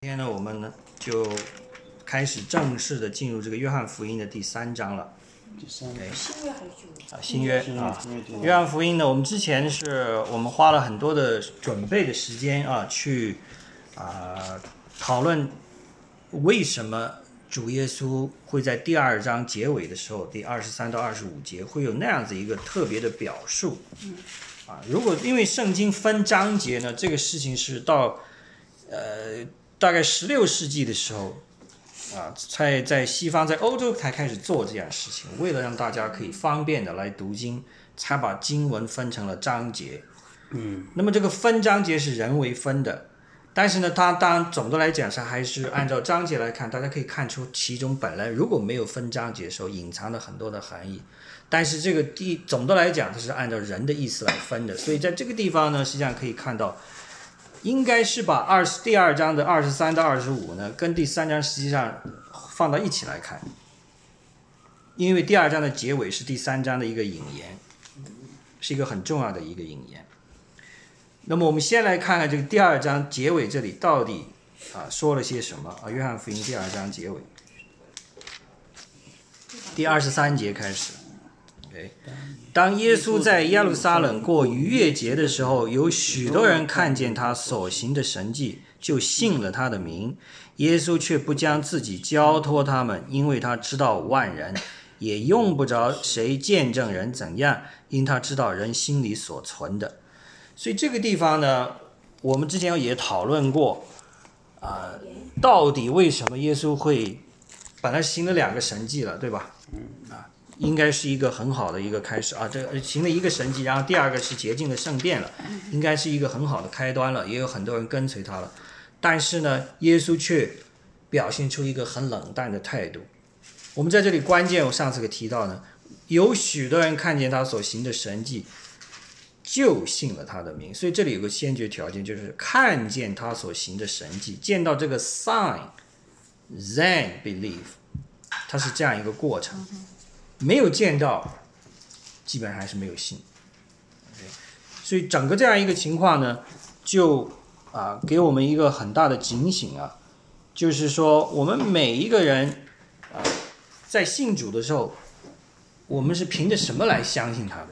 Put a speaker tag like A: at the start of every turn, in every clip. A: 今天呢，我们呢就开始正式的进入这个约翰福音的第三章了
B: 第三个
C: 新月还是旧月？
A: 啊，新约
B: 嗯新
A: 啊。
B: 约第五
A: 约翰福音呢，我们之前是我们花了很多的准备的时间啊，去啊、讨论为什么主耶稣会在第二章结尾的时候，第二十三到二十五节会有那样子一个特别的表述。
B: 嗯
A: 啊，如果因为圣经分章节呢，这个事情是到呃大概十六世纪的时候。啊，在在西方，在欧洲才开始做这样事情，为了让大家可以方便的来读经，才把经文分成了章节。嗯，那么这个分章节是人为分的，但是呢，它当然总的来讲是还是按照章节来看，大家可以看出其中本来如果没有分章节的时候，隐藏了很多的含义。但是这个地总的来讲，它是按照人的意思来分的，所以在这个地方呢，实际上可以看到，应该是把二十第二章的二十三到二十五呢，跟第三章实际上放到一起来看，因为第二章的结尾是第三章的一个引言。是一个很重要的一个引言。那么我们先来看看这个第二章结尾这里到底啊说了些什么啊？约翰福音第二章结尾，第二十三节开始。OK，当耶稣在耶路撒冷过逾越节的时候，有许多人看见他所行的神迹，就信了他的名。耶稣却不将自己交托他们，因为他知道万人 也用不着谁见证人怎样，因他知道人心里所存的。所以这个地方呢，我们之前也讨论过，啊、到底为什么耶稣会本来行了两个神迹了，对吧？嗯啊，应该是一个很好的一个开始啊，这行了一个神迹，然后第二个是洁净了圣殿了，应该是一个很好的开端了，也有很多人跟随他了。但是呢，耶稣却表现出一个很冷淡的态度。我们在这里关键，我上次给提到呢，有许多人看见他所行的神迹，就信了他的名。所以这里有个先决条件，就是看见他所行的神迹，见到这个 sign，then believe，它是这样一个过程。没有见到，基本上还是没有信。OK，所以整个这样一个情况呢，就啊、给我们一个很大的警醒啊，就是说我们每一个人。啊在信主的时候，我们是凭着什么来相信他的？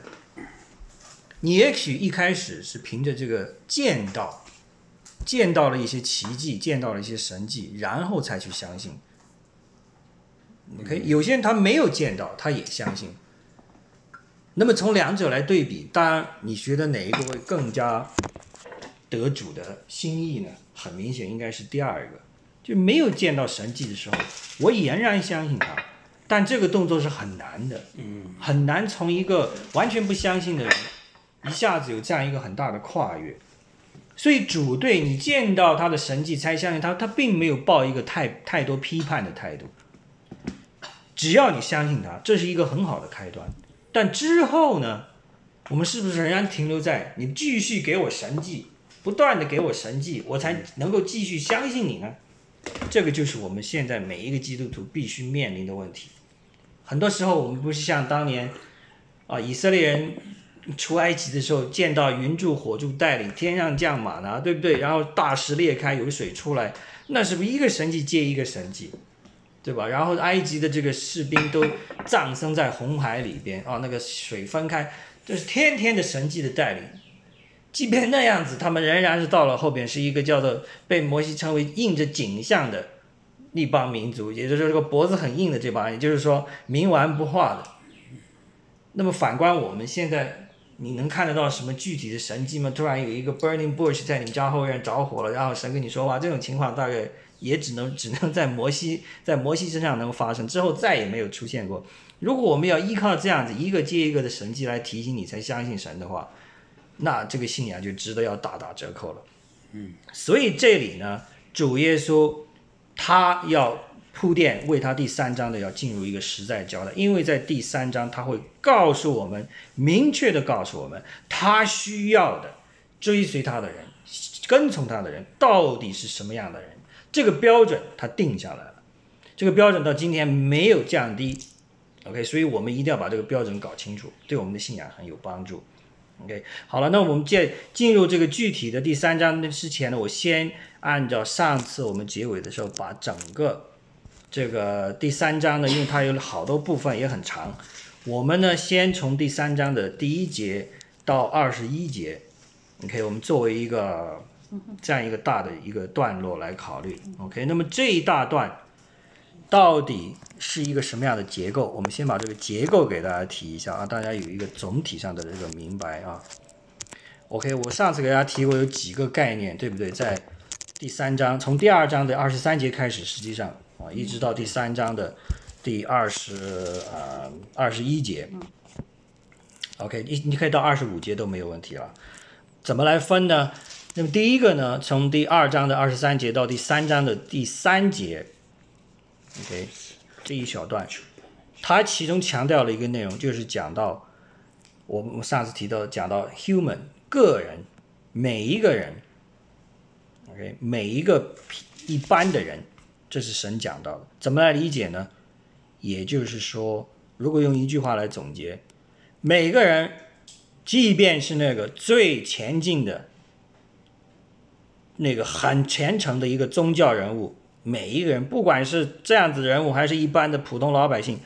A: 你也许一开始是凭着这个见到，见到了一些奇迹，见到了一些神迹，然后才去相信。OK，有些人他没有见到，他也相信。那么从两者来对比，当然你觉得哪一个会更加得主的心意呢？很明显，应该是第二个，就没有见到神迹的时候，我俨然相信他。但这个动作是很难的，嗯，很难从一个完全不相信的人，一下子有这样一个很大的跨越。所以主对你见到他的神迹才相信他，他并没有抱一个太太多批判的态度。只要你相信他，这是一个很好的开端。但之后呢，我们是不是仍然停留在你继续给我神迹，不断的给我神迹，我才能够继续相信你呢？这个就是我们现在每一个基督徒必须面临的问题。很多时候，我们不是像当年啊、以色列人出埃及的时候，见到云柱火柱带领天上降马呢，对不对？然后大石裂开，有水出来，那是不是一个神迹接一个神迹，对吧？然后埃及的这个士兵都葬身在红海里边啊，那个水分开，这是天天的神迹的带领。即便那样子，他们仍然是到了后边是一个叫做被摩西称为印着景象的立邦民族，也就是这个脖子很硬的这帮人，也就是说冥顽不化的。那么反观我们现在，你能看得到什么具体的神迹吗？突然有一个 burning bush 在你家后院着火了，然后神跟你说话，这种情况大概也只能只能在摩西在摩西身上能够发生，之后再也没有出现过。如果我们要依靠这样子一个接一个的神迹来提醒你才相信神的话，那这个信仰就值得要大打折扣了。嗯，所以这里呢，主耶稣他要铺垫为他第三章的要进入一个实在交代，因为在第三章他会告诉我们，明确的告诉我们，他需要的追随他的人、跟从他的人到底是什么样的人，这个标准他定下来了，这个标准到今天没有降低。OK，所以我们一定要把这个标准搞清楚，对我们的信仰很有帮助。 OK，好了，那我们进进入这个具体的第三章之前呢，我先按照上次我们结尾的时候，把整个这个第三章呢，因为它有好多部分也很长，我们呢先从第三章的第一节到二十一节，OK，我们作为一个这样一个大的一个段落来考虑，OK，那么这一大段到底是一个什么样的结构？我们先把这个结构给大家提一下啊，大家有一个总体上的这个明白啊。OK，我上次给大家提过有几个概念，对不对？在第三章，从第二章的二十三节开始，实际上啊，一直到第三章的第二十呃二十一节。OK，你你可以到二十五节都没有问题了。怎么来分呢？那么第一个呢，从第二章的二十三节到第三章的第三节，OK，这一小段，它其中强调了一个内容，就是讲到我们上次提到讲到 human 个人，每一个人，OK，每一个一般的人，这是神讲到的。怎么来理解呢？也就是说，如果用一句话来总结，每个人，即便是那个最前进的。那个很虔诚的一个宗教人物，每一个人，不管是这样子的人物，还是一般的普通老百姓，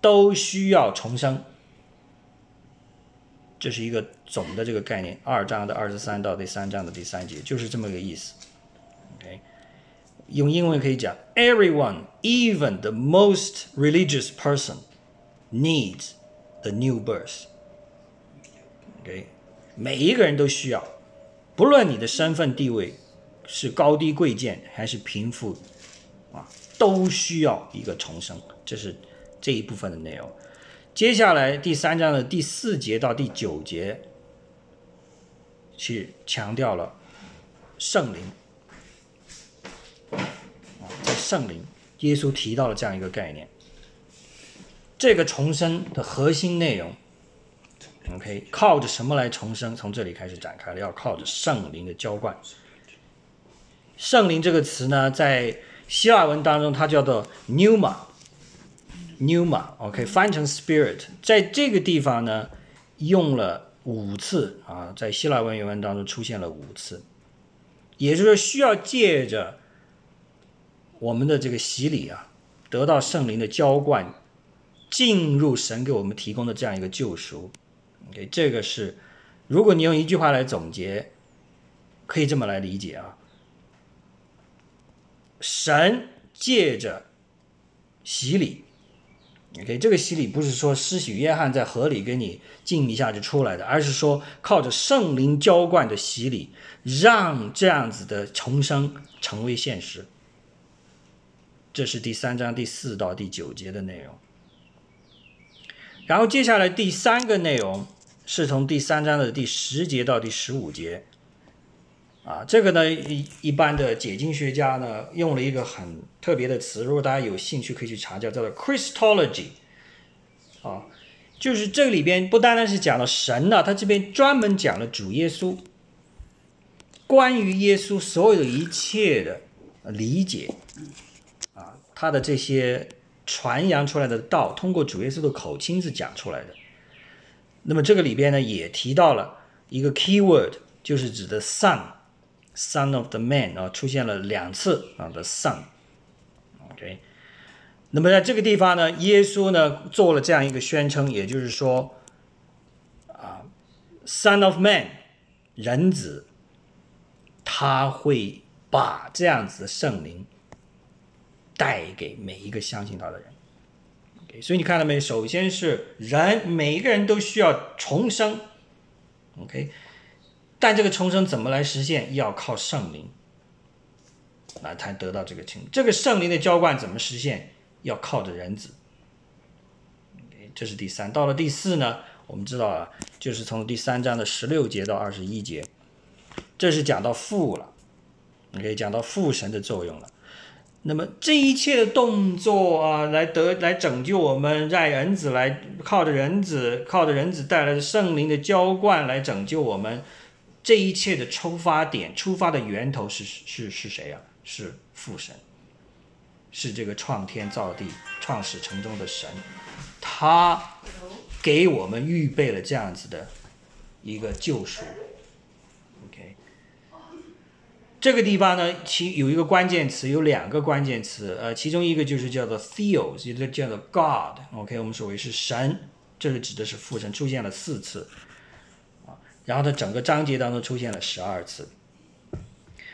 A: 都需要重生。这是一个总的这个概念，二章的二十三到第三章的第三节，就是这么个意思。OK，用英文可以讲：Everyone, even the most religious person, needs the new birth。OK，每一个人都需要，不论你的身份地位。是高低贵贱还是贫富，啊，都需要一个重生，这是这一部分的内容。接下来第三章的第四节到第九节，去强调了圣灵，啊，在圣灵，耶稣提到了这样一个概念。这个重生的核心内容，OK，靠着什么来重生？从这里开始展开了，要靠着圣灵的浇灌。圣灵这个词呢，在希腊文当中，它叫做 “numa”，“numa”，OK，、okay, 翻成 “spirit”。在这个地方呢，用了五次啊，在希腊文原文当中出现了五次，也就是说，需要借着我们的这个洗礼啊，得到圣灵的浇灌，进入神给我们提供的这样一个救赎。OK，这个是，如果你用一句话来总结，可以这么来理解啊。神借着洗礼，OK，这个洗礼不是说施洗约翰在河里给你浸一下就出来的，而是说靠着圣灵浇灌的洗礼，让这样子的重生成为现实。这是第三章第四到第九节的内容。然后接下来第三个内容是从第三章的第十节到第十五节。啊，这个呢，一一般的解经学家呢，用了一个很特别的词，如果大家有兴趣可以去查叫叫做 Christology，啊，就是这里边不单单是讲了神呐、啊，他这边专门讲了主耶稣，关于耶稣所有的一切的理解，啊，他的这些传扬出来的道，通过主耶稣的口亲自讲出来的。那么这个里边呢，也提到了一个 key word，就是指的 Son。Son of the man 啊，出现了两次啊的 son，OK。那么在这个地方呢，耶稣呢做了这样一个宣称，也就是说，啊，Son of man，人子，他会把这样子的圣灵带给每一个相信他的人。OK，所以你看到没？首先是人，每一个人都需要重生。OK。但这个重生怎么来实现？要靠圣灵来才得到这个情。这个圣灵的浇灌怎么实现？要靠着人子。这是第三。到了第四呢，我们知道啊，就是从第三章的十六节到二十一节，这是讲到父了，你可以讲到父神的作用了。那么这一切的动作啊，来得来拯救我们，让人子来靠着人子，靠着人子带来的圣灵的浇灌来拯救我们。这一切的出发点、出发的源头是是是谁呀、啊？是父神，是这个创天造地、创始成终的神，他给我们预备了这样子的一个救赎。OK，这个地方呢，其有一个关键词，有两个关键词，呃，其中一个就是叫做 theos，一个叫做 God。OK，我们所谓是神，这个指的是父神，出现了四次，啊，然后它整个章节当中出现了十二次。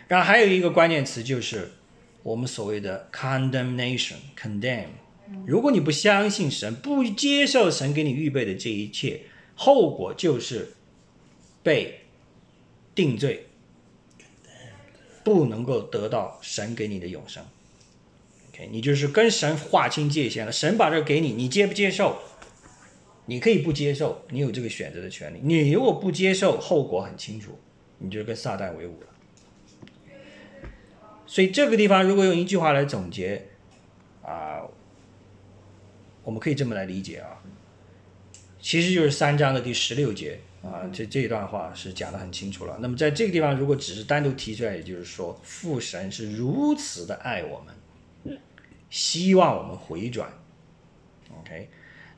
A: 然后还有一个关键词就是我们所谓的 condemnation，condemn。如果你不相信神，不接受神给你预备的这一切，后果就是被定罪，不能够得到神给你的永生。OK，你就是跟神划清界限了。神把这给你，你接不接受？你可以不接受，你有这个选择的权利。你如果不接受，后果很清楚，你就是跟撒旦为伍了。所以这个地方如果用一句话来总结，啊、我们可以这么来理解啊，其实就是三章的第十六节啊，这这一段话是讲的很清楚了。那么在这个地方，如果只是单独提出来，也就是说，父神是如此的爱我们，希望我们回转，OK，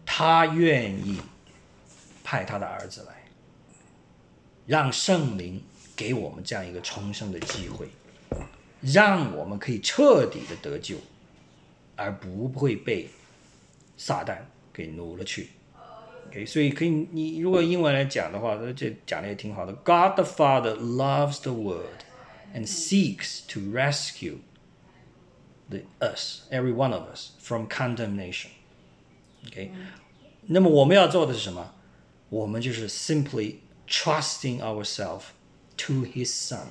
A: 他愿意派他的儿子来，让圣灵给我们这样一个重生的机会。让我们可以彻底的得救，而不会被撒旦给掳了去。OK，所以可以，你如果英文来讲的话，这讲的也挺好的。God the Father loves the world and seeks to rescue the us, every one of us, from condemnation. OK，那么我们要做的是什么？我们就是 simply trusting ourselves to His Son。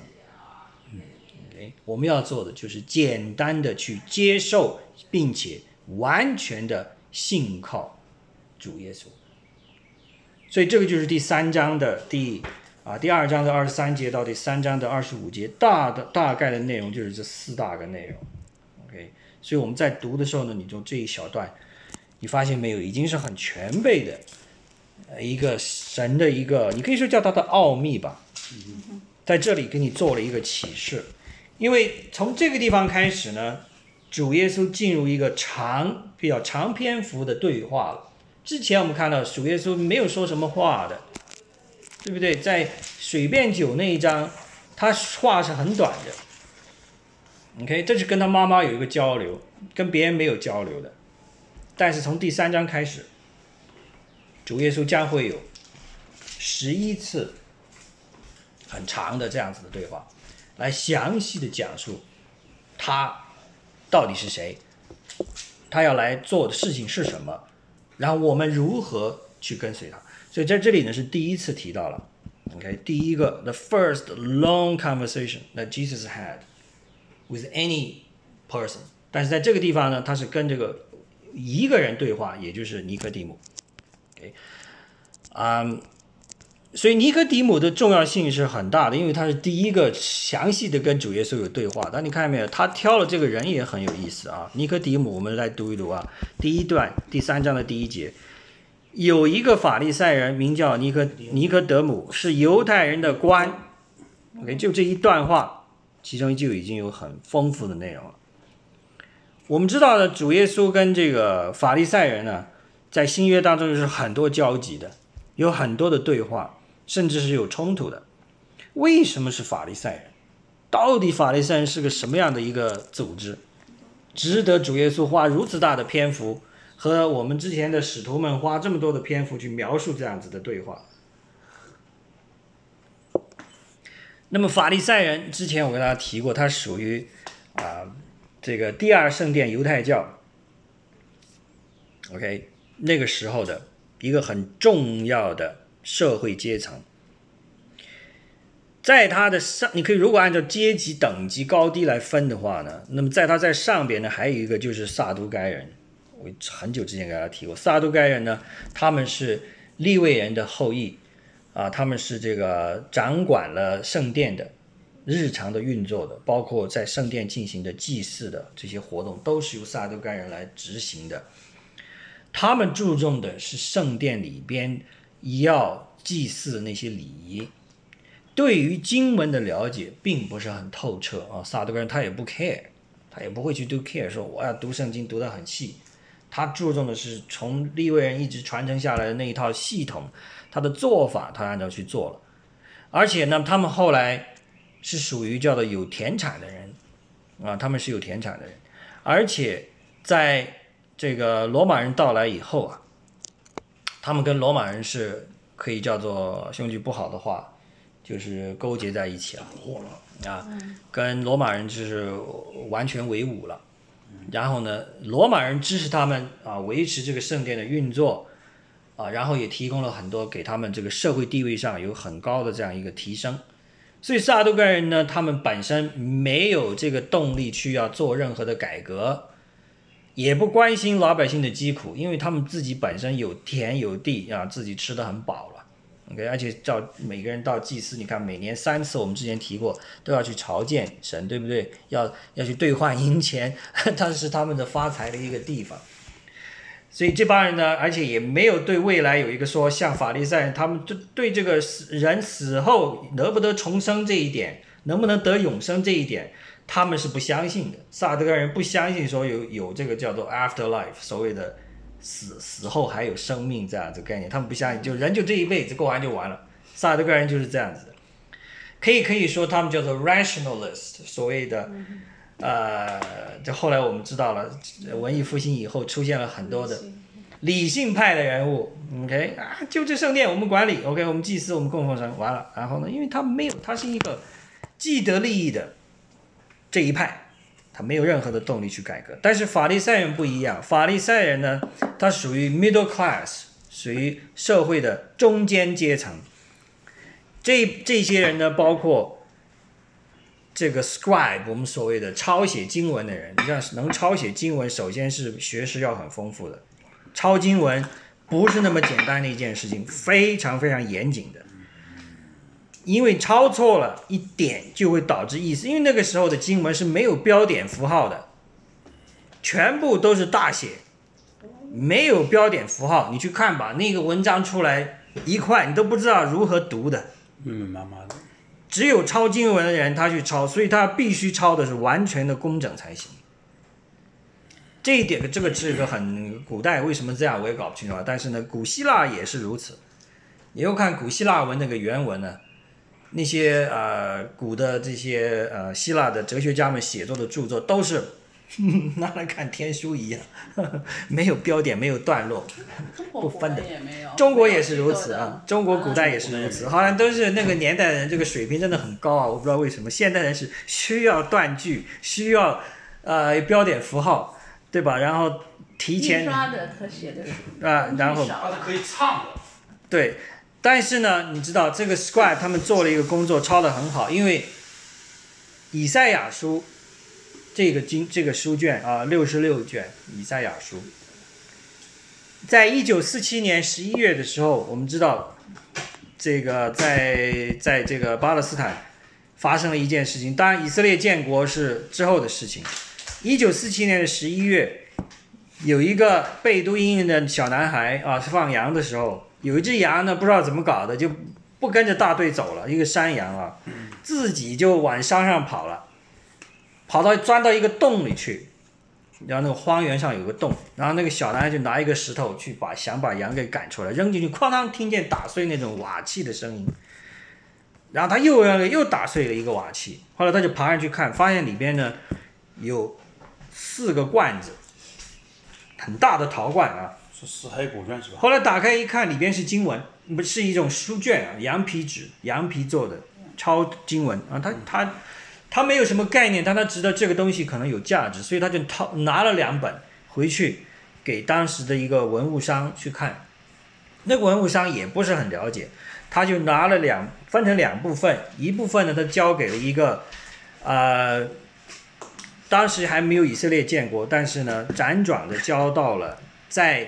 A: OK，我们要做的就是简单的去接受，并且完全的信靠主耶稣。所以这个就是第三章的第啊第二章的二十三节到第三章的二十五节，大的大概的内容就是这四大个内容。OK，所以我们在读的时候呢，你就这一小段，你发现没有，已经是很全备的呃一个神的一个，你可以说叫它的奥秘吧，在这里给你做了一个启示。因为从这个地方开始呢，主耶稣进入一个长、比较长篇幅的对话了。之前我们看到主耶稣没有说什么话的，对不对？在水变酒那一章，他话是很短的。OK，这是跟他妈妈有一个交流，跟别人没有交流的。但是从第三章开始，主耶稣将会有十一次很长的这样子的对话。来详细的讲述他到底是谁，他要来做的事情是什么，然后我们如何去跟随他。所以在这里呢是第一次提到了，OK，第一个 the first long conversation that Jesus had with any person，但是在这个地方呢，他是跟这个一个人对话，也就是尼科底姆，OK，啊、所以尼哥底母的重要性是很大的，因为他是第一个详细的跟主耶稣有对话。但你看见没有，他挑了这个人也很有意思啊。尼哥底母，我们来读一读啊，第一段第三章的第一节，有一个法利赛人名叫尼哥尼哥德姆，是犹太人的官。OK，就这一段话，其中就已经有很丰富的内容了。我们知道呢，主耶稣跟这个法利赛人呢，在新约当中是很多交集的，有很多的对话。甚至是有冲突的。为什么是法利赛人？到底法利赛人是个什么样的一个组织，值得主耶稣花如此大的篇幅，和我们之前的使徒们花这么多的篇幅去描述这样子的对话？那么法利赛人之前我跟大家提过，他属于啊、这个第二圣殿犹太教。OK，那个时候的一个很重要的社会阶层，在他的上，你可以如果按照阶级等级高低来分的话呢，那么在他在上边呢，还有一个就是撒都该人。我很久之前给大家提过，撒都该人呢，他们是利未人的后裔，啊，他们是这个掌管了圣殿的日常的运作的，包括在圣殿进行的祭祀的这些活动，都是由撒都该人来执行的。他们注重的是圣殿里边要祭祀的那些礼仪。对于经文的了解并不是很透彻啊，撒都该人他也不 care，他也不会去 do care，说我要读圣经读得很细，他注重的是从立位人一直传承下来的那一套系统，他的做法他按照去做了，而且呢，他们后来是属于叫做有田产的人啊，他们是有田产的人，而且在这个罗马人到来以后啊，他们跟罗马人是可以叫做兄弟不好的话，就是勾结在一起了，啊，跟罗马人就是完全为伍了。然后呢，罗马人支持他们啊，维持这个圣殿的运作啊，然后也提供了很多给他们这个社会地位上有很高的这样一个提升。所以撒都该人呢，他们本身没有这个动力去要做任何的改革，也不关心老百姓的疾苦，因为他们自己本身有田有地啊，自己吃的很饱了。OK，而且到每个人到祭司，你看每年三次，我们之前提过，都要去朝见神，对不对？要要去兑换银钱， 它是他们的发财的一个地方。所以这帮人呢，而且也没有对未来有一个说像法利赛人，他们对对这个死人死后能不能重生这一点，能不能得永生这一点，他们是不相信的。萨德克人不相信说有有这个叫做 after life，所谓的死死后还有生命这样子概念，他们不相信，就人就这一辈子过完就完了。萨德克人就是这样子的，可以可以说他们叫做 rationalist，所谓的。呃，这后来我们知道了，文艺复兴以后出现了很多的理性派的人物，OK 啊，就这圣殿我们管理，OK，我们祭司我们供奉神，完了，然后呢，因为他没有，他是一个既得利益的这一派，他没有任何的动力去改革。但是法利赛人不一样，法利赛人呢，他属于 middle class，属于社会的中间阶层。这这些人呢，包括。这个 scribe，我们所谓的抄写经文的人，你像能抄写经文，首先是学识要很丰富的，抄经文不是那么简单的一件事情，非常非常严谨的，因为抄错了一点就会导致意思，因为那个时候的经文是没有标点符号的，全部都是大写，没有标点符号，你去看吧，那个文章出来一块，你都不知道如何读的。
B: 密密麻麻的，
A: 只有抄经文的人他去抄，所以他必须抄的是完全的工整才行。这一点，这个是一个很古代为什么这样，我也搞不清楚啊。但是呢，古希腊也是如此。你又看古希腊文那个原文呢，那些呃古的这些呃希腊的哲学家们写作的著作都是 拿来看天书一样， 没有标点，没有段落，
C: 中
A: 不
C: 国
A: 分的
C: 古代也没有，
A: 中国也是如此
C: 没有这个
A: 啊
C: 的，
A: 中国古代也是如此，好像都是那个年代人这个水平真的很高啊，我不知道为什么现代人是需要断句，需要呃标点符号，对吧？然后提前
C: 印
A: 啊、
C: 刷的他写的是
A: 然后
C: 印刷
B: 它是可以唱的，
A: 对，但是呢，你知道这个 Scribe 他们做了一个工作，抄得很好，因为以赛亚书这个经这个书卷啊，六十六卷以赛亚书，在一九四七年十一月的时候，我们知道这个在在这个巴勒斯坦发生了一件事情，当然以色列建国是之后的事情。一九四七年的十一月，有一个贝都因人的小男孩啊，是放羊的时候，有一只羊呢，不知道怎么搞的，就不跟着大队走了，一个山羊啊，自己就往山上跑了，跑到钻到一个洞里去，然后那个荒原上有个洞，然后那个小男孩就拿一个石头去把想把羊给赶出来，扔进去，哐当，听见打碎那种瓦器的声音，然后他又扔又打碎了一个瓦器，后来他就爬上去看，发现里边呢有四个罐子。很大的陶罐啊。
B: 是四海古卷是吧？
A: 后来打开一看，里边是经文，不是一种书卷啊，羊皮纸，羊皮做的，抄经文啊。他他他没有什么概念，但他知道这个东西可能有价值，所以他就掏拿了两本回去给当时的一个文物商去看。那个文物商也不是很了解，他就拿了两分成两部分，一部分呢他交给了一个呃。当时还没有以色列建国，但是呢，辗转的交到了在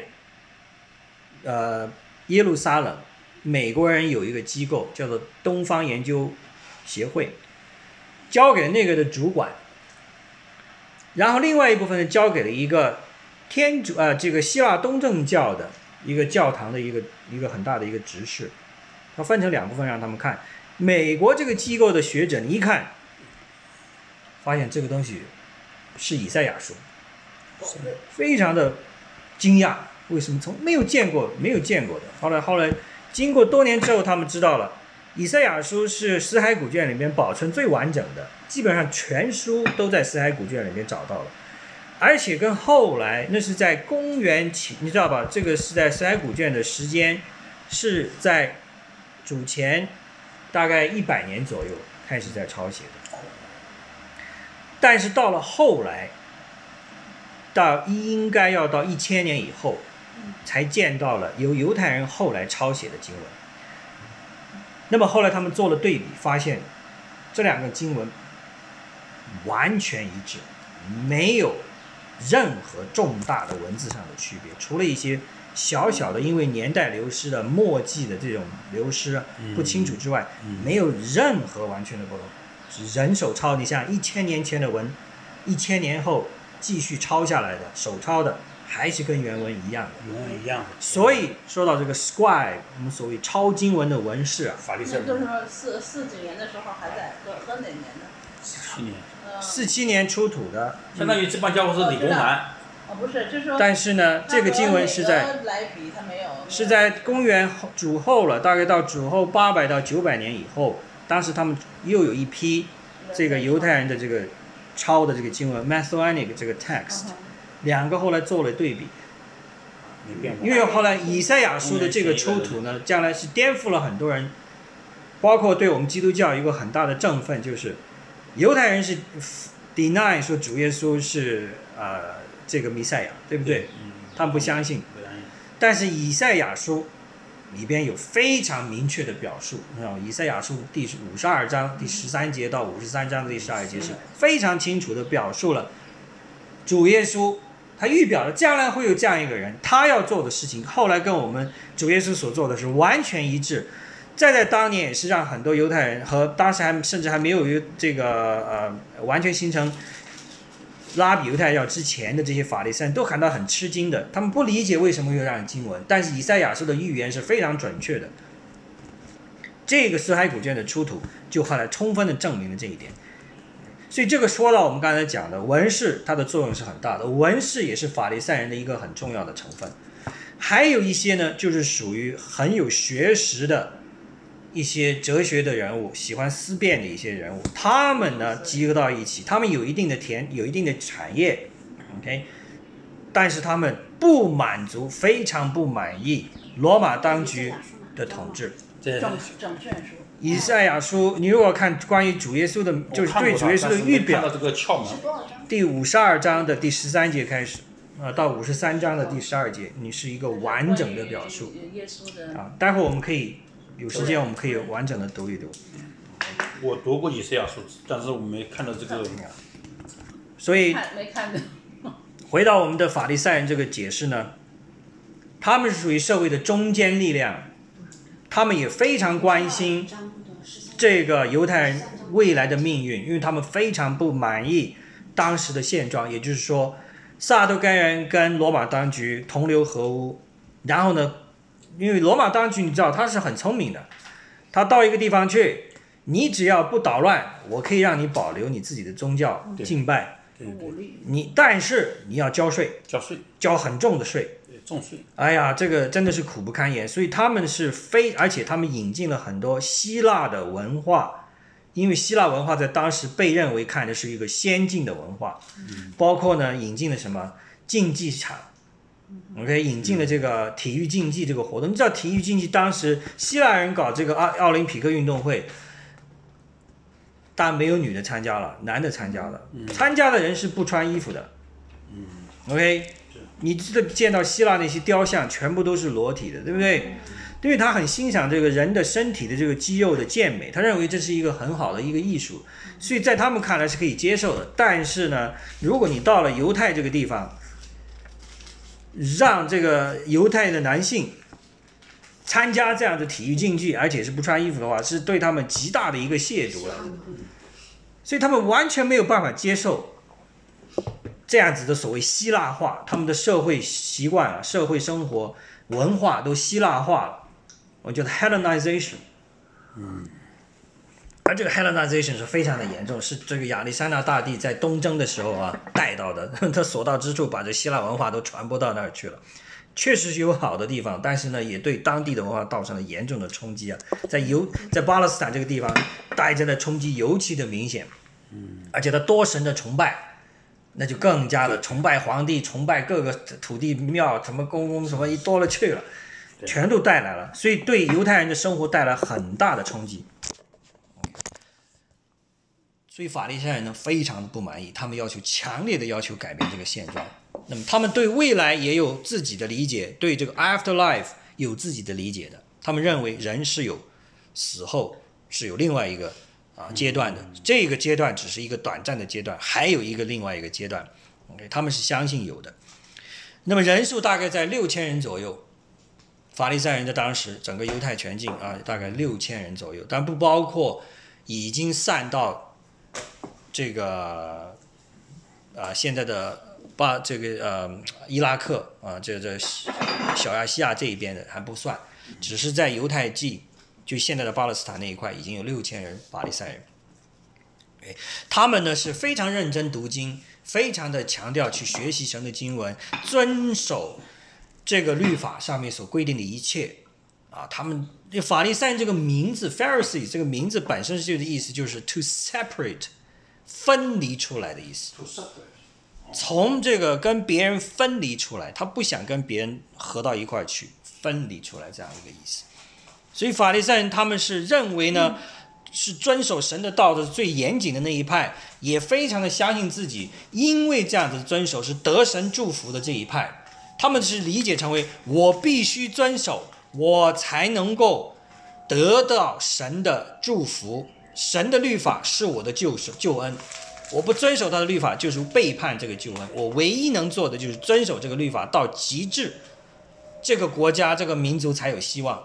A: 呃耶路撒冷，美国人有一个机构叫做东方研究协会，交给那个的主管，然后另外一部分呢交给了一个天主呃这个希腊东正教的一个教堂的一个一个很大的一个执事，他分成两部分让他们看。美国这个机构的学者，你一看，发现这个东西是以赛亚书，非常的惊讶，为什么从没有见过没有见过的？后来后来经过多年之后，他们知道了，以赛亚书是死海古卷里面保存最完整的，基本上全书都在死海古卷里面找到了。而且跟后来，那是在公元前，你知道吧？这个是在死海古卷的时间是在主前大概一百年左右开始在抄写的，但是到了后来，到应该要到一千年以后，才见到了由犹太人后来抄写的经文。那么后来他们做了对比，发现这两个经文完全一致，没有任何重大的文字上的区别，除了一些小小的因为年代流失的墨迹的这种流失啊
B: 嗯
A: 不清楚之外，
B: 嗯
A: 没有任何完全的不同。人手抄，你像一千年前的文，一千年后继续抄下来的手抄的，还是跟原文一样的。
B: 永远一样的。
A: 所以说到这个 scribe，我们所谓抄经文的文士啊，
B: 法利赛
C: 那就是
B: 人
C: 说四四几年的时候还在和和哪年的？
B: 去年，
C: 嗯，
A: 四七年出土的，
B: 相当于这帮家伙是理工男，
C: 哦不是，就是说
A: 但是呢，这个经文是在
C: 他和哪个来比，他没有
A: 是在公元后主后了，大概到主后八百到九百年以后，当时他们又有一批这个犹太
C: 嗯
A: 人的这个抄的这个经文 Masonic 这个 text，
C: 嗯哼
A: 两个后来做了对比，
B: 没变
A: 嗯
B: 过
A: 因。为后来以赛亚书的这个出土呢，将来是颠覆了很多人，包括对我们基督教一个很大的振奋，就是犹太人是 deny 说主耶稣是呃这个弥赛亚，对不对？
B: 嗯，
A: 他们不相信，
B: 不然
A: 但是以赛亚书里边有非常明确的表述，啊，以赛亚书第五十二章第十三节到五十三章的第十二节是非常清楚的表述了主耶稣。他预表了将来会有这样一个人，他要做的事情，后来跟我们主耶稣所做的是完全一致。再在当年也是让很多犹太人和当时还甚至还没有犹这个呃完全形成拉比犹太教之前的这些法利赛人都感到很吃惊的，他们不理解为什么会有这样的经文，但是以赛亚书的预言是非常准确的。这个死海古卷的出土，就后来充分的证明了这一点。所以这个说到我们刚才讲的文士，它的作用是很大的，文士也是法利赛人的一个很重要的成分。还有一些呢，就是属于很有学识的一些哲学的人物，喜欢思辨的一些人物，他们呢集合到一起，他们有一定的田，有一定的产业，OK，但是他们不满足，非常不满意罗马当局的统治。
B: 这
C: 整整卷书，
A: 以赛亚书，你如果看关于主耶稣的，就是对主耶稣的预
B: 看
A: 表，
B: 到这个窍门
C: 是，多少章？
A: 第五十二章的第十三节开始，呃，到五十三章的第十二节，你是一个完整的表述。
C: 耶稣的
A: 啊。待会儿我们可以有时间，我们可以完整的读一读。
B: 我读过以赛亚书，但是我没看到这个
A: 所以
C: 看没看的，
A: 回到我们的法利赛人这个解释呢，他们是属于社会的中坚力量，他们也非常关心这个犹太人未来的命运，因为他们非常不满意当时的现状，也就是说，撒都该人跟罗马当局同流合污。然后呢，因为罗马当局你知道他是很聪明的，他到一个地方去，你只要不捣乱，我可以让你保留你自己的宗教
B: 对
A: 敬拜，
B: 对对
C: 武力
A: 你但是你要交税，
B: 交税，
A: 交很重的税。
B: 对重税，
A: 哎呀，这个真的是苦不堪言，所以他们是非，而且他们引进了很多希腊的文化，因为希腊文化在当时被认为看的是一个先进的文化，包括呢引进了什么竞技场，OK，引进了这个体育竞技这个活动。你知道体育竞技当时希腊人搞这个奥奥林匹克运动会，但没有女的参加了，男的参加了，参加的人是不穿衣服的，OK，你这见到希腊那些雕像，全部都是裸体的，对不对？因为他很欣赏这个人的身体的这个肌肉的健美，他认为这是一个很好的一个艺术，所以在他们看来是可以接受的。但是呢，如果你到了犹太这个地方，让这个犹太的男性参加这样的体育竞技，而且是不穿衣服的话，是对他们极大的一个亵渎了，所以他们完全没有办法接受。这样子的所谓希腊化，他们的社会习惯啊、社会生活文化都希腊化了，我觉得 Hellenization，嗯，而这个 Hellenization 是非常的严重，是这个亚历山大大帝在东征的时候啊带到的， 他所到之处把这希腊文化都传播到那儿去了。确实是有好的地方，但是呢，也对当地的文化造成了严重的冲击啊。在尤在巴勒斯坦这个地方，大家的冲击尤其的明显，嗯，而且他多神的崇拜，那就更加的崇拜皇帝，崇拜各个土地庙、什么公公什么一多了去了，全都带来了，所以对犹太人的生活带来很大的冲击。所以法利赛人呢非常不满意，他们要求强烈的要求改变这个现状。那么他们对未来也有自己的理解，对这个 afterlife 有自己的理解的。他们认为人是有死后是有另外一个啊阶段的，这个阶段只是一个短暂的阶段，还有一个另外一个阶段。OK，他们是相信有的。那么人数大概在六千人左右，法利赛人在当时整个犹太全境啊大概六千人左右，但不包括已经散到这个啊、现在的巴这个呃伊拉克啊、这这小亚细亚这一边的还不算，只是在犹太记就现在的巴勒斯坦那一块已经有六千人巴勒斯坦人。哎，他们呢是非常认真读经，非常的强调去学习神的经文，遵守这个律法上面所规定的一切啊。他们这法利赛人这个名字 Pharisee 这个名字本身就是意思就是 to separate 分离出来的意思，从这个跟别人分离出来，他不想跟别人合到一块儿去，分离出来这样一个意思。所以法利赛人他们是认为呢，是遵守神的道的最严谨的那一派，也非常的相信自己，因为这样子遵守是得神祝福的这一派，他们是理解成为我必须遵守，我才能够得到神的祝福。神的律法是我的救赎救恩，我不遵守他的律法就是背叛这个救恩。我唯一能做的就是遵守这个律法到极致，这个国家这个民族才有希望。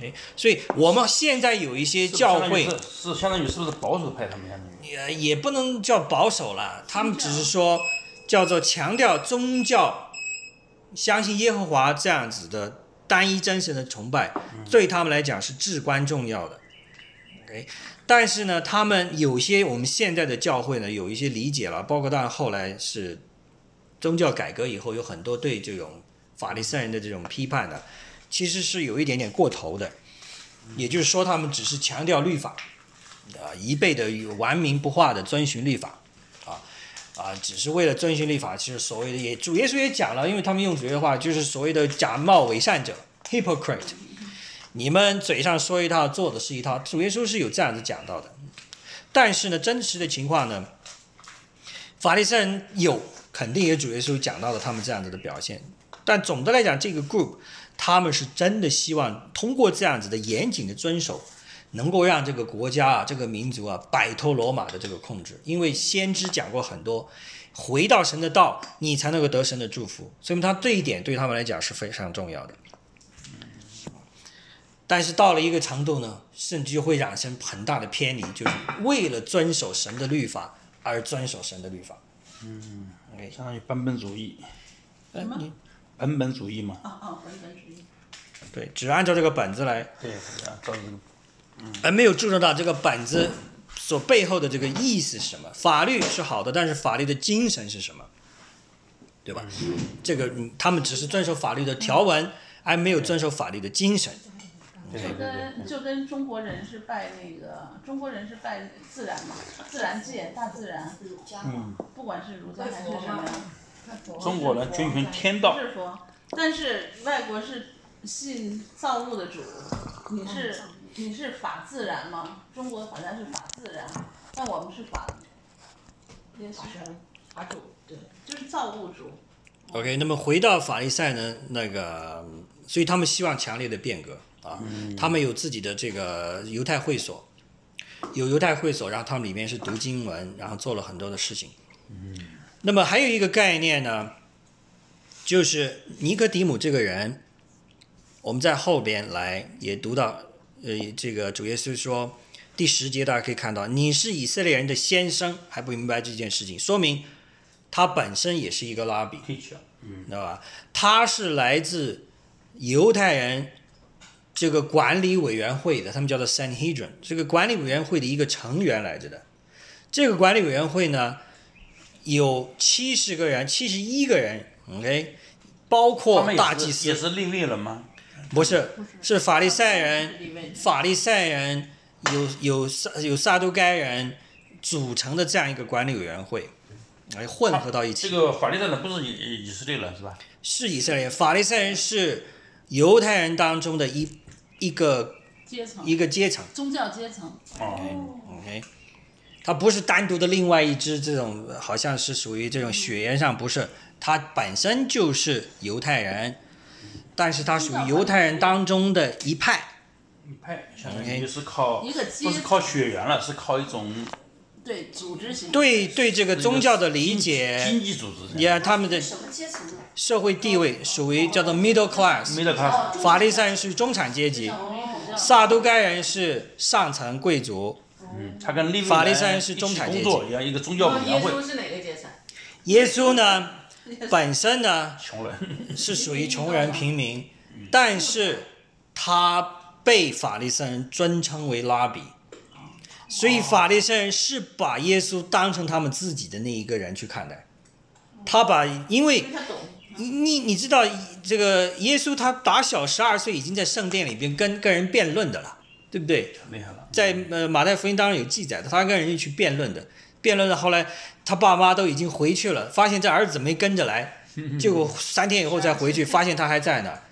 A: 哎，所以我们现在有一些教会，
B: 是不是相当于是不是保守派他们相当于？
A: 也呃也不能叫保守了，他们只是说叫做强调宗教，相信耶和华这样子的单一真神的崇拜，对他们来讲是至关重要的。OK，但是呢，他们有些我们现在的教会呢，有一些理解了，包括当然后来是宗教改革以后，有很多对这种法利赛人的这种批判呢，其实是有一点点过头的，也就是说，他们只是强调律法。啊，一辈的顽民不化的遵循律法，啊啊，只是为了遵循律法，其实所谓的也主耶稣也讲了，因为他们用主耶稣的话，就是所谓的假冒伪善者 （hypocrite）。你们嘴上说一套，做的是一套，主耶稣是有这样子讲到的。但是呢，真实的情况呢，法利赛人有肯定也主耶稣讲到了他们这样子的表现，但总的来讲，这个 group 他们是真的希望通过这样子的严谨的遵守。能够让这个国家啊、这个民族啊摆脱罗马的这个控制，因为先知讲过很多，回到神的道，你才能够得神的祝福。所以他这一点对他们来讲是非常重要的。但是到了一个程度呢，甚至就会产生很大的偏离，就是为了遵守神的律法而遵守神的律法。嗯
B: 相当于版本主义，哎
C: 什么？
B: 版本主义嘛。
C: 啊啊，本本主义。
A: 对，只按照这个本子来，
B: 对，啊，照这个
A: 而哎没有注重到这个本子所背后的这个意思是什么。法律是好的，但是法律的精神是什么，对吧？这个嗯他们只是遵守法律的条文，而没有遵守法律的精神。
B: 对
C: 就
B: 对对
C: 跟就跟中国人是拜那个，中国人是拜自然嘛，自然界、大自然，不管是儒家还是什么，
B: 中国人遵循天道，
C: 是佛。但是外国是信造物的主，你是
D: 嗯
C: 你是法自然吗？中国好像是法自然，但我们是法，也许
D: 法主对，
C: 就是造物主。
A: OK，那么回到法利赛呢，那个，嗯所以他们希望强烈的变革啊，他们有自己的这个犹太会所，有犹太会所，然后他们里面是读经文，然后做了很多的事情。那么还有一个概念呢，就是尼哥底母这个人，我们在后边来也读到，呃，这个主耶稣说。第十节，大家可以看到，你是以色列人的先生，还不明白这件事情，说明他本身也是一个拉比。
B: 啊 teacher，
A: 知道吧？他是来自犹太人这个管理委员会的，他们叫做 Sanhedrin，这个管理委员会的一个成员来着的。这个管理委员会呢，有七十个人，七十一个人，OK，包
B: 他
A: 括
B: 们也
A: 大
B: 是
A: 祭
B: 也
A: 司，
B: 是另类人吗？
A: 不是，是法利赛人
C: 是立位的
A: 法利赛人有有撒有撒都该人组成的这样一个管理委员会，来混合到一
B: 这
A: 起。
B: 个法利赛人不是以以色列人是吧？
A: 是以色列人，法利赛人是犹太人当中的一一个
C: 阶层，
A: 一个阶层。
C: 宗教阶层，
A: 哎
B: 哦，
A: OK，它不是单独的另外一支这种，好像是属于这种血缘上不是，它本身就是犹太人，但是它属于犹太人当中的一派。
B: 一派相当
A: 哎
B: 于是靠
C: 一个阶
B: 不是靠血缘了，是靠一种
C: 对组织型，
A: 对对，这个宗教的理解，
B: 经济组织
A: 也他们的
D: 什么阶层呢？
A: 社会地位属于叫做 middle class，
B: 没得
C: 哦
B: 看。
A: 法利赛人是中产阶级，撒都该人是上层贵族，
B: 嗯，他跟利未
A: 法利
B: 人
A: 赛人是中产阶级
B: 一起工作，也一个宗教委
C: 哦
B: 员会，
D: 哦是哪个阶层？
A: 耶稣呢本身呢
B: 穷人。
A: 是属于穷人平民，但是他被法利赛人尊称为拉比，所以法利赛人是把耶稣当成他们自己的那一个人去看待，他把因为
C: 因为他懂，
A: 你你你知道这个耶稣他打小十二岁已经在圣殿里边跟跟人辩论的了，对不对？
B: 厉害了，
A: 在呃马太福音当中有记载的，他跟人家去辩论的，辩论到后来他爸妈都已经回去了，发现这儿子没跟着来，结果三天以后再回去，发现他还在那儿。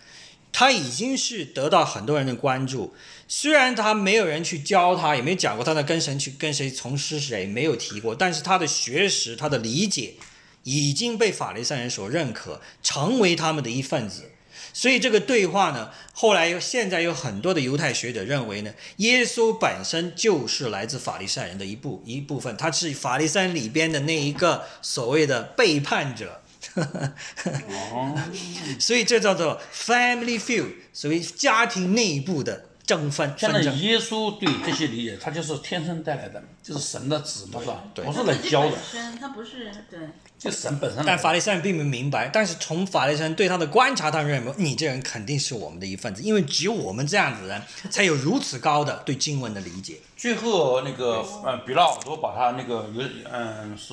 A: 他已经是得到很多人的关注，虽然他没有人去教他，也没讲过他在跟谁去跟谁从师谁，没有提过，但是他的学识、他的理解已经被法利赛人所认可，成为他们的一份子。所以这个对话呢，后来又现在有很多的犹太学者认为呢，耶稣本身就是来自法利赛人的一部一部分，他是法利赛人里边的那一个所谓的背叛者。 所以这叫做 family feud，所谓家庭内部的争分
B: 现
A: 纷
B: 在
A: 争。
B: 耶稣对这些理解，他就是天生带来的，就是神的子嘛，是吧？
A: 对
B: 不是
C: 他
B: 来
C: 自己
B: 教的
C: 本，身他不是对，
B: 就神本身来
A: 但
B: 的。
A: 法利赛人并没明白，但是从法利赛人对他的观察，他认为你这人肯定是我们的一份子，因为只有我们这样子的人才有如此高的对经文的理解。
B: 最后那个呃，比拉奥多把他那个有嗯是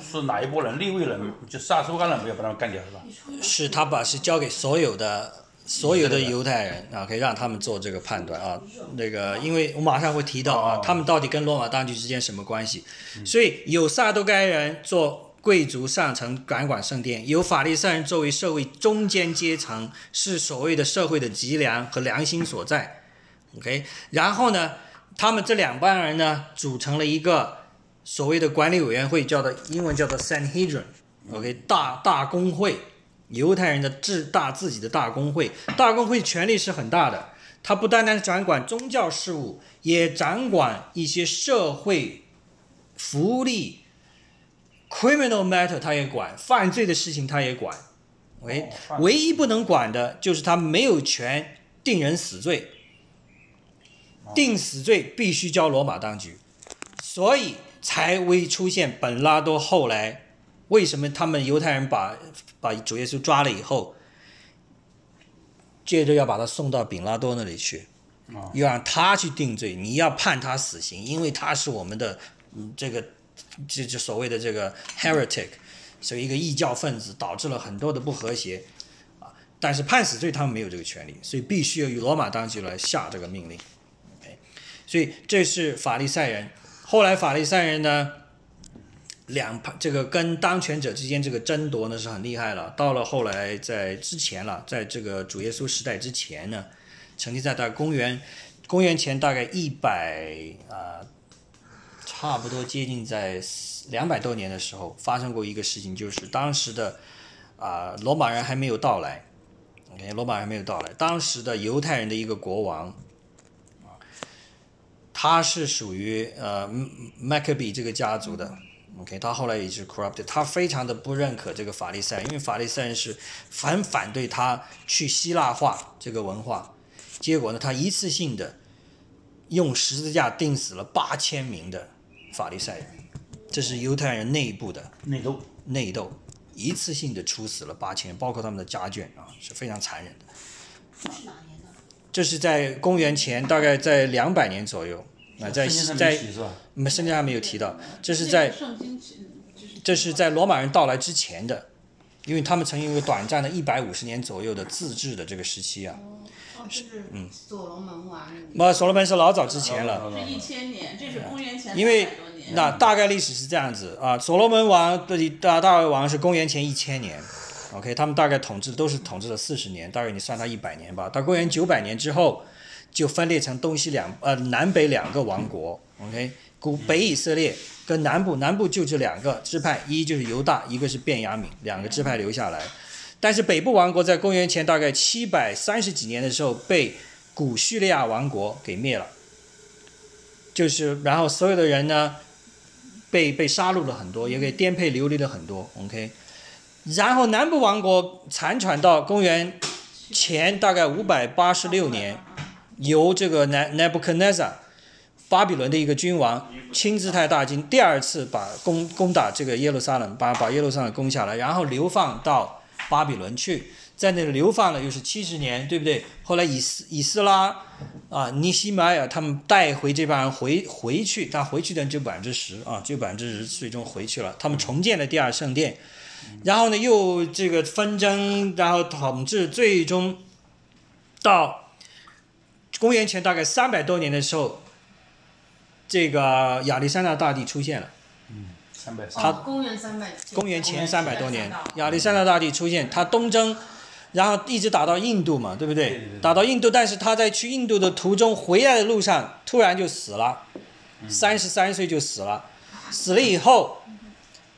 B: 是哪一波人，利未人，就撒苏干人，没有把他们干掉是吧？
A: 是他把是交给所有的所有的犹太人啊，可以让他们做这个判断啊。那个，因为我马上会提到啊
B: 哦，
A: 他们到底跟罗马当局之间什么关系？所以有撒都该人做贵族上层管管圣殿，有法利赛人作为社会中间阶层，是所谓的社会的脊梁和良心所在。OK，然后呢，他们这两帮人呢，组成了一个所谓的管理委员会，叫做英文叫做 Sanhedrin。OK，大大公会，犹太人的自大自己的大公会，大公会权力是很大的，它不单单掌管宗教事务，也掌管一些社会福利，criminal matter 它也管，犯罪的事情它也管。唯
B: 哦犯罪
A: 唯一不能管的就是他没有权定人死罪，
B: 哦
A: 定死罪必须交罗马当局，所以才会出现本拉多后来为什么他们犹太人把把主耶稣抓了以后，接着要把他送到丙拉多那里去
B: 哦，
A: 要让他去定罪，你要判他死刑，因为他是我们的嗯这个这这所谓的这个 heretic，所以一个异教分子导致了很多的不和谐。啊，但是判死罪他们没有这个权利，所以必须要由罗马当局来下这个命令。哎所以这是法利赛人。后来法利赛人呢，两派这个跟当权者之间这个争夺呢是很厉害了。到了后来，在之前了，在这个主耶稣时代之前呢，曾经在大概公元公元前大概一百啊，差不多接近在两百多年的时候，发生过一个事情，就是当时的啊、罗马人还没有到来。OK，罗马人还没有到来，当时的犹太人的一个国王，啊他是属于呃麦克比这个家族的，OK，他后来也是 corrupted，他非常的不认可这个法利赛人，因为法利赛人是很反对他去希腊化这个文化。结果呢，他一次性的用十字架钉死了八千名的法利赛人，这是犹太人内部的
B: 内斗，
A: 内斗，一次性的处死了八千人，包括他们的家眷啊，是非常残忍的。
D: 这是哪年呢？
A: 这是在公元前大概在两百年左右啊，在
B: 圣经上
A: 在
B: 没提是吧？
A: 没圣经还没有提到，这是
C: 那
A: 在
C: 个圣经就是
A: 这是在罗马人到来之前的，因为他们曾经有个短暂的一百五十年左右的自治的这个时期啊。
D: 哦，就是
B: 嗯
D: 所罗门王
A: 那所罗门是老早之前了，
C: 是一千年，这是公元前
A: 因为
C: 300多年
A: 那大概历史是这样子啊，所罗门王对大大卫王是公元前一千年，OK，他们大概统治都是统治了四十年，大概你算他一百年吧。到公元九百年之后，就分裂成东西两呃南北两个王国，OK，古北以色列跟南部南部就这两个支派，一就是犹大，一个是便雅敏，两个支派留下来。但是北部王国在公元前大概七百三十几年的时候被古叙利亚王国给灭了，就是然后所有的人呢被被杀戮了很多，也给颠沛流离了很多。OK，然后南部王国残喘到公元前大概五百八十六年，由这个南 Nebuchadnezzar 巴比伦的一个君王亲自派大军第二次把攻攻打这个耶路撒冷，把把耶路撒冷攻下来，然后流放到巴比伦去，在那里流放了又是七十年，对不对？后来以斯以斯拉啊，尼西玛尔他们带回这帮人回回去，但回去的人只有百分之十啊，只有百分之十最终回去了。他们重建了第二圣殿，然后呢又这个纷争，然后统治，最终到公元前大概三百多年的时候，这个亚历山大大帝出现了。
B: 三百三，
A: 他
D: 哦公元三百，
A: 公元前三百多年
D: 300，
A: 亚历山大大帝出现，他东征，然后一直打到印度嘛，对不对？
B: 对对对
A: 打到印度，但是他在去印度的途中回来的路上，突然就死了，三十三岁就死了。死了以后，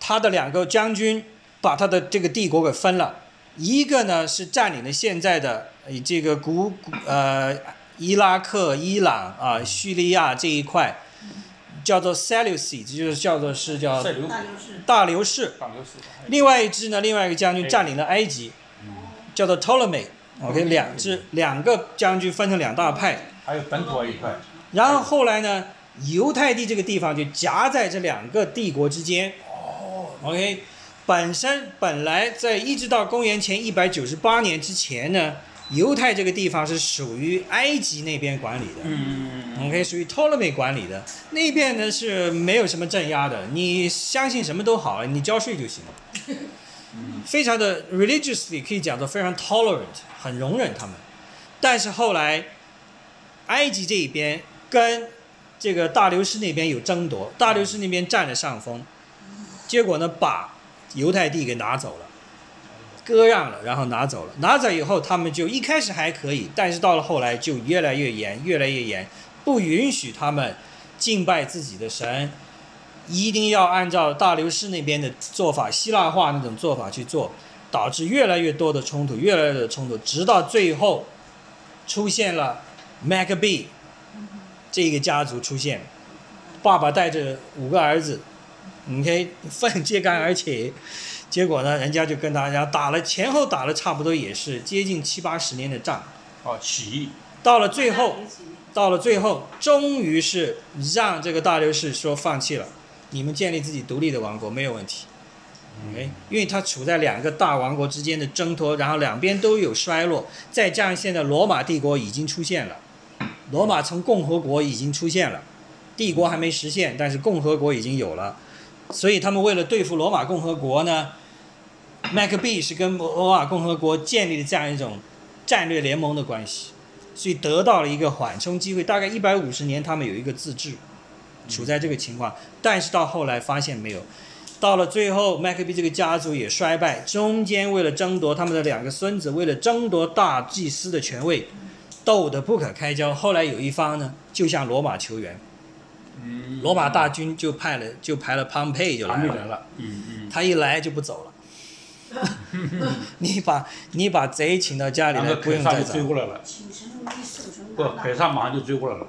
A: 他的两个将军把他的这个帝国给分了，一个呢是占领了现在的以这个古古呃伊拉克、伊朗啊、叙利亚这一块，叫做 Seleucid，这就是叫做是叫
B: 塞流
C: 大流士
A: 大流士。
B: 大流士，
A: 另外一支呢，另外一个将军占领了埃及，叫做 Ptolemy。OK，两支两个将军分成两大派，
B: 还有本土啊一块，
A: 然后后来呢，犹太地这个地方就夹在这两个帝国之间。OK，本身本来在一直到公元前一百九十八年之前呢，犹太这个地方是属于埃及那边管理的。
B: 嗯，
A: OK，属于 Ptolemy 管理的那边呢是没有什么镇压的，你相信什么都好，你交税就行了。非常的 religiously 可以讲的非常 tolerant，很容忍他们。但是后来，埃及这一边跟这个大流士那边有争夺，大流士那边占了上风，结果呢把犹太地给拿走了。割让了，然后拿走了。拿走以后，他们就一开始还可以，但是到了后来就越来越严，越来越严，不允许他们敬拜自己的神，一定要按照大流士那边的做法，希腊化那种做法去做，导致越来越多的冲突，越来越多的冲突，直到最后出现了 Maccabee 这个家族出现，爸爸带着五个儿子，OK，分揭竿而起。结果呢，人家就跟他，然后打了前后打了差不多也是接近七八十年的仗，
B: 哦，起义，
A: 到了最后，
C: 一起
A: 到了最后，终于是让这个大流士说放弃了，你们建立自己独立的王国没有问题。OK，因哎
B: 嗯
A: 为他处在两个大王国之间的争夺，然后两边都有衰落，再加上现在罗马帝国已经出现了，罗马从共和国已经出现了，帝国还没实现，但是共和国已经有了，所以他们为了对付罗马共和国呢，麦克毕是跟罗马共和国建立了这样一种战略联盟的关系。所以得到了一个缓冲机会。大概一百五十年，他们有一个自治，处在这个情况。但是到后来发现没有，到了最后，麦克比这个家族也衰败。中间为了争夺他们的两个孙子，为了争夺大祭司的权位，斗得不可开交。后来有一方呢，就向罗马求援，
B: 嗯，
A: 罗马大军就派了，就派了庞培就
B: 他
A: 来
B: 们
A: 了。
B: 来了，嗯嗯，
A: 他一来就不走了。 你把你把贼请到家里
B: 然
A: 来，
B: 后
A: 不
B: 凯
A: 用
B: 撒
A: 再
B: 就
A: 找
B: 追。过来了，
D: 请神农帝送神
B: 不
D: 农，
B: 凯
D: 大
B: 撒马上就追过来了，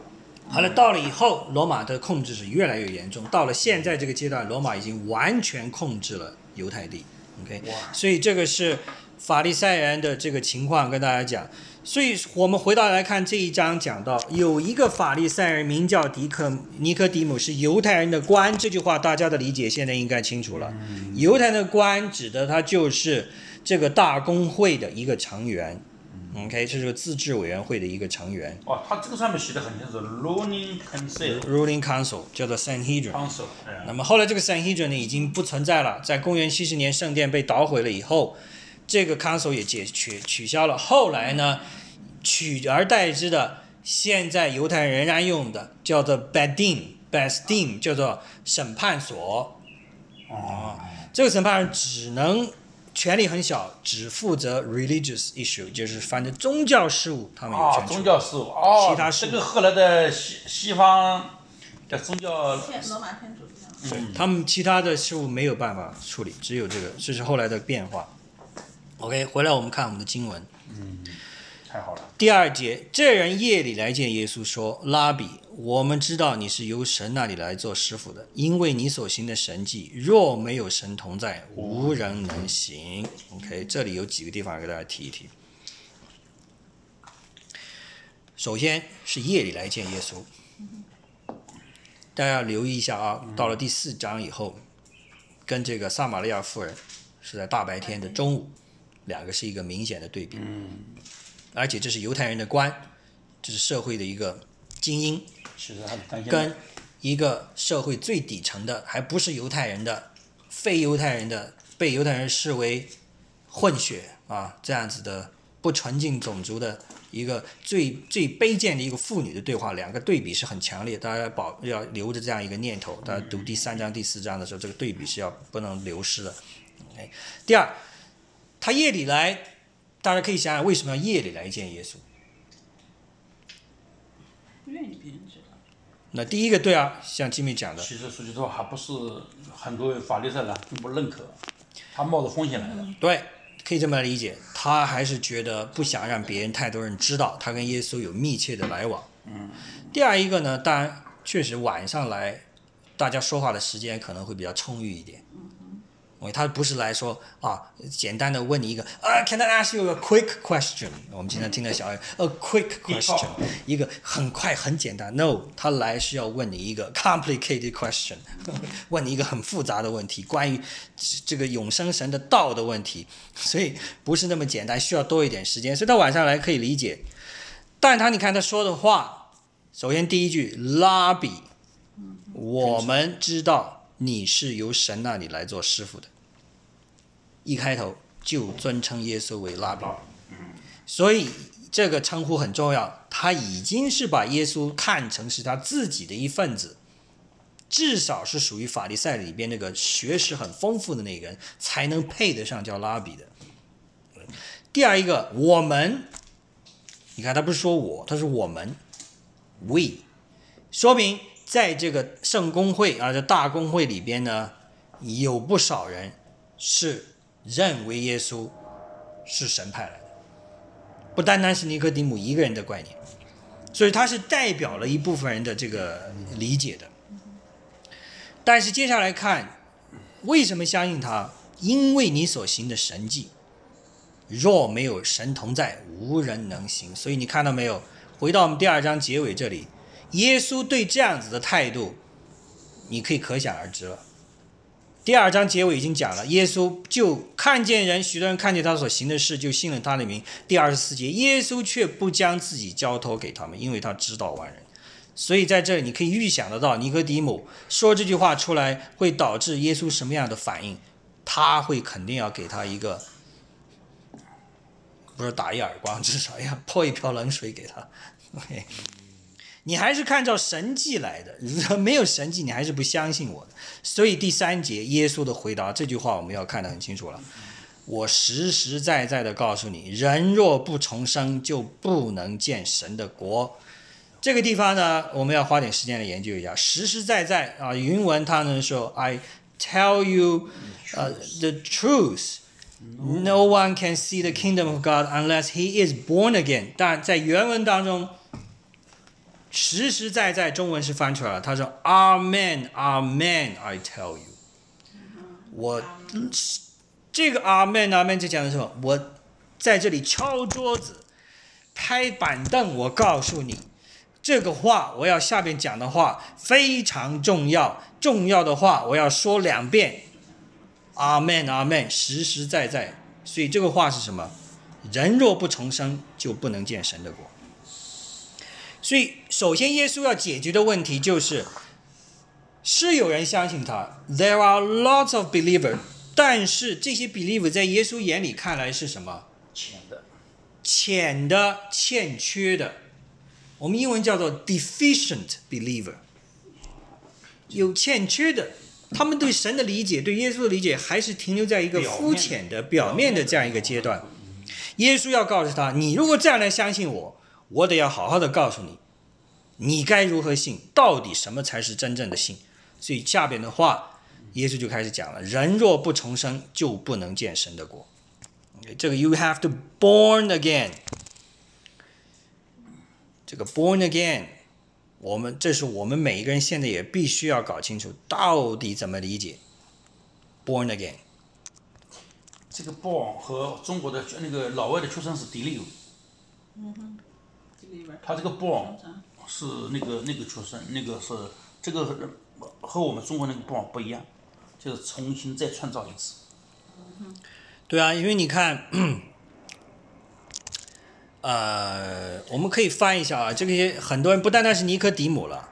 A: 好了，到了以后，罗马的控制是越来越严重。到了现在这个阶段，罗马已经完全控制了犹太地。OK，
B: 哇
A: 所以这个是法利赛人的这个情况跟大家讲。所以我们回到来看这一章，讲到有一个法利赛人名叫迪克尼科底姆，是犹太人的官。这句话大家的理解现在应该清楚了。犹太人的官指的他就是这个大公会的一个成员。 OK，这是个自治委员会的一个成员
B: 哦，他这个上面写的很清楚，Ruling Council
A: ，Ruling Council 叫做 Sanhedrin。
B: Council，
A: 那
B: 嗯，
A: 么后来这个 Sanhedrin 呢已经不存在了，在公元七十年圣殿被捣毁了以后，这个 council 也解取取消了。后来呢，取而代之的，现在犹太人仍然用的叫做 Bedin Bestin，叫做审判所。
B: 哦，
A: 这个审判人只能权力很小，只负责 religious issue，就是反正宗教事务他们有
B: 啊，
A: 权
B: 宗
A: 处理。
B: 教事务，哦，
A: 其他事
B: 这
A: 务
B: 个后来的西西方的宗教，
C: 天罗马天主教。
A: 对他们其他的事物没有办法处理，只有这个，这是后来的变化。OK，回来我们看我们的经文。
B: 太好了，
A: 第二节，这人夜里来见耶稣，说：“拉比，我们知道你是由神那里来做师傅的，因为你所行的神迹，若没有神同在，无人能行。” OK，这里有几个地方给大家提一提。首先是夜里来见耶稣，大家留意一下啊，到了第四章以后，跟这个撒玛利亚妇人是在大白天的中午，两个是一个明显的对比。而且这是犹太人的官，这是社会的一个精英，
B: 其实他担心
A: 跟一个社会最底层的，还不是犹太人的非犹太人的，被犹太人视为混血啊这样子的不纯净种族的一个最最卑贱的一个妇女的对话，两个对比是很强烈，大家保要留着这样一个念头。大家读第三章、第四章的时候，这个对比是要不能流失的。OK，第二，他夜里来，大家可以想想为什么要夜里来见耶稣。
C: 不愿意别人知道。
A: 那第一个对啊，像吉米讲的，
B: 其实说句实话，还不是很多法律上呢并不认可，他冒着风险来的。
A: 对，可以这么来理解，他还是觉得不想让别人太多人知道他跟耶稣有密切的来往。嗯。第二一个呢，当然确实晚上来，大家说话的时间可能会比较充裕一点。嗯他不是来说啊，简单的问你一个啊，Can I ask you a quick question？我们经常听到小孩，a quick question，一个很快很简单。No，他来是要问你一个 complicated question，问 你一个很复杂的问题，关于这这个永生神的道的问题，所以不是那么简单，需要多一点时间。所以他晚上来可以理解，但他你看他说的话，首先第一句拉比，我们知道你是由神那里来做师傅的，一开头就尊称耶稣为拉比，所以这个称呼很重要，他已经是把耶稣看成是他自己的一份子。至少是属于法利赛里边那个学识很丰富的那个人，才能配得上叫拉比的。第二一个，我们，你看他不是说我，他是我们，we，说明在这个圣公会啊，这大公会里边呢，有不少人是认为耶稣是神派来的，不单单是尼哥底母一个人的观念，所以他是代表了一部分人的这个理解的。但是接下来看，为什么相信他？因为你所行的神迹，若没有神同在，无人能行。所以你看到没有？回到我们第二章结尾这里，耶稣对这样子的态度，你可以可想而知了。第二章结尾已经讲了，耶稣就看见人，许多人看见他所行的事，就信了他的名。第二十四节，耶稣却不将自己交托给他们，因为他知道万人。所以在这里你可以预想得到，尼哥底母说这句话出来会导致耶稣什么样的反应？他会肯定要给他一个，不是打一耳光，至少要泼一瓢冷水给他。OK，你还是看照神迹来的， 如果没有神迹，你还是不相信我的。所以第三节耶稣的回答这句话我们要看得很清楚了。我实实在在的告诉你，人若不重生，就不能见神的国。这个地方呢，我们要花点时间来研究一下。实实在在啊，云文他呢说，I tell you，呃、t h e truth。No one can see the kingdom of God unless he is born again。但在原文当中，实实在在中文是翻出来了。他说：“Amen, Amen, I tell you。”我这个 Amen, Amen 在讲的时候，我在这里敲桌子、拍板凳，我告诉你，这个话，我要下边讲的话非常重要，重要的话我要说两遍。阿门，阿门，实实在在。所以这个话是什么？人若不重生，就不能见神的国。所以，首先耶稣要解决的问题就是，是有人相信他，there are lots of believer，但是这些 believer 在耶稣眼里看来是什么？
B: 浅的，
A: 浅的、欠缺的，我们英文叫做 deficient believer，有欠缺的。他们对神的理解、对耶稣的理解，还是停留在一个
B: 表面
A: 肤浅的、表面的这样一个阶段。耶稣要告诉他：“你如果这样来相信我，我得要好好的告诉你，你该如何信，到底什么才是真正的信。”所以下边的话，耶稣就开始讲了：“人若不重生，就不能见神的国。”这个 you have to born again，这个 born again，我们这是我们每一个人现在也必须要搞清楚到底怎么理解 born again。
B: 这个 born 和中国的那个老外的出生是 deliver，
C: 这里边儿
B: 他这个 born 是那个那个出生，那个是这个和和我们中国那个 born 不一样，就是重新再创造一次。
A: 对啊，因为你看，呃，我们可以翻一下啊，这个也很多人不单单是尼科底姆了，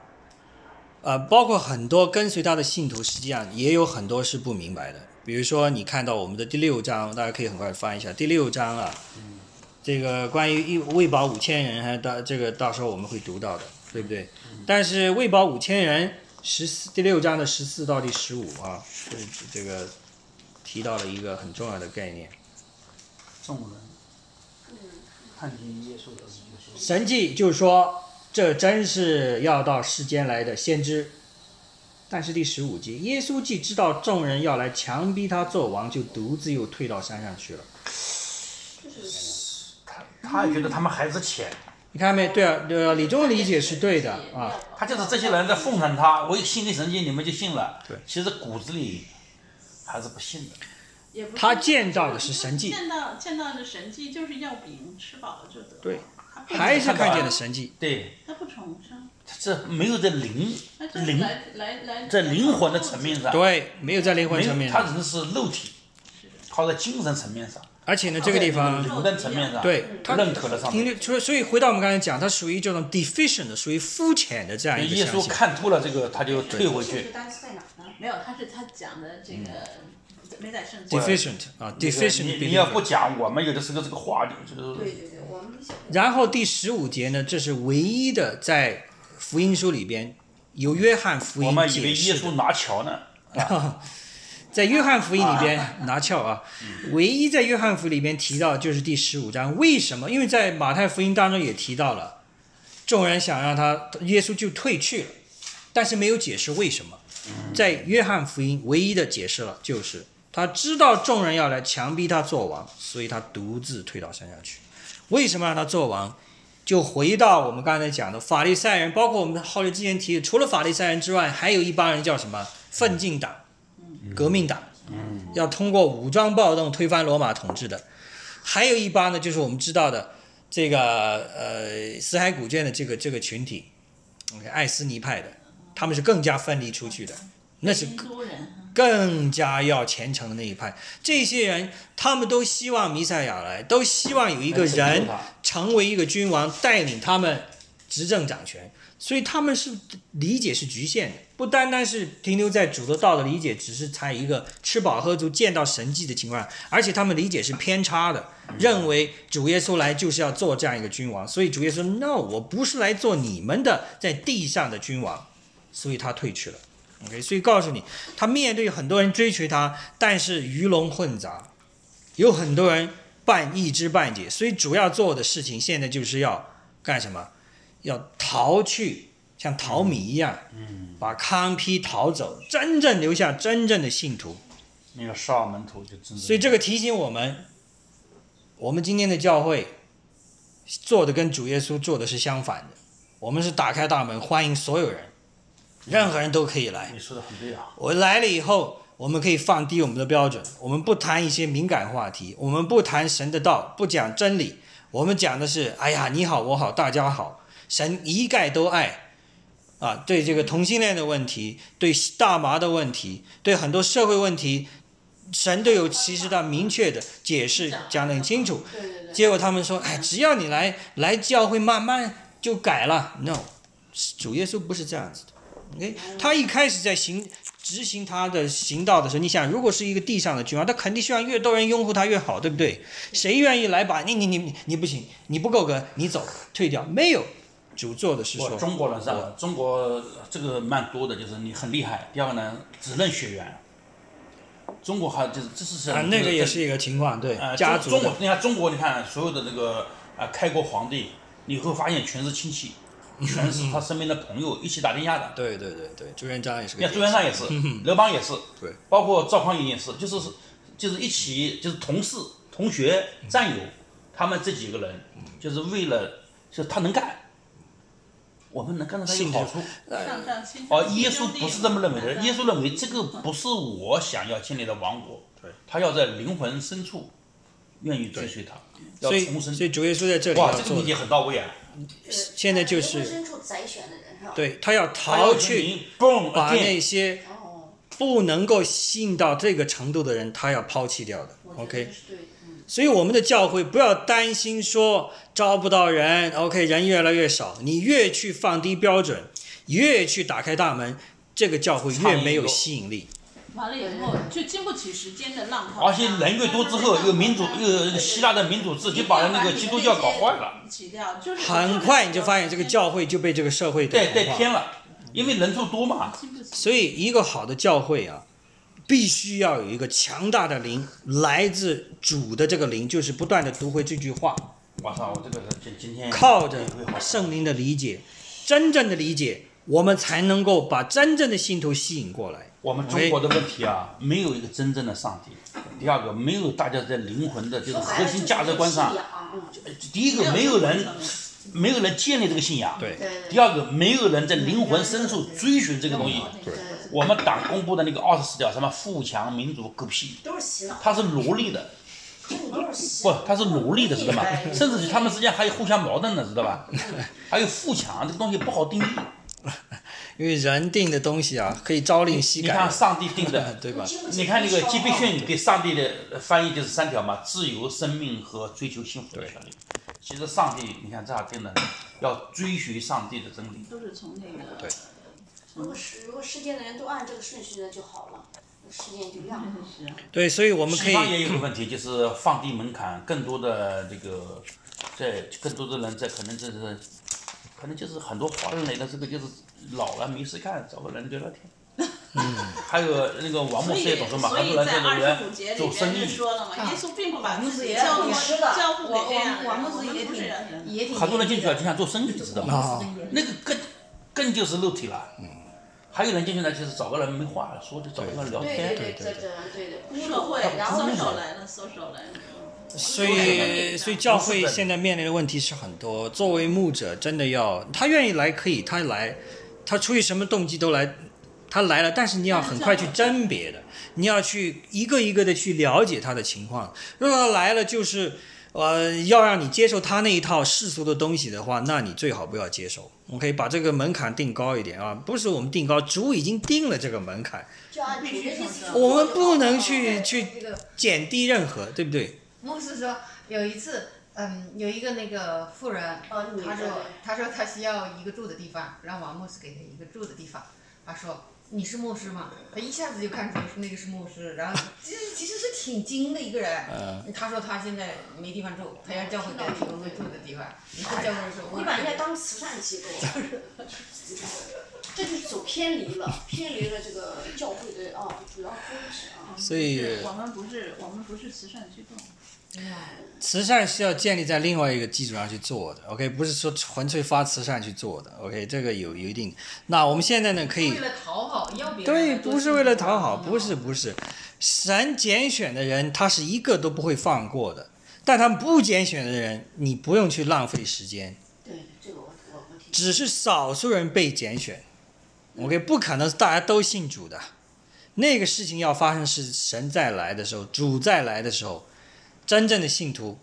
A: 呃，包括很多跟随他的信徒，实际上也有很多是不明白的。比如说，你看到我们的第六章，大家可以很快翻一下第六章啊，这个关于一喂饱五千人，还到这个到时候我们会读到的，对不对？但是喂饱五千人十四第六章的十四到第十五啊，这这个提到了一个很重要的概念。
B: 众人看见耶稣的儿子就说
A: 神迹就是说，这真是要到世间来的先知。但是第十五节，耶稣既知道众人要来强逼他做王，就独自又退到山上去了。
B: 他他也觉得他们孩子浅，
A: 你看到没？对啊，对啊，李忠的理解是对的啊。
B: 他就是这些人在奉承他，我信给神经你们就信了。
A: 对
B: 其实骨子里还是不信的。
C: 也不是
A: 他见到的是神迹
C: 见到见到的神迹就是要饼，吃饱了就得了。
A: 对
C: 他不，
A: 还是看见了神迹。
B: 对，
C: 他不重生，
B: 他这没有在灵
C: 他就是
B: 灵
C: 来来来
B: 在灵魂的层面上，
A: 对，没有在灵魂层
B: 没
A: 面
B: 有，他
A: 上，
B: 只是肉体，他在精神层面上，
A: 而且呢，这个地
B: 他在
A: 方
B: 灵魂层面上，
A: 对他
B: 认可了上
A: 停
B: 面。
A: 留，所以所以回到我们刚才讲，它属于这种 deficient 的，属于肤浅的这样一个
B: 耶
A: 相
B: 稣
A: 信。
B: 看透了这个，他就退回
D: 这
B: 去
D: 个。单词在哪儿呢？
C: 没有，他是他讲的这个
A: 嗯
C: 没在圣经。
A: deficient 啊
B: 这个你
A: ，deficient
B: 你要
A: believer
B: 不。讲，我们有的时候这个话就就是
D: 对对对，我们想
A: 然后第十五节呢，这是唯一的在福音书里边有约翰福
B: 我
A: 音
B: 们以为
A: 解
B: 耶啊
A: 释的
B: 稣拿桥呢，
A: 在约翰福音里边、拿翘啊，唯一在约翰福音里边提到就是第十五章。为什么？因为在马太福音当中也提到了，众人想让他耶稣就退去了，但是没有解释为什么。在约翰福音唯一的解释了，就是他知道众人要来强逼他做王，所以他独自退到山下去。为什么让他做王？就回到我们刚才讲的法利赛人，包括我们后来之前提的，除了法利赛人之外，还有一帮人叫什么奋进党、革命党，要通过武装暴动推翻罗马统治的。还有一帮呢，就是我们知道的这个呃死海古卷的这个这个群体，OK，艾斯尼派的，他们是更加分离出去的，那是
C: 京都人，
A: 更加要虔诚的那一派。这些人他们都希望弥赛亚来，都希望有一个
B: 来拯
A: 人
B: 救他
A: 成为一个君王，带领他们执政掌权。所以他们是理解是局限的，不单单是停留在主的道的理解，只是在一个吃饱喝足、见到神迹的情况下，而且他们理解是偏差的，认为主耶稣来就是要做这样一个君王。所以主耶稣说，no，我不是来做你们的在地上的君王，所以他退去了。OK，所以告诉你，他面对很多人追随他，但是鱼龙混杂，有很多人半一知半解，所以主要做的事情现在就是要干什么？要逃去，像逃米一样，嗯，把康批逃走，真正留下真正的信徒。
B: 那个沙门徒就真的。
A: 所以这个提醒我们，我们今天的教会做的跟主耶稣做的是相反的，我们是打开大门，欢迎所有人，任何人都可以来。
B: 你说的很对啊，
A: 我来了以后，我们可以放低我们的标准，我们不谈一些敏感话题，我们不谈神的道，不讲真理，我们讲的是，哎呀，你好，我好，大家好，神一概都爱。啊，对这个同性恋的问题，对大麻的问题，对很多社会问题，神都有其实他明确的解释讲得很清楚。
C: 对对对，
A: 结果他们说，哎，只要你来来教会，慢慢就改了。No，主耶稣不是这样子的。OK，他一开始在行执行他的行道的时候，你想，如果是一个地上的君王，他肯定希望越多人拥护他越好，对不对？谁愿意来把你你你你你不行，你不够格，你走，退掉？没有，主做的是
B: 我
A: 说，
B: 中国人是吧？中国这个蛮多的，就是你很厉害。第二个呢，只认学员。中国还就是这是
A: 啊，那个也是一个情况，对，
B: 呃，
A: 家
B: 中
A: 族
B: 中
A: 的
B: 国，你看中国，你看所有的那个啊、呃开国皇帝，你会发现全是亲 戚，全是他身边的朋友一起打天下的。
A: 对对对对，朱元璋也是
B: 你
A: 个
B: 看朱元璋也是，刘邦也是，
A: 对，
B: 包括赵匡胤也是，就是就是一起就是同事、同学、
A: 嗯
B: 战友，他们这几个人就是为了就是他能干，我们能干到他有
A: 性质
B: 好处。
C: 上上亲
B: 哦，耶稣不是这么认为的，耶稣认为这个不是我想要建立的王国，
A: 对，
B: 他要在灵魂深处愿意追随他，要
A: 所以
B: 重生。
A: 所以主耶稣在这里
B: 哇，
A: 要
B: 这个
A: 做
B: 理
A: 的，
B: 解很到位啊！
A: 现在就
D: 灵魂
A: 是
D: 深处宰选的人是吧？。
A: 对他要
B: 他要
A: 逃
B: 全
A: 去
B: 民，boom
A: 把
B: again，
A: 那些
D: 哦，
A: 不能够信到这个程度的人，他要抛弃掉的。
D: 我觉
A: OK，
D: 得是对的。嗯
A: 所以我们的教会不要担心说招不到人，OK，人越来越少，你越去放低标准，越去打开大门，这个教会越没有吸引力。
C: 完了以后就经不起时间的浪淘沙，
B: 而且人越多之后，又民主又又希腊的民主制，就把那个基督教搞坏了，
C: 起掉，就是
A: 很快你就发现这个教会就被这个社会给
B: 带带
A: 同化
B: 偏了，因为人数多嘛。
C: 经不起，
A: 所以，一个好的教会啊，必须要有一个强大的灵，来自主的这个灵，就是不断的读回这句话，
B: 我操，我这个人今今天
A: 靠着
B: 也会好
A: 圣灵的理解，真正的理解，我们才能够把真正的信徒吸引过来。
B: 我们中国的问题啊，没有一个真正的上帝。第二个，没有大家在灵魂的，就是
D: 说白
B: 核
D: 了就是
B: 心价值观上
D: 信，仰嗯
B: 第一个没有人，没有人建立这个信仰。
A: 对
D: 对。对
B: 第二个，没有人在灵魂深处追寻这个东西。
D: 对对
B: 我们党公布的那个二十四条，什么富强、民主、狗屁，
D: 都是洗脑，
B: 它是奴隶的，
D: 这种都是洗
B: 不
D: 脑。，
B: 它是奴隶的，知道吗？
D: 对
B: 甚至他们之间还有互相矛盾的，知道吧？还有富强这个东西不好定义。
A: 因为人定的东西啊，可以朝令夕
B: 你看啊
A: 改，，
B: 上帝定的
A: 对吧？
B: 你看那个基贝逊给上帝的翻译就是三条嘛：自由、生命和追求幸福的权利。其实上帝，你看这样定的，要追寻上帝的真理。
C: 都是从那个
A: 对
D: 如果世如果世界的人都按这个顺序呢就好了，世界就亮了。
C: 是啊
A: 对，所以我们可
B: 西
A: 以
B: 方也有个问题，就是放低门槛，更多的这个，在更多的人在可能就是，可能就是很多华人来的这个就是老了没事干，找个人聊聊天。嗯，还有那个王牧
C: 所
B: 师
C: 以，
B: 也懂事嘛，
C: 所
B: 很
C: 以
B: 多人
C: 在
B: 在
C: 二
B: 那
C: 十五节
B: 边
C: 里
B: 做生
C: 边就
B: 意，
C: 说了嘛，耶稣并不把自己
D: 也
C: 教父
D: 是的
C: 教父
D: 我
C: 给这样人，
D: 我我们
C: 我
D: 自己也
C: 不是
D: 挺
C: 这样人
D: 也挺
B: 很多人进去啊就像做生意，知道吗？
A: 啊，嗯
B: 那个更更就是肉体了。还有人进去呢，就是找个人没话说，就找个人聊
D: 对
B: 天。
D: 对对对对对对，
C: 社会，
B: 然后
C: 搜手来了，搜手来了。
A: 所以，所以教会现在面临的问题是很多。作为牧者，真的要他愿意来可以，他来，他出于什么动机都来，他来了，但是你要很快去甄别的，你要去一个一个的去了解他的情况。如果他来了就是。呃，要让你接受他那一套世俗的东西的话，那你最好不要接受。OK，把这个门槛定高一点啊，不是我们定高，主已经定了这个门槛，
D: 就按主的意思。
A: 我们不能去
E: 对
A: 去
E: 那个
A: 减低任何，对不对？
E: 牧师说有一次，嗯，有一个那个富人，
D: 哦女的
E: 他说他说他需要一个住的地方，让王牧师给他一个住的地方。他说你是牧师吗？他一下子就看出那个是牧师，然后其实其实是挺精的一个人。他说他现在没地方住，他要教会给他提供个住的地方。于是教会说，我
D: 你把人家当慈善机构，这就是走偏离了，偏离了这个教会的啊主要宗旨啊。
A: 所以
C: 是呃我们不是我们不是慈善机构，
A: 慈善是要建立在另外一个基础上去做的，OK，不是说纯粹发慈善去做的，OK，这个有有一定。那我们现在呢，可以
E: 为了讨好要别人，
A: 对，不是为了讨好，
E: 嗯
A: 不是不是，神拣选的人，他是一个都不会放过的。但他不拣选的人，你不用去浪费时间，
D: 对，这个我我我挺。
A: 只是少数人被拣选，OK，不可能大家都信主的。那个事情要发生是神再来的时候，主再来的时候，真正的信徒，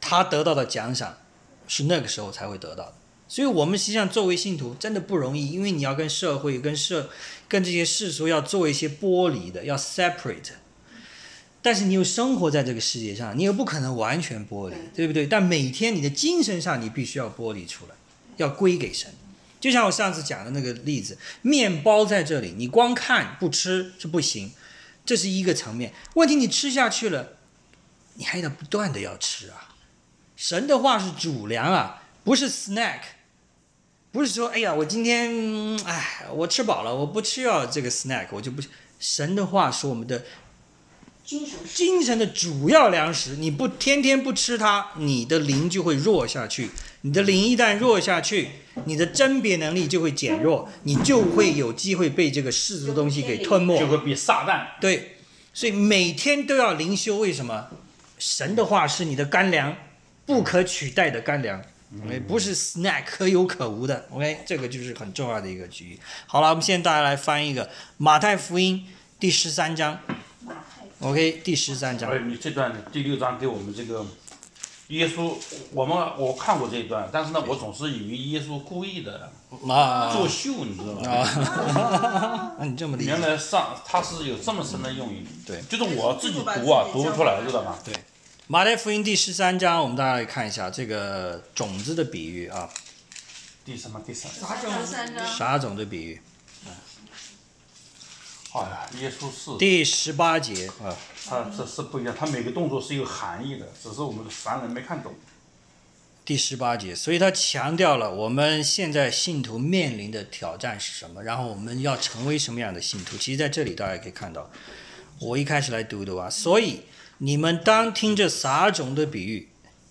A: 他得到的奖赏是那个时候才会得到的。所以，我们实际上作为信徒真的不容易，因为你要跟社会、跟社、跟这些世俗要做一些剥离的，要 separate。但是你又生活在这个世界上，你又不可能完全剥离，对不对？但每天你的精神上，你必须要剥离出来，要归给神。就像我上次讲的那个例子，面包在这里，你光看不吃是不行，这是一个层面。问题你吃下去了，你还得不断的要吃啊。神的话是主粮啊，不是 snack，不是说哎呀，我今天嗯哎我吃饱了，我不吃要这个 snack，我就不。神的话是我们的
D: 精神是
A: 精神的主要粮食，你不天天不吃它，你的灵就会弱下去。你的灵一旦弱下去，你的甄别能力就会减弱，你就会有机会被这个世俗的东西给吞没
B: 就。会比撒旦
A: 对，所以每天都要灵修。为什么？神的话是你的干粮，不可取代的干粮。OK，不是 snack 可有可无的。OK，这个就是很重要的一个区域。好了，我们现在大家来翻一个《马太福音》第十三章。
C: 马太福
A: OK，第十三章
B: 哎，。你这段第六章给我们这个耶稣，我们我看过这一段，但是呢，我总是以为耶稣故意的
A: 啊
B: 作秀，你知道吗？
A: 啊，你这么理
B: 原
A: 解？
B: 来上他是有这么深的用意，
A: 对
B: 就是我自己读啊，读不出来，知道吗？
A: 马太福音第十三章，我们大家来看一下这个种子的比喻啊，
B: 第什么第三？
E: 啥种
C: 十三章
A: 啥种的比喻？
B: 哎呀，耶稣是
A: 第十八节啊，
B: 他这是不一样，他每个动作是有含义的，只是我们凡人没看懂。
A: 第十八节，所以他强调了我们现在信徒面临的挑战是什么，然后我们要成为什么样的信徒。其实，在这里大家可以看到，我一开始来读读啊，所以你们当听着撒种的比喻。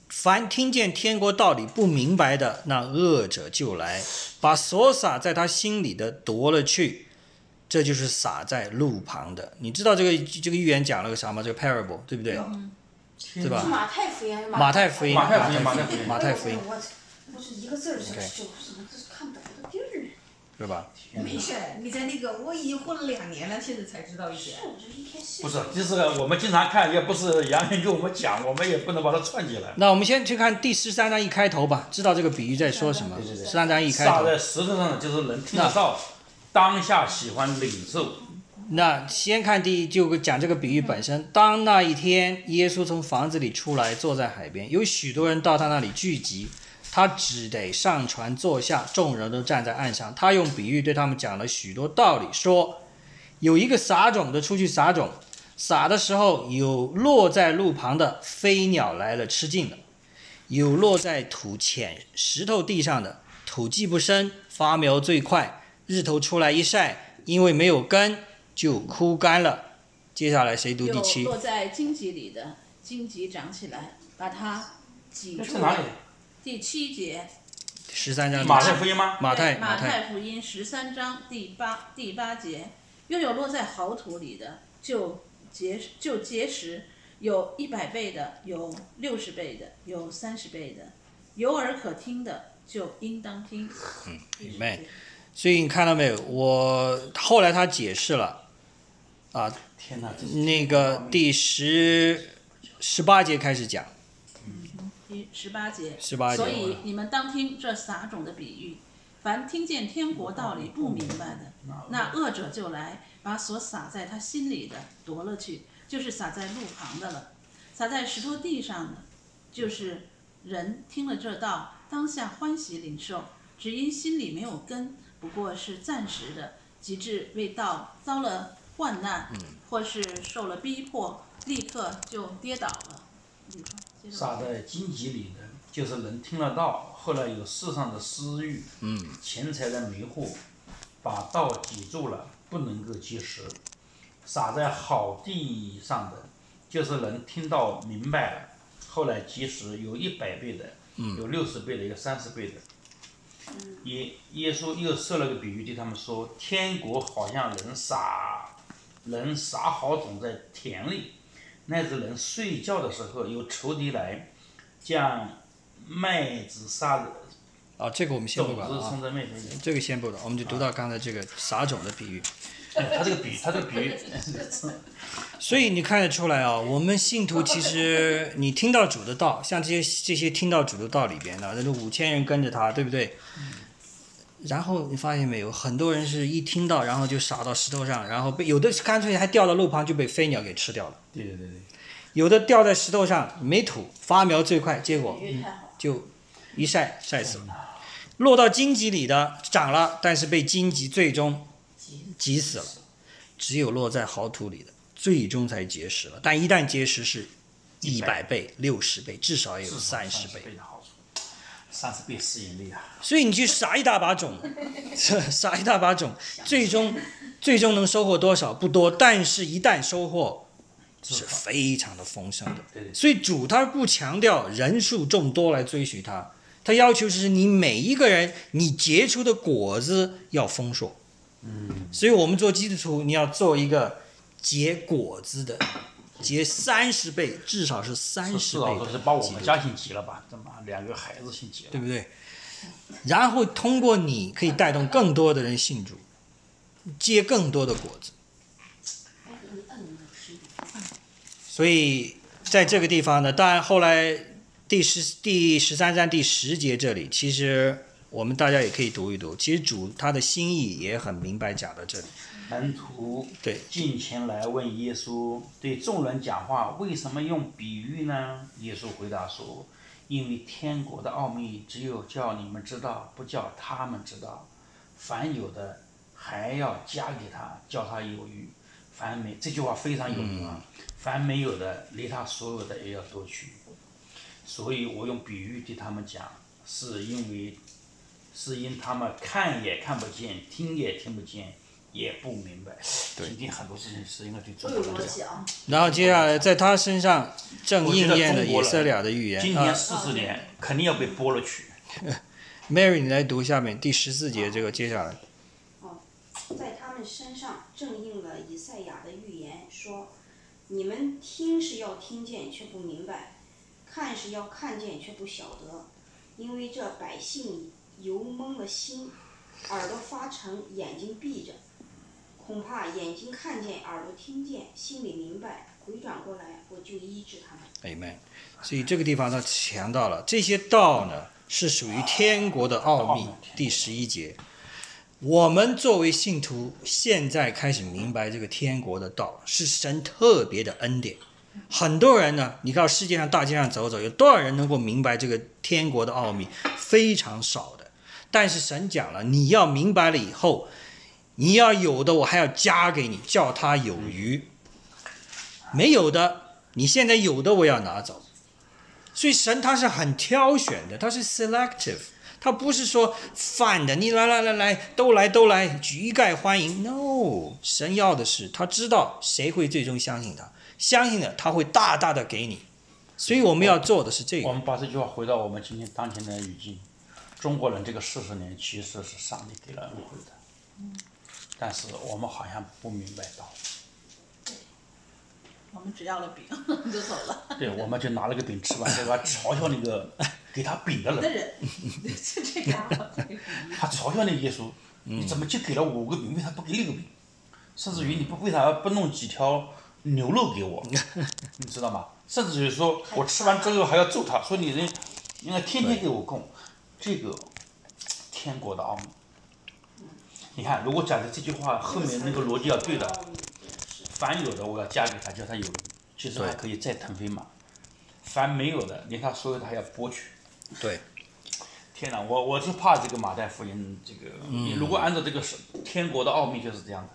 A: 凡听见天国道理不明白的，那恶者就来，把所撒在他心里的夺了去，这就是撒在路旁的。你知道这个这个寓言讲了个啥吗？这个 parable 对不对？对吧？
D: 马太福音还是
A: 马
D: 太
A: 太福音，
B: 嗯马太福音
A: 马太福音，马太福音
D: 我我是一个字儿就
A: OK
D: 就怎么就是看不着的地儿呢？
A: 是吧？
E: 没事，你在那个我已经混了两年了，现在才知道一点
D: 是，。我就一天是
B: 不是，就是我们经常看，也不是杨洋给我们讲，我们也不能把它串起来。
A: 那我们先去看第十三章一开头吧，知道这个比喻在说什么。十三章一开
B: 撒
A: 头，
B: 在石头上的就是能听得到，当下喜欢领受。
A: 那先看第一，就讲这个比喻本身。当那一天，耶稣从房子里出来，坐在海边，有许多人到他那里聚集，他只得上船坐下，众人都站在岸上。他用比喻对他们讲了许多道理，说有一个撒种的出去撒种，撒的时候有落在路旁的，飞鸟来了吃尽了；有落在土浅石头地上的，土既不深，发苗最快，日头出来一晒，因为没有根就枯干了。接下来谁读第
C: 又
A: 七？
C: 落在荆棘里的荆棘长起来，把它挤
B: 这
C: 住
B: 是哪里
C: 了。？第七节，
A: 十三章第七
B: 马太福音吗？
A: 马太
C: 对马
A: 太
C: 福音十三章第八第八节，又有落在豪土里的，就结就结实，有一百倍的，有六十倍的，有三十倍的，有耳可听的就应当听。嗯
A: Amen 所以你看到没有？我后来他解释了，啊，
B: 天哪，这是
A: 那个第十十八节开始讲，
C: 第十八节，
A: 18节
C: 所以你们当听这撒种的比喻，凡听见天国道理不明白嗯的，那恶者就来把所撒在他心里的夺了去，就是撒在路旁的了，撒在石头地上的，就是人听了这道，当下欢喜领受，只因心里没有根，不过是暂时的，及至为道遭了患难，或是受了逼迫，立刻就跌倒了。你说，接着
B: 撒在荆棘里的，就是能听得到。后来有世上的私欲，嗯，钱财的迷惑，把道挤住了，不能够结实。撒在好地上的，就是能听到明白了。后来结实有一百倍的，有六十倍的，有三十倍的。耶耶稣又设了个比喻，对他们说：天国好像人撒，人撒好种在田里，那是人睡觉的时候有仇敌来，将麦子撒
A: 啊，这个我们先
B: 种
A: 不管
B: 子
A: 啊
B: 冲，在麦田里。
A: 这个先不管，我们就读到刚才这个撒种的比喻。
B: 哎他这个比，他这个比喻，
A: 所以你看得出来啊、我们信徒其实你听到主的啊道，像这些这些听到主的道里边的，那就五千人跟着他，对不对？然后你发现没有，很多人是一听到，然后就傻到石头上，然后被有的是干脆还掉到路旁就被飞鸟给吃掉了，
B: 对对对对，
A: 有的掉在石头上没土，发苗最快，结果嗯
C: 比喻太好了。
A: 就一晒晒死了。落到荆棘里的长了，但是被荆棘最终挤死了。只有落在好土里的，最终才结实了。但一旦结实，是一百倍、六十倍，至少也有
B: 至少
A: 三十倍。
B: 的好处，三十倍吸引力啊！
A: 所以你去撒一大把种， 撒一大把种，最终最终能收获多少？不多，但是一旦收获是非常的丰盛的。
B: 对对
A: 所以主他不强调人数众多来追随他，他要求是你每一个人你结出的果子要丰硕。嗯，所以我们做基督徒，你要做一个结果子的，结三十倍，至少是三
B: 至
A: 十
B: 少
A: 倍
B: 说
A: 的
B: 是把我
A: 基督
B: 们
A: 徒
B: 家心急了吧？他妈两个孩子心急了
A: 对，不对？然后通过你可以带动更多的人信主，结更多的果子。
D: 哎，你摁了没有十一？
A: 所以在这个地方呢，当然后来第十、第十三章第十节这里，其实我们大家也可以读一读。其实主他的心意也很明白讲到这里。
B: 门徒
A: 对，
B: 近前来问耶稣，对众人讲话，为什么用比喻呢？耶稣回答说：“因为天国的奥秘只有叫你们知道，不叫他们知道。凡有的还要加给他，叫他有余；凡没……这句话非常有名啊！凡没有的，离他所有的也要夺取。所以我用比喻对他们讲，是因为，是因他们看也看不见，听也听不见。”也不明白。今天很多事情是应该对中国
C: 都有
B: 人
C: 逻辑
B: 讲。
C: 啊，
A: 然后接下来在他身上正
B: 我觉得
A: 应验了
B: 中国
A: 以
B: 人
A: 色列的预言
B: 今年
A: 啊。
B: 四十年肯定要被剥了去。
A: Mary，你来读下面第十四节这个，接下来
D: 在他们身上正应了以赛亚的预言，说：“你们听是要听见，却不明白；看是要看见，却不晓得，因为这百姓油蒙了心，耳朵发沉，眼睛闭着，恐怕眼睛看见，耳朵听见，心里明白，回转过来，我就医治他们。
A: ，Amen。所以这个地方他强调了这些道呢，是属于天国的奥秘。第十一节，我们作为信徒，现在开始明白这个天国的道是神特别的恩典。很多人呢，你到世界上大街上走走，有多少人能够明白这个天国的奥秘？非常少的。但是神讲了，你要明白了以后，你要有的我还要加给你，叫他有余；没有的，你现在有的我要拿走。所以神他是很挑选的，他是 selective，他不是说反的，你来来来来，都来都来，举概欢迎。No，神要的是他知道谁会最终相信他，相信了他会大大的给你。所以我们要做的是这
B: 我
A: 个，
B: 们把这句话回到我们今天当前的语境，中国人这个四十年其实是上帝给了恩惠的，但是我们好像不明白到，
C: 我们只要了饼 就走了。
B: 对，我们就拿了个饼吃完，对吧？嘲笑那个给他饼的
C: 那
B: 人，
C: 人 就这家伙，这个比喻
B: 他嘲笑那个耶稣，你怎么就给了我五个饼，为啥不给六个饼？甚至于你不为啥不弄几条牛肉给我，你知道吗？甚至于说我吃完之后还要揍他，说你人应该天天给我供，这个天国的奥秘。你看，如果假设这句话后面那个逻辑要对的，凡有的我要加给他，叫他有余，其实还可以再腾飞嘛。凡没有的，连他所有的还要剥去。
A: 对，
B: 天哪，我我是怕这个马太福音这个，
A: 嗯
B: 你如果按照这个是天国的奥秘就是这样的。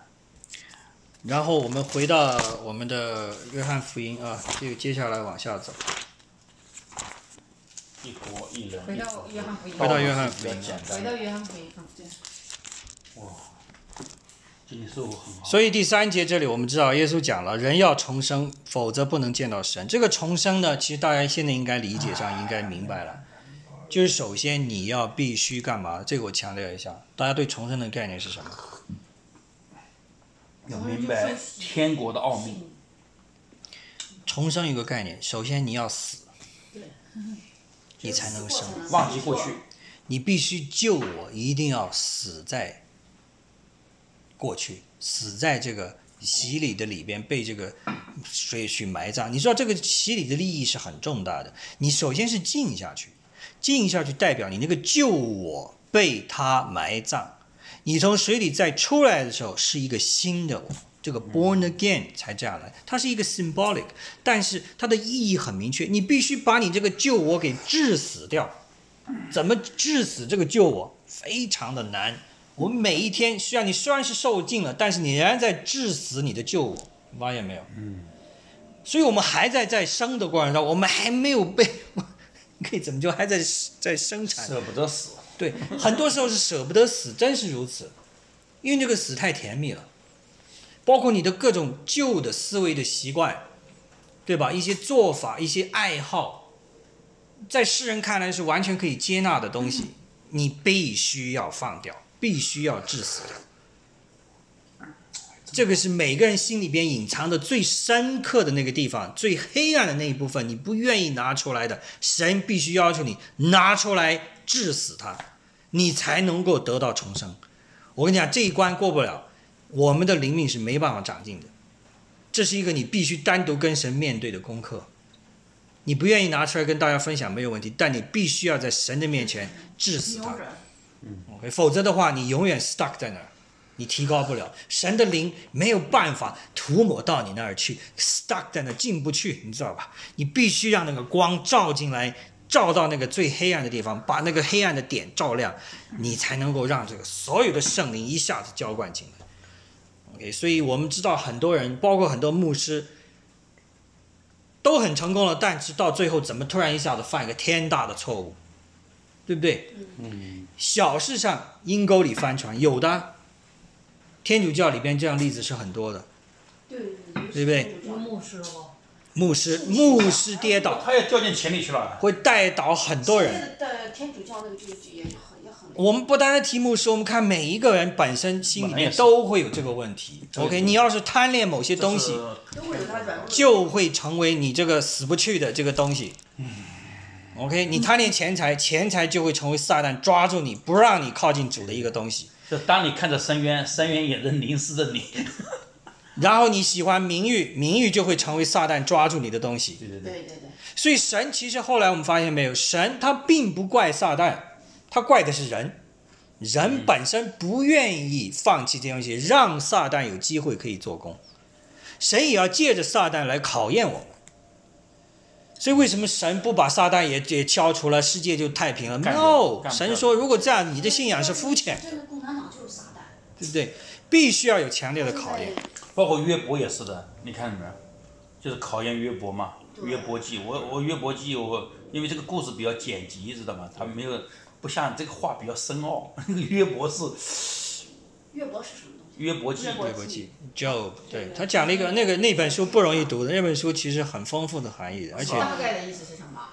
A: 然后我们回到我们的约翰福音啊，就接下来往下走。
B: 一国一人，
E: 回到约翰福音
A: 回到约翰福音
B: 比较简
E: 回到
B: 单。
E: 约翰福音，嗯，对，
B: 哇，今天收获很好。
A: 所以第三节这里我们知道，耶稣讲了，人要重生，否则不能见到神。这个重生呢，其实大家现在应该理解上应该明白了，就是首先你要必须干嘛？这个我强调一下，大家对重生的概念是什么？
B: 要明白天国的奥秘，
A: 重生有个概念，首先你要死，你才能生。
B: 忘记过去，
A: 你必须救我，一定要死在过去，死在这个洗礼的里边，被这个水去埋葬。你知道这个洗礼的利益是很重大的。你首先是静下去，静下去代表你那个救我被他埋葬。你从水里再出来的时候，是一个新的我，这个 born again 才这样来。它是一个 symbolic，但是它的意义很明确，你必须把你这个旧我给致死掉。怎么致死这个旧我，非常的难。我们每一天，虽然你虽然是受尽了，但是你仍然在致死你的旧我，你发现没有？嗯。所以我们还在在生的过程中，我们还没有被， 你可以怎么就还在在生产
B: 舍不得死，
A: 对，很多时候是舍不得死，真是如此，因为这个死太甜蜜了，包括你的各种旧的思维的习惯，对吧？一些做法、一些爱好，在世人看来是完全可以接纳的东西，你必须要放掉，必须要致死掉。这个是每个人心里边隐藏的最深刻的那个地方，最黑暗的那一部分，你不愿意拿出来的，神必须要求你拿出来致死它，你才能够得到重生。我跟你讲，这一关过不了，我们的灵命是没办法长进的。这是一个你必须单独跟神面对的功课。你不愿意拿出来跟大家分享没有问题，但你必须要在神的面前致死它
C: 扭。转，
A: OK，否则的话，你永远 stuck 在那儿，你提高不了。神的灵没有办法涂抹到你那儿去，stuck 在那儿进不去，你知道吧？你必须让那个光照进来，照到那个最黑暗的地方，把那个黑暗的点照亮，你才能够让这个所有的圣灵一下子浇灌进来。OK，所以我们知道很多人，包括很多牧师。都很成功了，但是到最后怎么突然一下子犯一个天大的错误，对不对？嗯小事上阴沟里翻船，有的。天主教里边这样例子是很多的，
D: 对
A: 对不对？
E: 有牧师哦，
A: 牧师牧师跌倒
B: 他也掉进井里去了。
A: 会带倒很多人。
D: 现在的天主教那个就也很也很。
A: 我们不单是题目是我们看每一个人本身心里
B: 本来也
A: 面
B: 是
A: 都会有这个问题。
B: 对
A: OK，
B: 对
A: 你要是贪恋某些东西，
B: 这
D: 都
B: 是
D: 会有他软弱的地方
A: 就会成为你这个死不去的这个东西。OK，你贪恋钱财，钱财就会成为撒旦抓住你不让你靠近主的一个东西。
B: 就当你看着深渊，深渊也能凝视着你。
A: 然后你喜欢名誉，名誉就会成为撒旦抓住你的东西。
B: 对对对，
C: 对对对，
A: 所以神其实后来我们发现没有，神他并不怪撒旦，他怪的是人，人本身不愿意放弃这东西，让撒旦有机会可以做工。神也要借着撒旦来考验我们。所以为什么神不把撒旦也也消除了，世界就太平了
B: 干掉
A: ？No，
B: 干掉
A: 神说如果这样，你的信仰是肤浅，
D: 真的共产党就是撒旦，
A: 对不对？必须要有强烈的考验。
B: 包括约伯也是的，你看见没有？就是考验约伯嘛，约伯记。我我约伯记，我因为这个故事比较剪辑，知道吗？他没有不像这个话比较深奥。 约伯是
D: 月博是什么东西？
B: 约伯记
C: 越，过
A: 对不
C: 去
A: 起，Job，对
C: 对
A: 他讲了一个那个那本书不容易读的，那本书其实很丰富的含义的，而且
E: 大概的意思是什么？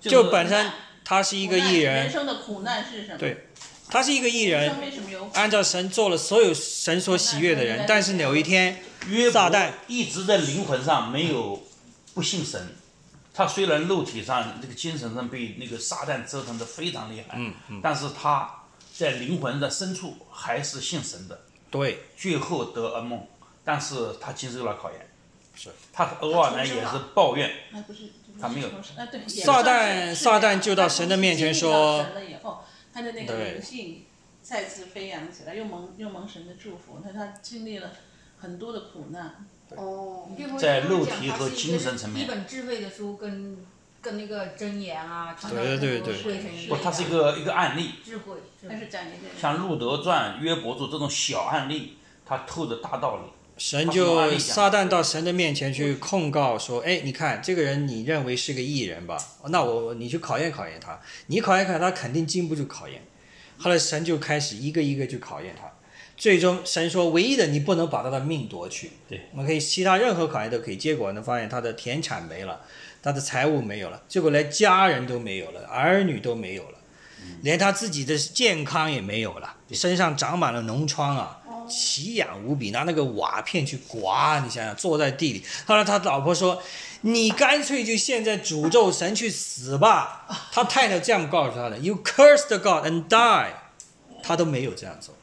A: 就是本身他是一个艺
C: 苦难人
A: 人，
C: 生的苦难是什么？
A: 对他是一个艺
C: 人
A: 人
C: 生，为什么有苦？
A: 按照神做了所有神所喜悦的人，但是有一天，
B: 约
A: 撒
B: 伯
A: 旦
B: 一直在灵魂上没有不信神，他虽然肉体上这个精神上被那个撒旦折腾的非常厉害，
A: 嗯嗯，
B: 但是他在灵魂的深处还是信神的，
A: 对，
B: 最后得噩梦，但是他经受了考验，
A: 是
B: 他偶尔呢
D: 他重生
B: 也
D: 了
B: 是抱怨，
C: 哎，不是，这不是
B: 他没有
C: 重生，啊，对，也
A: 撒
C: 算
A: 旦
C: 是
A: 撒旦就到神的面前说
C: 他从经历到神了以后，他的那个
A: 对
C: 灵性再次飞扬起来，又蒙又蒙神的祝福，那他经历了很多的苦难，
E: 哦，并不是
B: 在
E: 他们
B: 肉
E: 讲
B: 体
E: 它
B: 和
E: 是一
B: 精
E: 个
B: 神层面
E: 一本智慧的书跟跟那个箴言啊，传达
A: 对对对
E: 鬼神之
B: 不，
E: 类
B: 他是一
E: 的
B: 个一个案例，
E: 智慧，智
C: 他是
E: 慧
C: 讲一个人
B: 像《路德传》《约伯著这种小案例，他透着大道理，
A: 神
B: 他是
A: 就
B: 哪里讲
A: 撒旦到神的面前去控告说，哎，你看这个人，你认为是个艺人吧？哦那我你去考验考验他，你考验考验他，肯定经不住考验。后来神就开始一个一个去考验他，最终神说，唯一的你不能把他的命夺去，
B: 对，
A: 我们可以其他任何考验都可以。结果呢，发现他的田产没了，他的财物没有了，结果连家人都没有了，儿女都没有了，连他自己的健康也没有了，身上长满了脓疮啊，奇痒无比，拿那个瓦片去刮，你想想，坐在地里。后来他老婆说：“你干脆就现在诅咒神去死吧。”他太太这样告诉他的：“You curse the God and die。”他都没有这样做。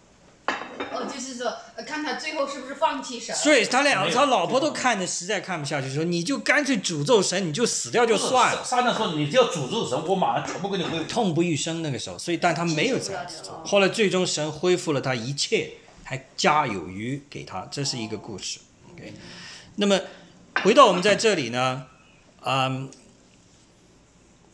E: 哦，后就是说，呃看他最后是不是放弃神。
A: 所以他
B: 没
A: 俩，
B: 有
A: 他老婆都看着实在看不下去，说你就干脆诅咒神，你就死掉就算了，
B: 撒旦说：“你只要诅咒神，我马上全部给你恢复。
A: 痛不欲生那个时候，所以但他没有这样子做。后来最终神恢复了他一切，还加有余给他，这是一个故事。OK，那么回到我们在这里呢，嗯，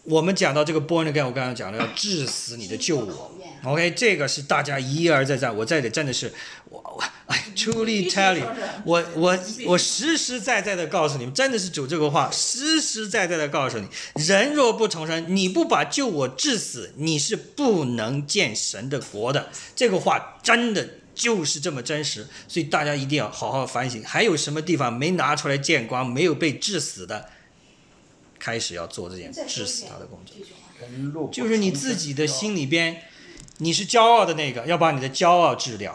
A: 我们讲到这个 born again，我刚刚讲了要致死你的救我。OK，这个是大家一而再再，我在这里真的是我我哎
C: 必
A: ，truly
C: 须
A: tell
C: 说
A: you，
C: 是
A: 我我我实实在在的告诉你们，真的是主这个话，实实在在的告诉你，人若不重生，你不把救我致死，你是不能见神的国的。这个话真的就是这么真实，所以大家一定要好好反省，还有什么地方没拿出来见光，没有被致死的，开始要做这件
D: 再说
A: 致
D: 一
A: 死
D: 遍
A: 他的工作。
D: 这句话。
B: 人若不
A: 就是你自己的心里边，你是骄傲的那个，要把你的骄傲治掉；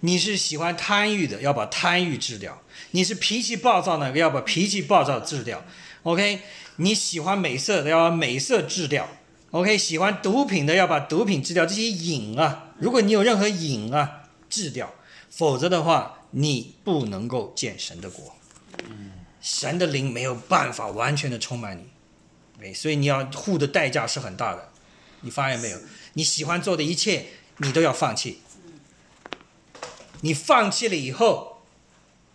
A: 你是喜欢贪欲的，要把贪欲治掉；你是脾气暴躁那个，要把脾气暴躁治掉。OK，你喜欢美色的，要把美色治掉。OK，喜欢毒品的要把毒品治掉，这些瘾啊，如果你有任何瘾啊，治掉，否则的话，你不能够见神的国。神的灵没有办法完全的充满你，哎，所以你要付的代价是很大的。你发现没有？你喜欢做的一切，你都要放弃。你放弃了以后，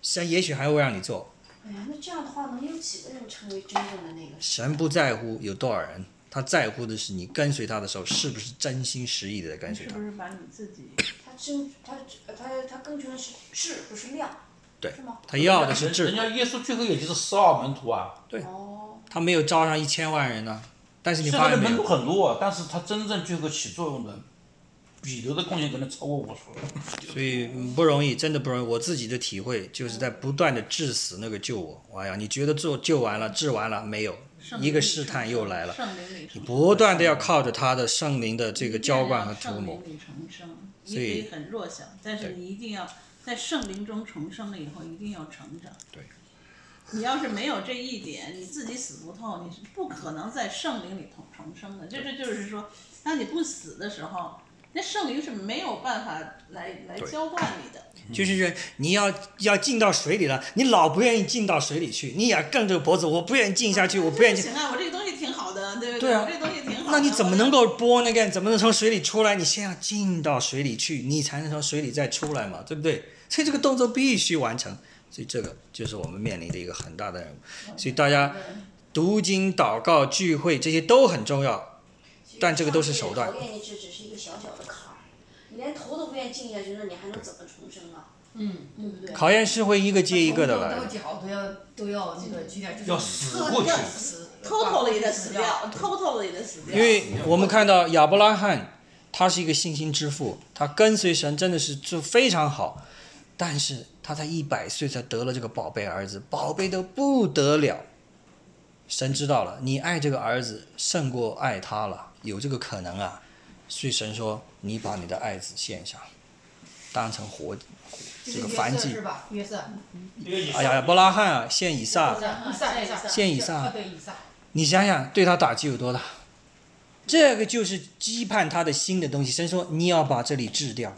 A: 神也许还会让你做。
D: 哎呀，那这样的话，能有几个人成为真正的那个？
A: 神不在乎有多少人，他在乎的是你跟随他的时候是不是真心实意的在跟
C: 你
A: 随
C: 是
A: 他
C: 不。是把你自己？
D: 他真他他他更重要的是质，不是量，
A: 对
D: 是吗？
A: 他要的是
B: 人人
A: 智，
B: 家耶稣最后也就是十二门徒啊，
D: 哦，
A: 他没有招上一千万人呢、但是你
B: 虽
A: 发
B: 然
A: 现没
B: 门徒
A: 有？
B: 很多，啊但是他真正最后起作用的，彼得的贡献可能超过五十。
A: 所以嗯不容易，真的不容易。我自己的体会就是在不断的致死那个救我。哎呀，你觉得做救完了，治完了没有？一个试探又来了。
C: 圣灵里
A: 你
C: 成
A: 不断的要靠着他的圣灵的这个
C: 一定
A: 浇灌
C: 要
A: 和涂
C: 圣
A: 抹，
C: 灵里重生，你
A: 所
C: 可
A: 以
C: 以很弱小，但是
A: 对
C: 你一定要在圣灵中重生了以后，一定要成长。
A: 对。
C: 你要是没有这一点，你自己死不透，你是不可能在圣灵里头重生的。这这就是说，当你不死的时候，那圣灵是没有办法来来
A: 对
C: 浇灌你的。
A: 就是说你要要进到水里了，你老不愿意进到水里去，你也梗着脖子，我不愿意进下去，我不愿意进
C: 行。啊，我这个东西挺好的，对不
A: 对啊
C: 我这个东西挺好的。
A: 那你怎么
C: 我
A: 能够播那个？怎么能从水里出来？你先要进到水里去，你才能从水里再出来嘛，对不对？所以这个动作必须完成。所以这个就是我们面临的一个很大的任务。所以大家读经、祷告、聚会这些都很重要。但这个都是手段
D: 讨厌你这只是一个小小的坎儿，你连头都不愿意进下去，那你还能怎么重生啊？
E: 嗯，
D: 对不对？
A: 考验是会一个接一个的来
E: 从头到
A: 的。
E: 脚都要都要那个去掉，就是
B: 要死过去
E: 嗯要死
C: 偷偷的也得死掉，偷偷的也得死掉。
A: 因为我们看到亚伯拉罕，他是一个信心之父，他跟随神真的是做非常好，但是他才一百岁才得了这个宝贝儿子，宝贝的不得了。神知道了，你爱这个儿子胜过爱他了，有这个可能啊。所以神说，你把你的爱子献上，当成活
E: 就
A: 这
E: 是
A: 个
E: 约瑟
A: 燔祭
E: 是吧？约瑟，
A: 哎呀，亚伯拉罕啊，献以撒，
E: 以撒，以撒，
A: 献以撒
E: 啊对以撒，
A: 你想想，对他打击有多大？这个就是羁绊他的心的东西。神说：“你要把这里治掉，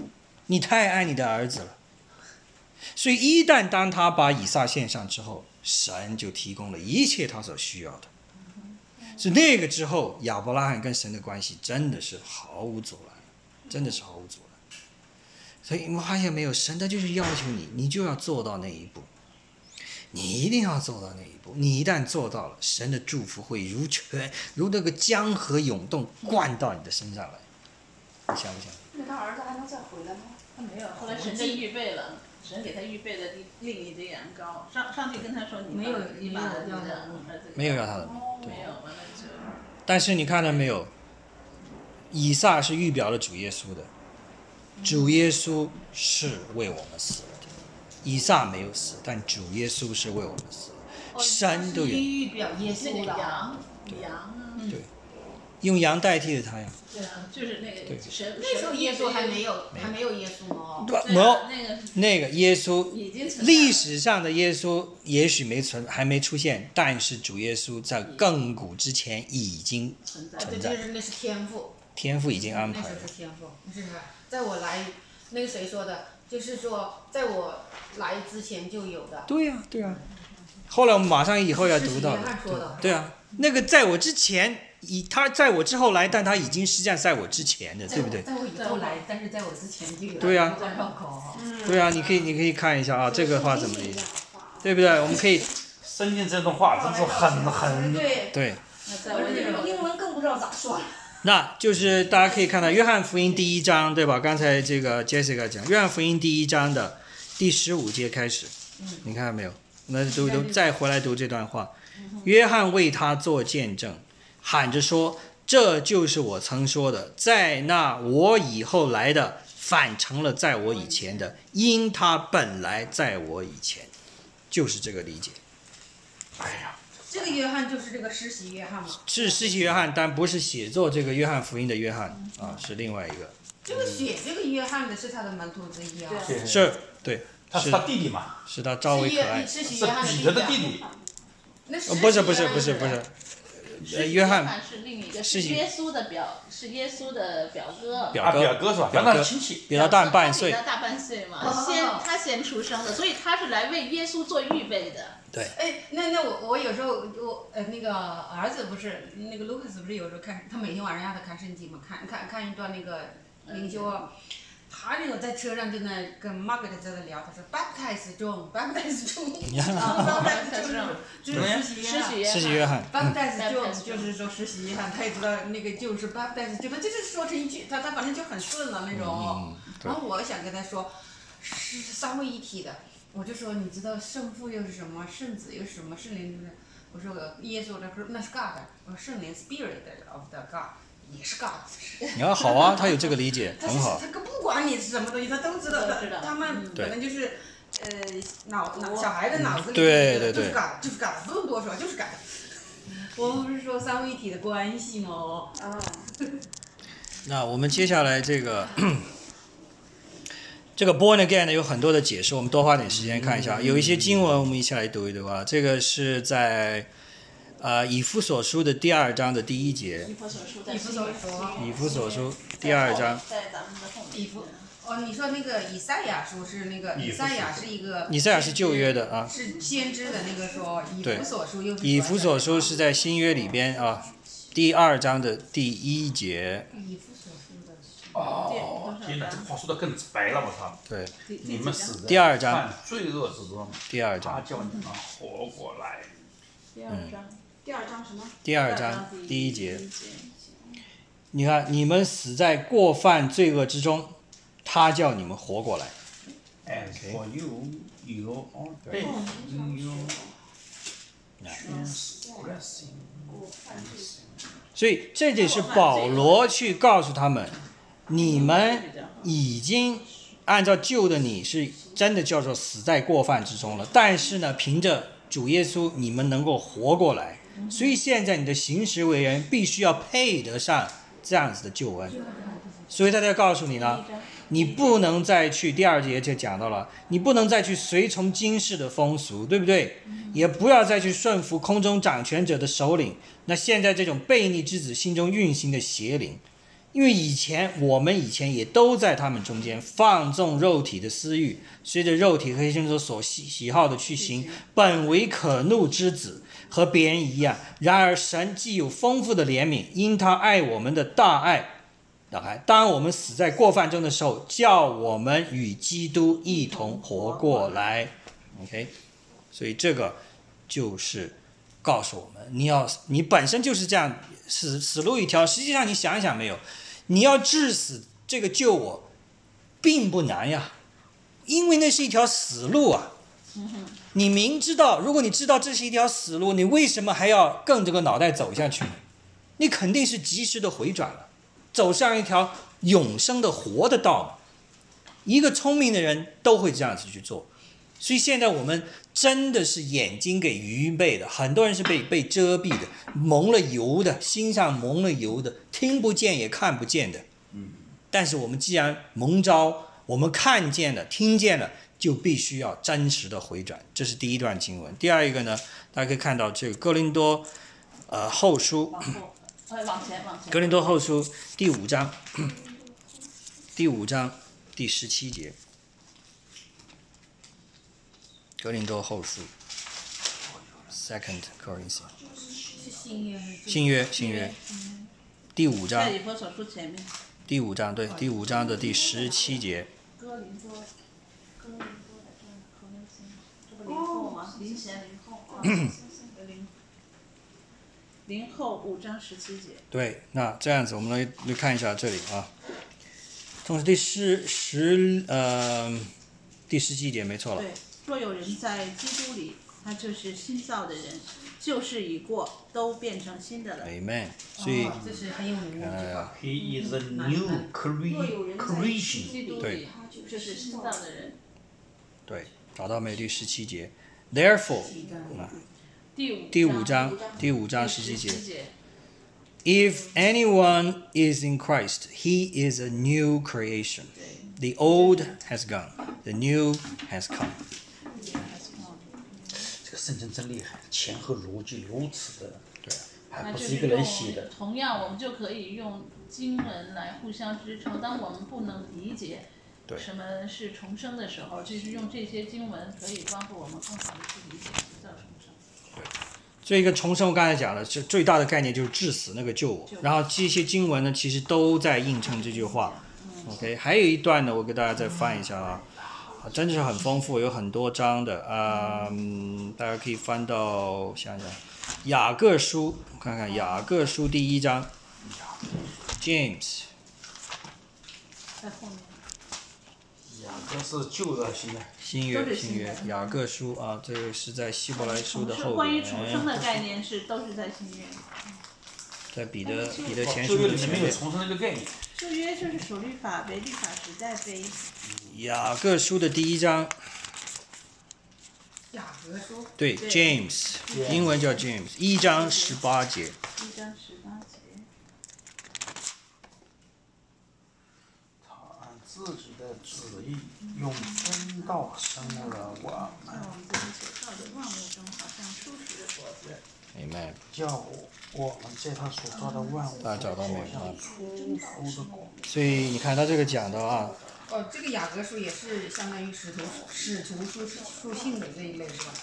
A: 你太爱你的儿子了。”所以，一旦当他把以撒献上之后，神就提供了一切他所需要的。所以那个之后，亚伯拉罕跟神的关系真的是毫无阻拦，真的是毫无阻拦。所以你们发现没有，神他就是要求你，你就要做到那一步。你一定要做到那一步。你一旦做到了，神的祝福会如泉如那个江河涌动，灌到你的身上来。你相不相信？
D: 那他儿子还能再回来吗？
C: 他没有，后来神就预备了，神给他预备了另另一只羊羔。上上帝跟他说：“你把
E: 没有
C: 你把
E: 没有
C: 你的
E: 要的嗯
C: 儿子给
A: 没有啊要他的命。
D: 哦，
C: 没有，完了就
A: 但是你看到没有，啊以撒是预表了主耶稣的，主耶稣是为我们死的，以撒没有死，但主耶稣是为我们死的，神都有
E: 预表耶稣
C: 那个
E: 了，
C: 羊羊啊，
E: 嗯
A: 用羊代替了他呀。
C: 对啊，就是那个
A: 对
C: 神
E: 那时候耶稣还没
C: 有，
E: 有还没有耶稣哦，
A: 对吧？
C: 对
A: 没有
C: 啊那个
A: 那个耶稣
C: 已经存在了
A: 历史上的耶稣也许没存，还没出现，但是主耶稣在亘古之前已经
C: 存在
E: 啊对，
A: 在
E: 就是那是天赋，
A: 天父已经安排
E: 那
A: 了
E: 时候。是天赋，是不是？在我来，那个谁说的？就是说在我来之前就有的。
A: 对呀、对呀、后来我们马上以后要读到
E: 是约
A: 的
E: 翰，说的
A: 对啊，那个在我之前，以他在我之后来，但他已经实际上在我之前的，对不对？
E: 在我以后来，但是在我之前就有。
A: 对呀
E: 叫绕口啊。
A: 对啊，你可以你可以看一下啊，这个话怎么理
D: 理
A: 解
D: 解？？
A: 对不对？我们可以
B: 深圳这种话真是很很
D: 对，
A: 对，
C: 那在
D: 我
C: 我
D: 这
C: 这
D: 种
C: 种
D: 英文更不知道咋说了。
A: 那就是大家可以看到《约翰福音》第一章，对吧？刚才这个 Jessica 讲，《约翰福音》第一章的第十五节开始，你看到没有？那读读再回来读这段话，约翰为他做见证，喊着说：“这就是我曾说的，在那我以后来的，反成了在我以前的，因他本来在我以前。”就是这个理解，
B: 哎
E: 这个约翰就是这个施洗约翰嘛。
A: 是施洗约翰，但不是写作这个《约翰福音》的约翰啊，是另外一个。
E: 这个写这个约翰的是他的门徒之一啊。
D: 对
A: 是，对，
B: 他
A: 是
B: 是他弟弟嘛，
A: 是他稍微
E: 是
A: 可
E: 约
A: 爱。
E: 施洗
B: 是
E: 约翰
B: 彼得的
E: 啊
B: 弟弟，
E: 那施
A: 呃，
E: 洗
A: 不是不
E: 约
A: 是
E: 翰
A: 不是
E: 就
A: 不是，呃，
C: 是
A: 约翰
C: 翰是另一个，
A: 是
C: 是
A: 一
C: 耶稣的表，是耶稣的表哥，
A: 表
B: 啊
A: 哥
B: 表哥是吧？
A: 表
B: 表哥
A: 哥
B: 亲戚，
A: 比他大半
C: 比
A: 岁
C: 他，大半岁嘛，
E: 哦
C: 先他先出生的，所以他是来为耶稣做预备的。
E: 哎，那那我我有时候我呃那个儿子不是那个卢克斯不是有时候看他每天晚上让他看圣经嘛，看看看一段那个灵修啊，他那个在车上就那跟 Margaret 在那聊，他说 baptize 中，baptize 中 ，baptize 中，就是实习
C: 施
E: 啊。
C: 洗约
A: 是
C: 翰，
A: 是约翰。
E: baptize 就
C: Baptize
E: 就是说实习一下，他也知道那个就是 baptize，就他就是说成一句，他他反正就很顺了那种。
A: 嗯，对
E: 然后我想跟他说，是三位一体的。我就说，你知道圣父又是什么，圣子又是什么，圣灵就是，我说我耶稣的，他说那是 God，我说圣灵 Spirit of the God 也是 God，
A: 你看好啊，他有这个理解，
E: 他
A: 很好。嗯
E: 是他不管你是什么东西，他都知道，
C: 都知
E: 他
C: 道
E: 他们
A: 对
E: 可能就是。呃，脑脑小孩的脑子里
A: 对对
E: 就是就是
A: 对
E: God，就是 God，不用多说，就是 God。我们不是说三位一体的关系吗？
D: 啊，
A: 那我们接下来这个 这个 born again 呢有很多的解释，我们多花点时间看一
E: 嗯
A: 下。有一些经文我们一起来读一读啊。这个是在呃以弗所书的第二章的第一节，
C: 以弗所书在
E: 以弗所书
A: 以弗所书第二章，
C: 在咱们的后面。
E: 以弗哦，你说那个以赛亚书是那个
B: 以
E: 以
B: 弗
E: 赛亚
B: 所
E: 是一个
A: 以赛亚是旧约的啊，
E: 是先知的那个说，以
A: 对
E: 弗所书又是
A: 以弗所书
E: 说
A: 是在新约里边啊，第二章的第一节。
E: 以弗所书的是
B: 哦，天哪，这话说的更白了，我操！
A: 对，
B: 你们死在
A: 第二章
B: 犯罪恶之中，
A: 第二嗯
B: 他
A: 章，
B: 叫你们活过来。
C: 第二章，
D: 第二章什么？
A: 第二章第一节，
C: 第一节
A: 你看，你们死在过犯罪恶之中，他叫你们活过来。
B: As
A: Okay.
B: for you, you are dead.
D: 哦
B: You
A: 啊
B: blessing.
D: 我犯罪
A: 所以这就是保罗去告诉他们，你们已经按照旧的你是真的叫做死在过犯之中了，但是呢，凭着主耶稣，你们能够活过来。所以现在你的行事为人必须要配得上这样子的救恩。所以他在告诉你呢，你不能再去第二节就讲到了，你不能再去随从今世的风俗，对不对？也不要再去顺服空中掌权者的首领。那现在这种悖逆之子心中运行的邪灵，因为以前我们以前也都在他们中间放纵肉体的私欲，随着肉体和心中所喜喜好的去行，本为可怒之子，和别人一样。然而神既有丰富的怜悯，因他爱我们的大爱，打开。当我们死在过犯中的时候，叫我们与基督一同活过来。OK，所以这个就是告诉我们，你要你本身就是这样死死路一条。实际上，你想一想没有，你要致死这个救我，并不难呀，因为那是一条死路啊。你明知道，如果你知道这是一条死路，你为什么还要更这个脑袋走下去呢？你肯定是及时的回转了。走上一条永生的活的道嘛。一个聪明的人都会这样子去做，所以现在我们真的是眼睛给愚昧的，很多人是被被遮蔽的，蒙了油的，心上蒙了油的，听不见也看不见的。嗯，但是我们既然蒙招，我们看见了，听见了。就必须要真实的回转，这是第一段经文。第二一个呢，大家可以看到这个哥林多，呃后书
C: 往后，哎，往前，往前。
A: 格林多后 书第五章，第五章第十七节，格林多后书，Second Corinthians，
E: 是新约还是旧约
A: 新约新约，第五章
C: 在以佛所书前面，
A: 第五章对第五章的第十七节，
C: 哥林多，
F: 哥林多的这样的口音型
C: 这不零后
A: 哦
C: 吗？零前零后啊，零零后五章十七节，
A: 对，那这样子我们来来看一下这里啊，同时第十十呃第十七节没错了，
C: 对，若有人在基督里，他就是新造的人，旧事已过，都变成新的了。
A: Amen，所以
E: 哦这是很有名的一
A: 呃
E: 句话。
B: He is a new crea-
D: 若有人在
B: creation。
D: 基督
A: 对
D: 里，他就
C: 就是是
D: 新
C: 新造
D: 造的
C: 的人。
A: 对找到没？第十七节，Therefore 啊
C: 第五
A: 第五章
C: 章
A: 第五章十
C: 十
A: 七节
C: 节，
A: ，If anyone is in Christ, he is a new creation.
C: 对，
A: The old has gone, the new has come.
B: 这个圣经真厉害，前后逻辑如此的，
A: 对啊
B: 还
C: 那
B: 不
C: 就是
B: 一个人写
C: 用
B: 的。
C: 同样，我们就可以用经文来互相支撑。当我们不能理解
A: 对
C: 什么是重生的时候，就是用这些经文可以帮助我们更好的去理解什么叫重生。
A: 这一个重生，我刚才讲了，最最大的概念就是致死那个救我
C: 救。我
A: 然后这些经文呢，其实都在映衬这句话。OK，还
C: 嗯
A: 有一段呢，我给大家再翻一下啊，啊真的是很丰富，有很多章的啊、嗯大家可以翻到想想雅各书，我看看雅各书第一章，James
C: 在后面，
B: 雅各是旧的，现在
A: 新
C: 都
A: 约
C: 是
A: 新
C: 新
A: 约
C: 的
A: 雅各书啊，这个是在希伯来书的
C: 重生
A: 后哎
C: 关于
A: 边，
C: 重生的概念是都是在新约，
A: 在彼得彼得前
B: 旧
A: 书
B: 约
A: 的
B: 里面
A: 前
B: 没有
A: 面。
B: 重生这个概念。
C: 旧约就是属律法为律法时代非
A: 雅各书的第一章，
E: 雅各书
A: 对
C: 对
A: James，英文叫 James，一章十八节，
C: 一章十八节。
B: 他按啊自己的旨意用真道生了我
C: 在
B: 们，
C: 我们自己所造的万物中，好像初熟的果子。
A: 明白？
B: 叫我们在他所造的万物
A: 大家找到没有
B: 中像初熟的果。
A: 所以你看他这个讲的啊，
E: 哦，这个雅各书也是相当于使徒使徒书书信的这一类是吧？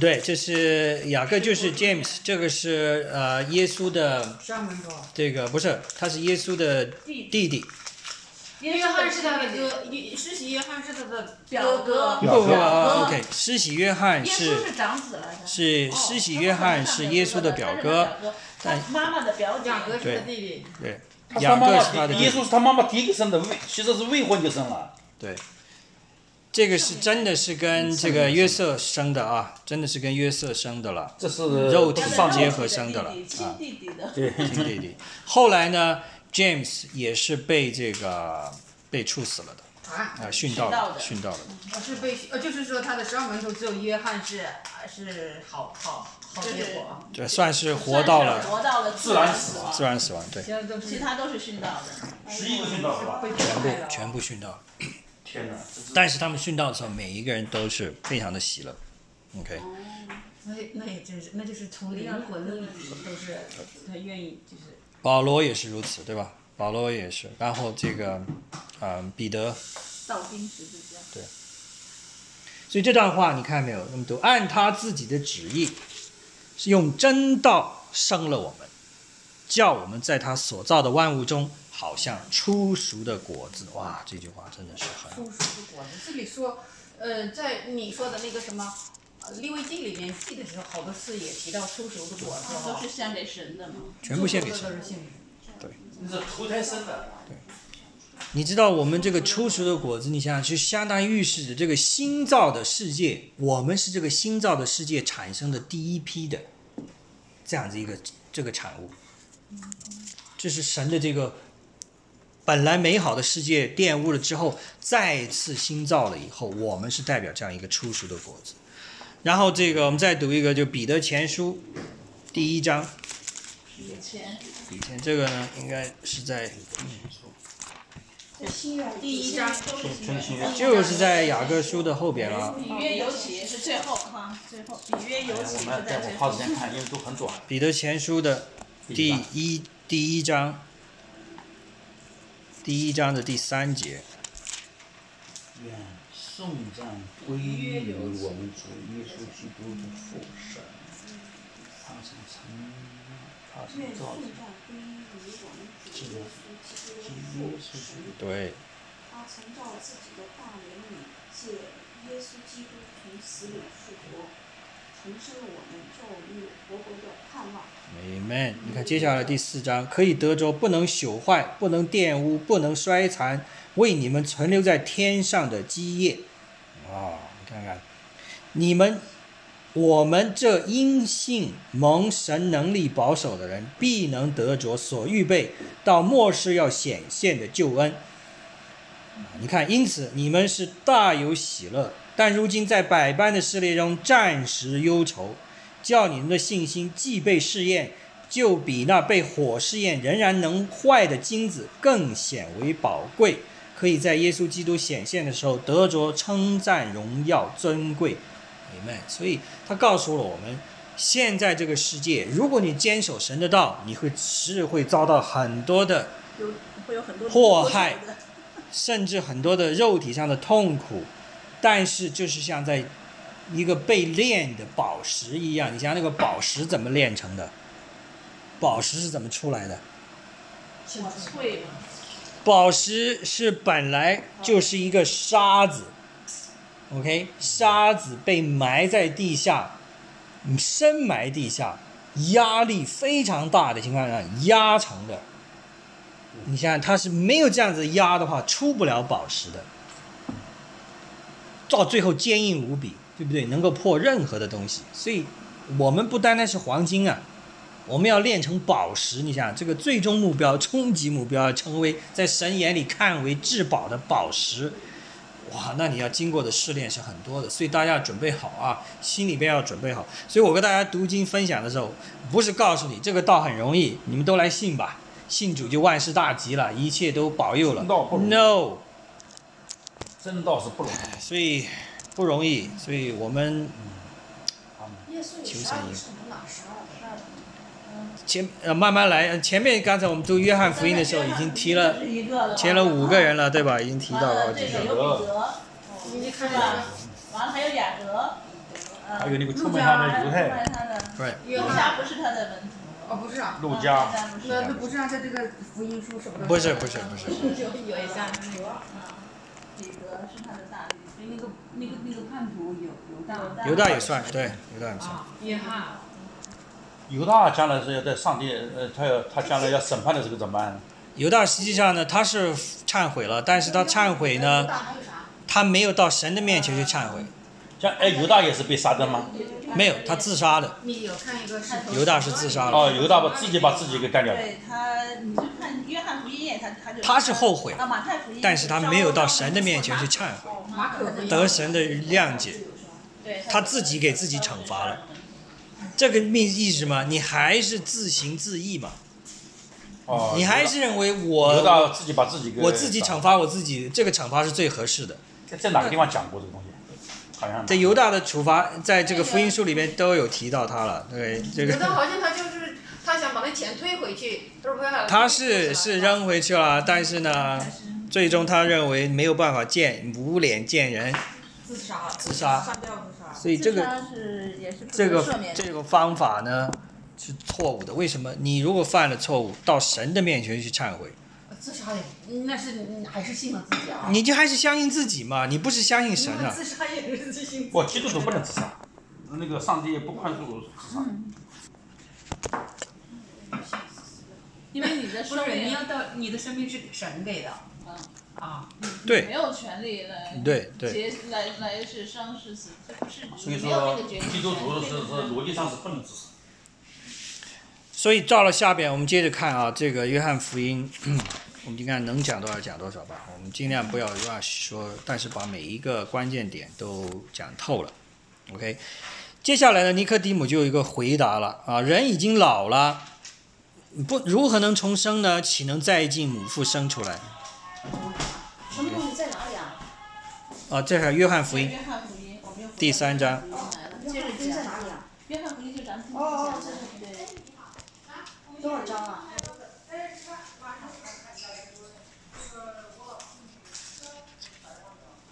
A: 对，这是雅各，就是 James，这个是呃耶稣的
E: 上门说，
A: 这个不是，他是耶稣的
C: 弟
A: 弟弟，
E: 约翰是他的哥，施洗约翰是他的
C: 表
E: 哥
C: 哥，
A: 不不不
C: 哥
A: 哦啊，OK，施洗约翰
C: 耶
A: 是
C: 稣是长子来的。
A: 是
C: 哦
A: 施洗约翰是耶稣的表哥，，
C: 他是他表哥他妈妈的表姐。
E: 雅各是他弟弟，
A: 对，
B: 他
A: 雅
B: 妈
A: 各是他
B: 妈
A: 的
B: 第，
A: 弟
B: 耶
A: 弟，
B: 稣是他妈妈第一个生的，未其实是未婚就生了。
A: 对。这个是真的是跟这个约瑟生的啊，真的是跟约瑟生的了。
B: 这是
A: 肉体
B: 上
A: 结
B: 帝
A: 合生的了啊
C: 亲弟弟的。
B: 对，
A: 亲弟弟。后来呢，James 也是被这个被处死了的
E: 啊，
A: 啊、殉道了，
C: 殉
A: 殉道了的。嗯
E: 我是被呃，就是说他的十二门徒只有约翰是啊是好好好
C: 就是
E: 结果，
A: 这算是活到
C: 算是
A: 了
C: 活到了
B: 自然死亡
A: 自然死亡，对，
E: 其他都
C: 其
E: 是
C: 他都是殉道的。
B: 十一个殉道是吧？
E: 被全
A: 全部全部殉道了。
B: 天哪！
A: 但是他们殉道的时候，每一个人都是非常的喜乐。OK，
E: 那那也真是，那就是从灵魂里都是他愿意就是
A: 保罗也是如此，对吧？保罗也是，然后这个，嗯、彼得，
C: 道兵十字架，
A: 所以这段话你看没有那么多，按他自己的旨意，是用真道生了我们，叫我们在他所造的万物中，好像初熟的果子。哇，这句话真的是很
E: 初熟的果子。这里说，呃，在你说的那个什么。呃利未记里面记的时候，好多次也提到初熟的果子
C: 都
E: 哈
C: 是，献给神的嘛。
A: 全部献给
E: 初熟
A: 神
E: 的都。是献给
B: 那是投胎生的。
A: 你知道我们这个初熟的果子，你想想，就相当于预示着这个新造的世界，我们是这个新造的世界产生的第一批的这样子一个这个产物，这是神的这个本来美好的世界玷污了之后，再次新造了以后，我们是代表这样一个初熟的果子。然后这个我们再读一个，就彼得前书第一章，
C: 以前
A: 以前这个呢应该是在
D: 在新约
E: 第一章
C: 都是
B: 全新
C: 新
B: 约
C: 约。
A: 就是在雅各书的后边了啊。
C: 比约尤其是最后哈，最后比约尤其
B: 哎我
C: 是
B: 们再
C: 在最
B: 往花
C: 后
B: 时。间看，因为都很短。
A: 彼得前书的第一第一章，第一章的第三节，
B: 愿世颂赞归于我们主耶稣基督的父神，他是成，他是
D: 愿颂
B: 造
D: 赞
B: 成
D: 归于我们主
B: 这
D: 耶
B: 个
D: 稣基
B: 基
D: 督
B: 督
D: 的父
B: 是
D: 神。
A: 对，
D: 他曾照自己的大怜悯，借耶稣基督从死里复活，重生了我们咒诅活泼的盼望。
A: Amen。你看，接下来第四章，可以得着不能朽坏、不能玷污、不能衰残，为你们存留在天上的基业。啊、你看看，你们，我们这因信蒙神能力保守的人，必能得着所预备到末世要显现的救恩。啊你看，因此你们是大有喜乐，但如今在百般的试炼中暂时忧愁，叫你们的信心既被试验，就比那被火试验仍然能坏的金子更显为宝贵，可以在耶稣基督显现的时候得着称赞、荣耀、尊贵。Amen。所以他告诉了我们，现在这个世界，如果你坚守神的道，你会是会遭到很多的
G: 有会有很多
A: 迫害
G: 的，
A: 甚至很多的肉体上的痛苦，但是就是像在一个被炼的宝石一样，你想那个宝石怎么炼成的？宝石是怎么出来的？
E: 清
C: 我
E: 楚
C: 脆嘛，
A: 宝石是本来就是一个沙子，OK，沙子被埋在地下，嗯深埋地下，压力非常大的情况下压成的。你想想，它是没有这样子压的话，出不了宝石的。到最后坚硬无比，对不对？能够破任何的东西。所以，我们不单单是黄金啊，我们要练成宝石，你想这个最终目标、终极目标，要成为在神眼里看为至宝的宝石。哇，那你要经过的试炼是很多的，所以大家要准备好啊，心里边要准备好。所以我跟大家读经分享的时候，不是告诉你这个道很容易，你们都来信吧，信主就万事大吉了，一切都保佑了
B: 信道不。容易
A: No，
B: 真道是不容易。
A: 所以不容易，所以我们
B: 他们
E: 耶稣有
A: 求
E: 十
A: 神
E: 二
A: 应
E: 个圣徒哪十二个？
A: 前呃慢慢来。呃前面刚才我们读约翰福音的时候已经提了，
C: 是一个了吧
A: 前了五个人了，对吧？已经提
C: 完
A: 到了好
C: 了
A: 几
C: 这
A: 个
C: 个。有彼得，是
E: 你看
C: 吧？完了还有雅德，嗯
B: 还有那个出卖他的犹太人
C: 路加出卖他的
A: 对，
E: 约
C: 路
E: 翰
C: 加不是他的门徒，
E: 哦，不是啊，
B: 陆家
C: 嗯路
E: 那那不是按照这个福音书什么的。
A: 不是不是不是，
E: 有有一下
C: 彼得是他的大弟，所以那个那个那个叛徒有有大有
A: 犹大也算，对，犹大也算。
E: 啊，约翰
B: 犹大将来是要在上帝，呃，他要他将来要审判的时候怎么办？
A: 犹大实际上呢，他是忏悔了，但是他忏悔呢，
E: 还有啥？
A: 他没有到神的面前去忏悔，
B: 像哎，犹大也是被杀的吗？
A: 没有，他自杀的。
E: 你有看一个是
A: 犹大是自杀了，
B: 哦，犹大把自己把自己给干掉了。
C: 对他，你就看约翰福音，他他就
A: 他是后悔
C: 啊，马太福音，
A: 但是他没有到神的面前去忏悔，
E: 马可福音
A: 得神的谅解，
C: 对，
A: 他自己给自己惩罚了。这个意意思嘛，你还是自行自缢嘛，
B: 哦，
A: 你还是认为
B: 犹大
A: 我
B: 自己把自己给
A: 我自己惩罚我自己，这个惩罚是最合适的。
B: 在在哪个地方讲过这个东西？好像
A: 在犹大的处罚，在这个福音书里面都有提到他了。对，这
E: 有
A: 个
E: 的好像他就是他想把那钱退回去，他说不要。
A: 他是是扔回去了，但是呢，最终他认为没有办法见无脸见人，
E: 自杀，
A: 自杀
E: 上吊自杀。
A: 所以这个
C: 他是也是不
A: 这
C: 可赦
A: 个
C: 免的
A: 这个方法呢是错误的。为什么？你如果犯了错误，到神的面前去忏悔，
E: 自杀也嗯那是你还是信了自己啊。
A: 你就还是相信自己嘛，你不是相信神
E: 那
A: 啊？
E: 自杀也是自信。
B: 我基督徒不能自杀，那个上帝不宽恕自杀。
A: 嗯
C: 因为你的
E: 不
C: 生
E: 是，你
C: 命
E: 要到你的生命是神给的。
H: 嗯
E: 啊，
C: 没
A: 对
C: 有权利来
A: 对对，
C: 结来来是伤是死，这不是
B: 所以
C: 你没有
B: 说
C: 那个决，定
B: 基督徒是
C: 权这个
B: 是逻辑上是不能自杀。
A: 所以到了下边，我们接着看啊，这个约翰福音， 我们就看能讲多少讲多少吧，我们尽量不要 rush 说，但是把每一个关键点都讲透了。OK，接下来呢，尼科底姆就有一个回答了啊，人已经老了，不如何能重生呢？岂能再进母腹生出来？
G: 什么东西在哪里啊？
A: 啊，这还有约翰福音
C: 约翰福音，我们又回到
A: 第三章
C: 约翰福音来了
G: 约
C: 接
G: 翰福
C: 着
G: 音在哪里啊？
C: 讲，约翰福音就咱们今天
G: 哦哦
C: 讲的，对。
G: 多少章啊？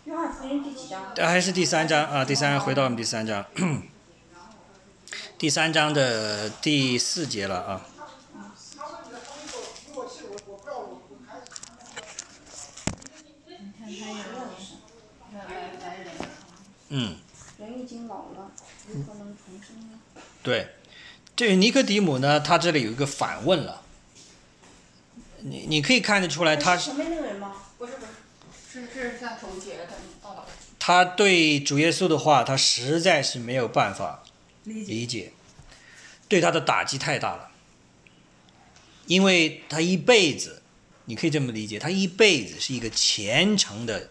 D: 约翰福音第几章？
A: 还是第三章啊，第三回到我们第三章， 第三章的第四节了啊。
C: 你看他有那白白人，
A: 嗯，
G: 人已经老了，如何能重生呢？
A: 对，这个尼哥底母呢，他这里有一个反问了，你你可以看得出来嗯他，
D: 是前面那个人吗？
G: 不是不是，是是像重结的到老。
A: 他对主耶稣的话，他实在是没有办法
C: 理解
A: 理解，对他的打击太大了，因为他一辈子，你可以这么理解，他一辈子是一个虔诚的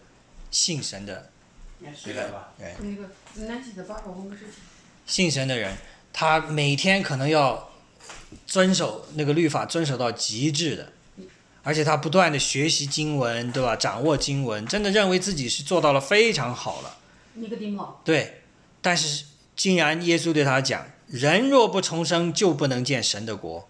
A: 信神的
B: 谁来吧？
E: 那个南希的八宝公的事情，
A: 信神的人，他每天可能要遵守那个律法，遵守到极致的，而且他不断的学习经文，对吧？掌握经文，真的认为自己是做到了非常好了，
E: 尼哥底母，
A: 对。但是，竟然耶稣对他讲：“人若不重生，就不能见神的国。”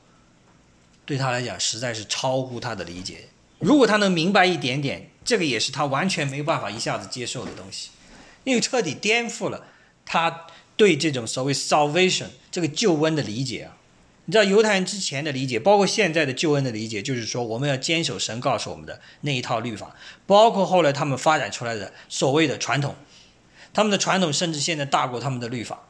A: 对他来讲，实在是超乎他的理解。如果他能明白一点点，这个也是他完全没办法一下子接受的东西，因为彻底颠覆了他对这种所谓 salvation 这个救恩的理解啊。你知道犹太人之前的理解，包括现在的救恩的理解，就是说我们要坚守神告诉我们的那一套律法，包括后来他们发展出来的所谓的传统，他们的传统甚至现在大过他们的律法，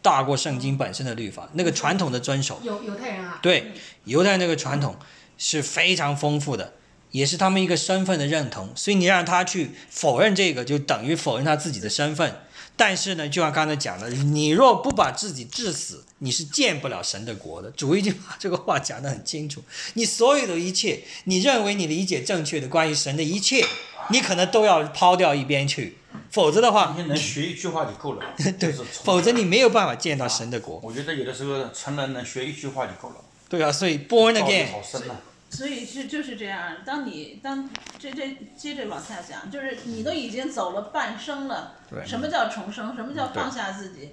A: 大过圣经本身的律法，那个传统的遵守。
E: 犹犹太人啊，
A: 对，犹太那个传统是非常丰富的，也是他们一个身份的认同。所以你让他去否认这个，就等于否认他自己的身份。但是呢，就像刚才讲的，你若不把自己致死，你是见不了神的国的。主已经把这个话讲得很清楚。你所有的一切，你认为你理解正确的关于神的一切，你可能都要抛掉一边去，否则的话
B: 今，天能学一句话就够 了。对
A: 否则你没有办法见到神的国。
B: 我觉得有的时候成人能学一句话就够了。
A: 对啊，所以 born
B: 道理
A: again，
B: 好深呐、
C: 所以是就是这样。当你当这这接着往下讲，就是你都已经走了半生了，什么叫重生？什么叫放下自己？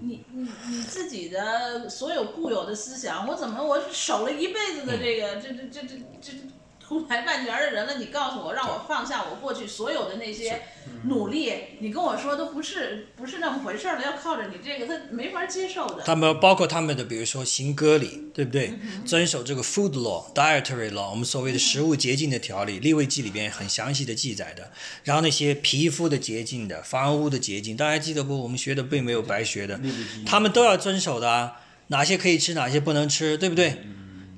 C: 你你你自己的所有固有的思想，我怎么我守了一辈子的这个、这这这这这土白半截儿的人了？你告诉我，让我放下我过去所有的那些努力，你跟我说都不是不是那么回事儿了，要靠着你这个，他没法接受的。
A: 他们包括他们的，比如说行割礼，对不对？遵守这个 food law、dietary law，我们所谓的食物洁净的条例，《立位记》里边很详细的记载的。然后那些皮肤的洁净的、房屋的洁净，大家记得不？我们学的并没有白学的，他们都要遵守的啊。哪些可以吃，哪些不能吃，对不对？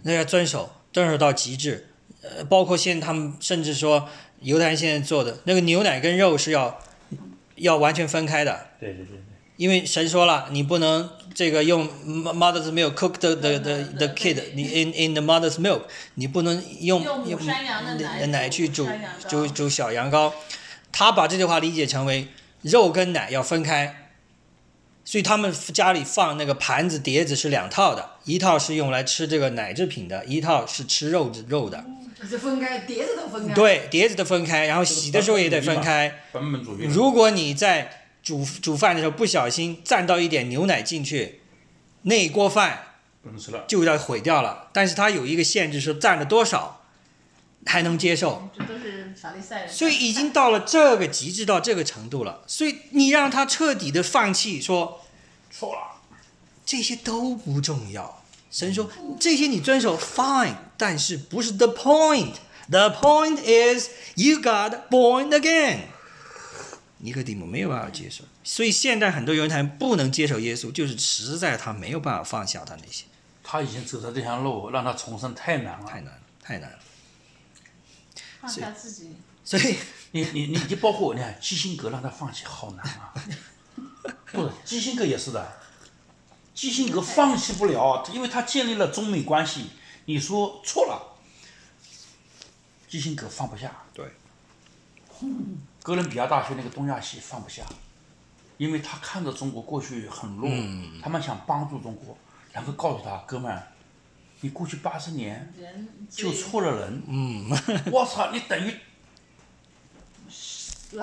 A: 那要遵守，遵守到极致。呃，包括现在他们甚至说，犹太人现在做的那个牛奶跟肉是要要完全分开的。
B: 对对对对。
A: 因为神说了，你不能这个用 mother's milk cook the the the the kid，你 in in the mother's milk，你不能用
C: 用母山羊的奶
A: 奶去
C: 煮
A: 煮
C: 山羊羔
A: 煮煮小羊羔。他把这句话理解成为肉跟奶要分开，所以他们家里放那个盘子碟子是两套的，一套是用来吃这个奶制品的，一套是吃肉肉的。
E: 这分开碟子都
C: 嗯
E: 分开，，
A: 对，碟子得分开，然后洗的时候也得分开。
B: 本本主义。
A: 如果你在煮煮饭的时候不小心蘸到一点牛奶进去，那一锅饭
B: 不能吃了，
A: 就要毁掉了。但是它有一个限制，是蘸了多少还能接受。
C: 这都是法利赛人。
A: 所以已经到了这个极致，到这个程度了。所以你让他彻底的放弃说，
B: 错了。
A: 这些都不重要。神说这些你遵守 fine，但是不是 the point。The point is you got born again。尼哥底母没有办法接受，所以现在很多犹太人不能接受耶稣，就是实在他没有办法放下他那些，
B: 他已经走上这条路，让他重生太难了。
A: 太难了，太难了。
C: 放下自己。
A: 所以
B: 你你你就包括你看基辛格让他放弃，好难 啊！不是基辛格也是的，基辛格放弃不了，啊因为他建立了中美关系。你说错了，基辛格放不下。
A: 对，
B: 哥伦比亚大学那个东亚系放不下，因为他看着中国过去很弱，他们想帮助中国，然后告诉他哥们儿，你过去八十年
C: 人
B: 救
C: 自己
B: 错了人。嗯， 我操，你等于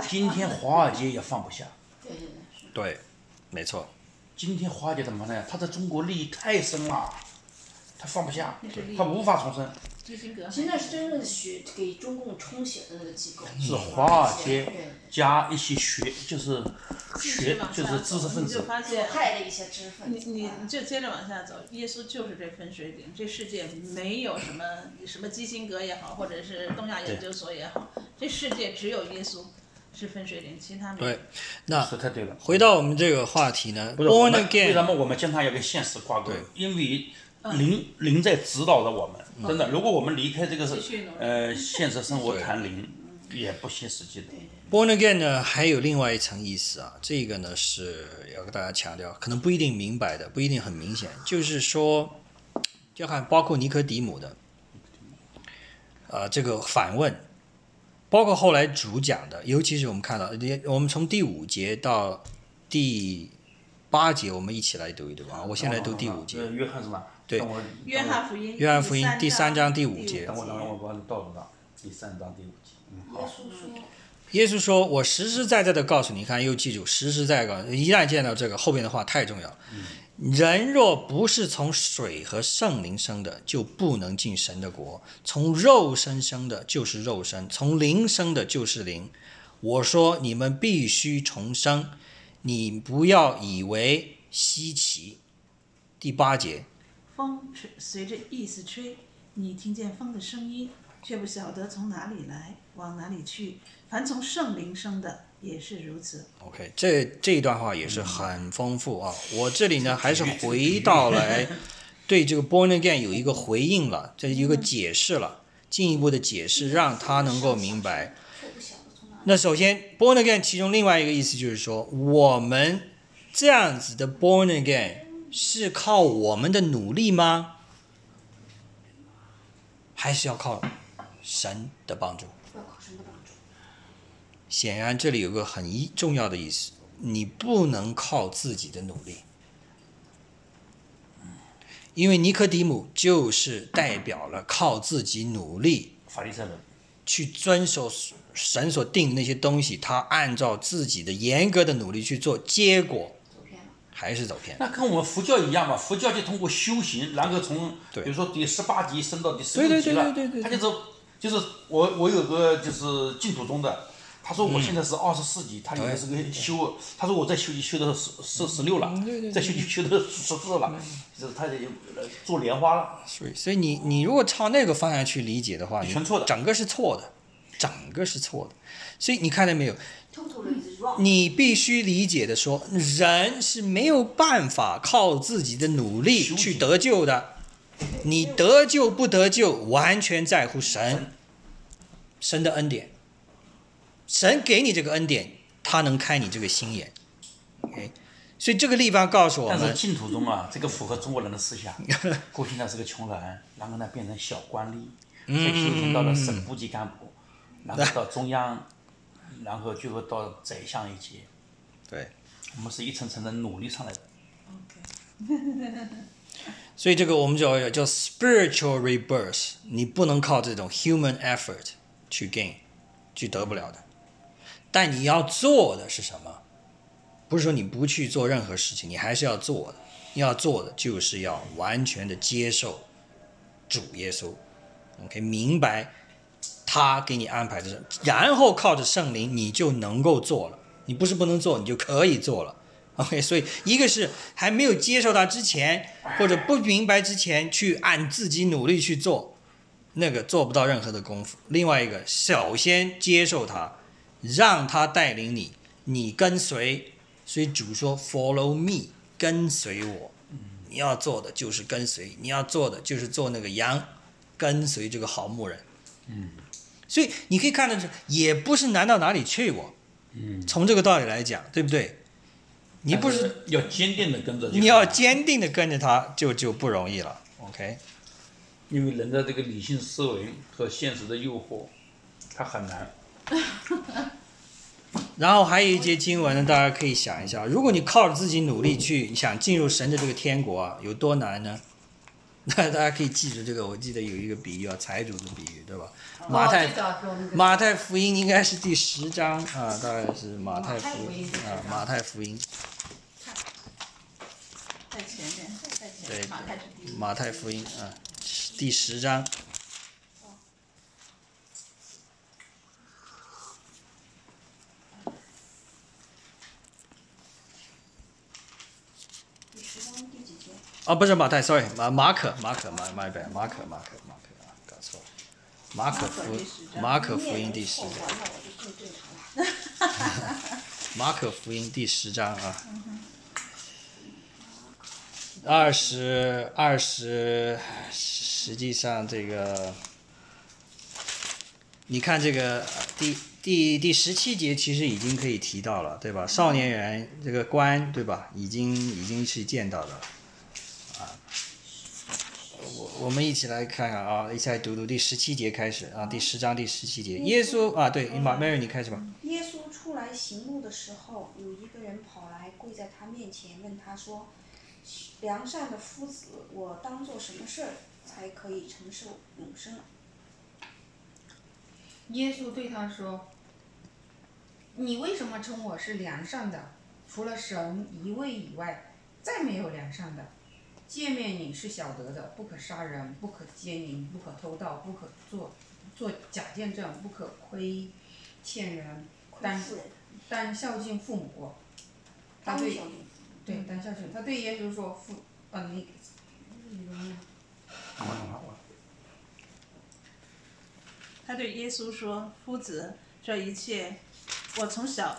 B: 今天华尔街也放不下。
A: 对，没错，
B: 今天华尔街怎么呢？他在中国利益太深了，他放不下
C: 利益，
B: 他无法重生。
C: 基辛格
H: 其实那是真正的血给中共充血的那个机构，
B: 是华尔街
H: 对
B: 加一些学，就是学
C: 往，
B: 就
C: 下
B: 是
C: 走
B: 知识分
C: 你就
B: 子。
C: 发
H: 左
C: 现
H: 派的一些知识分
C: 你
H: 子，
C: 你
H: 啊
C: 你就接着往下走，耶稣就是这分水岭，这世界没有什么什么基辛格也好，或者是东亚研究所也好，这世界只有耶稣是分水岭，其他没有
A: 对。那
B: 说太对了。
A: 回到我们这个话题呢
B: 不是我
A: ，Born
B: 们为什
A: Again，
B: 么我们将它要跟现实挂钩
A: 对？
B: 因为灵灵在指导着我们，真的。如果我们离开这个
C: 继续
B: 是
C: 努力
B: 呃现实生活
A: 嗯对
B: 谈灵，也不切实际的。
A: Born Again 呢，还有另外一层意思啊，这个呢是要跟大家强调，可能不一定明白的，不一定很明显，就是说，要看包括尼科底姆的，啊、这个反问，包括后来主讲的，尤其是我们看到，连我们从第五节到第八节，我们一起来读一读啊，我先来读第五节，
B: 呃约翰是吧？
A: 对
B: 等我
C: 约翰福音，
A: 约翰福音第三章第
C: 第
A: 五节
B: 等我等我我帮你倒数到第三章第五节。嗯，好。
G: 叔叔，
A: 耶稣说：“我实实在在的告诉你，你看又记住，实实在在地告诉你。一旦见到这个，后边的话太重要了。人若不是从水和圣灵生的，就不能进神的国；从肉身生的，就是肉身；从灵生的，就是灵。我说你们必须重生，你不要以为稀奇。”第八节，
C: 风吹随着意思吹，你听见风的声音，却不晓得从哪里来，往哪里去。凡从圣灵生的也是如此。
A: OK，这这一段话也是很丰富啊。我嗯这里呢还是回到来对这个 born again 有一个回应了，这有一个解释了，进一步的解释让他能够明白。
G: 却不晓得从哪里。
A: 那首先 born again 其中另外一个意思就是说，我们这样子的 born again 是靠我们的努力吗？还是要靠神的帮助？
H: 不要靠神的帮助，
A: 显然这里有个很一重要的意思，你不能靠自己的努力，嗯因为尼科底姆就是代表了靠自己努力
B: 法利赛人，
A: 去遵守神所定的那些东西，他按照自己的严格的努力去做，结果
H: 走偏了。
A: 还是走偏。
B: 那跟我们佛教一样嘛，佛教就通过修行，然后从比
A: 对
B: 如说第十八级升到第十
A: 对
B: 六
A: 对
B: 级
A: 对
B: 了
A: 对对，对
B: 他就是就是我我有个就是净土宗的，他
A: 嗯
B: 说我现在是二十四级，他有的是个修，他说我在修修到十十十六
A: 嗯
B: 了，再修就修到十四了，就是他就呃做莲花了，
A: 所以，所以你你如果朝那个方向去理解的话，你
B: 全错的
A: 整个是错的，整个是错的。所以你看到没有？
H: Totally is wrong。
A: 你必须理解的说，人是没有办法靠自己的努力去得救的。你得救不得救，完全在乎神，神的恩典。神给你这个恩典，他能开你这个心眼。OK，所以这个地方告诉我
B: 但是
A: 们，
B: 净土宗啊，这个符合中国人的思想。郭先生是个穷人，然后呢变成小官吏，
A: 嗯
B: 再修行到了省部级干部，然后到中央，然后最后到宰相一级。
A: 对，
B: 我们是一层层的努力上来的。
A: 所以这个我们叫叫 spiritual rebirth，你不能靠这种 human effort 去 gain，去得不了的。但你要做的是什么？不是说你不去做任何事情，你还是要做的。你要做的就是要完全的接受主耶稣，OK，明白他给你安排的事，然后靠着圣灵，你就能够做了。你不是不能做，你就可以做了。OK，所 以一个是还没有接受他之前，或者不明白之前，去按自己努力去做，那个做不到任何的功夫；另外一个，首先接受他，让他带领你，你跟随。所以主说：“Follow me，跟随我。”你要做的就是跟随，你要做的就是做那个羊，跟随这个好牧人。嗯，所以你可以看得出，也不是难到哪里去我。嗯，从这个道理来讲，对不对？你不是
B: 要坚定的跟着，
A: 你要，坚定的跟着他，就就不容易了。OK，
B: 因为人的这个理性思维和现实的诱惑，他很难。
A: 然后还有一节经文呢，大家可以想一下，如果你靠着自己努力去想进入神的这个天国啊，有多难呢？ 那大家可以记住这个，我记得有一个比喻啊，财主的比喻，对吧？马太
E: 哦最早是我们的
A: 马太福音应该是第十章啊，大概是马太福音
E: 马太福音
A: 啊，马太福音，
C: 在前面，在前
A: 对
C: 面，马太是第一，
A: 马太福音啊，第十章啊，不是马太，sorry，马马可，马可，马马本，马可，马可，马可啊，搞错了，马可福
C: 马可第十章
A: 马可福音第十章，
H: 完了我就更正常了。
A: 马可福音第十章啊，二十二十，实际上这个，你看这个呃第第第十七节其实已经可以提到了，对吧？少年人这个官，对吧？已经已经是见到的了，啊，我我们一起来看看啊，一起来读读第十七节开始啊，第十章第十七节，耶稣啊，对，马 Mary 你开始吧。
D: 耶稣出来行路的时候，有一个人跑来跪在他面前，问他说：“良善的夫子，我当做什么事儿才可以承受永生
E: 耶稣对他说：“你为什么称我是良善的？除了神一位以外，再没有良善的。诫命你是晓得的：不可杀人，不可奸淫，不可偷盗，不可做做假见证，不可亏欠人，
D: 亏
E: 但
D: 负人，
E: 但孝敬父母。”他
D: 当小
E: 对
D: 人。”
B: 嗯
E: 对，但孝顺。他对耶稣说：“父，啊，你，你容易吗
C: 他对耶稣说：“夫子，这一切我从小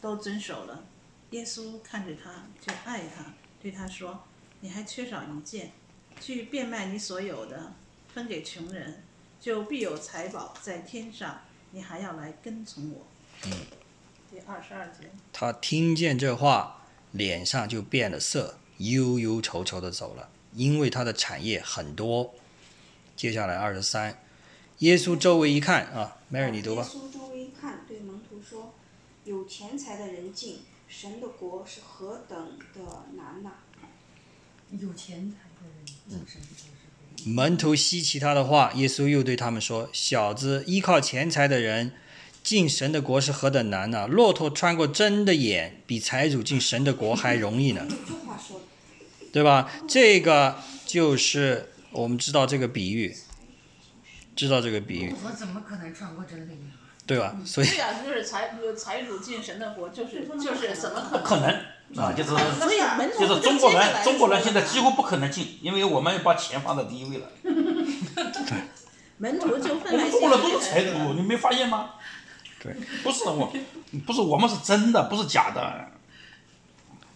C: 都遵守了。”耶稣看着他，就爱他，对他说：“你还缺少一件，去变卖你所有的，分给穷人，就必有财宝在天上。你还要来跟从我。”第二十二节，
A: 他听见这话，脸上就变了色，忧忧愁愁的走了，因为他的产业很多。接下来二十三，耶稣周围一看啊，Mary 你读吧
D: 耶。稣周围看，对门徒说：“有钱财的人进神的国是何等的难呐、
E: 有钱财的人进
B: 嗯
E: 神国是非常
A: 门徒稀奇他的话，耶稣又对他们说：“小子，依靠钱财的人进神的国是何等难呐！骆驼穿过针的眼，比财主进神的国还容易呢。”
D: 这话说的
A: 对吧？这个就是我们知道这个比喻，知道这个
B: 嗯
A: 比喻，
E: 我怎么可能穿过真理呢？
B: 哦
A: 对吧？所以
C: 对呀、就是财
B: 呃
C: 有财主进神的国，就是就是怎么可
B: 不可能啊，就是
C: 能？所以门徒
B: 就是中国人，中国人现在几
C: 乎
B: 乎不可能进，因为我们把钱放在第一位了。
C: 门徒就
B: 我
C: 分
B: 们
C: 为
B: 中国人
C: 信
B: 都
C: 徒
B: 是财主，你没发现吗？
A: 对，
B: 不是我，不是我们是真的，不是假的。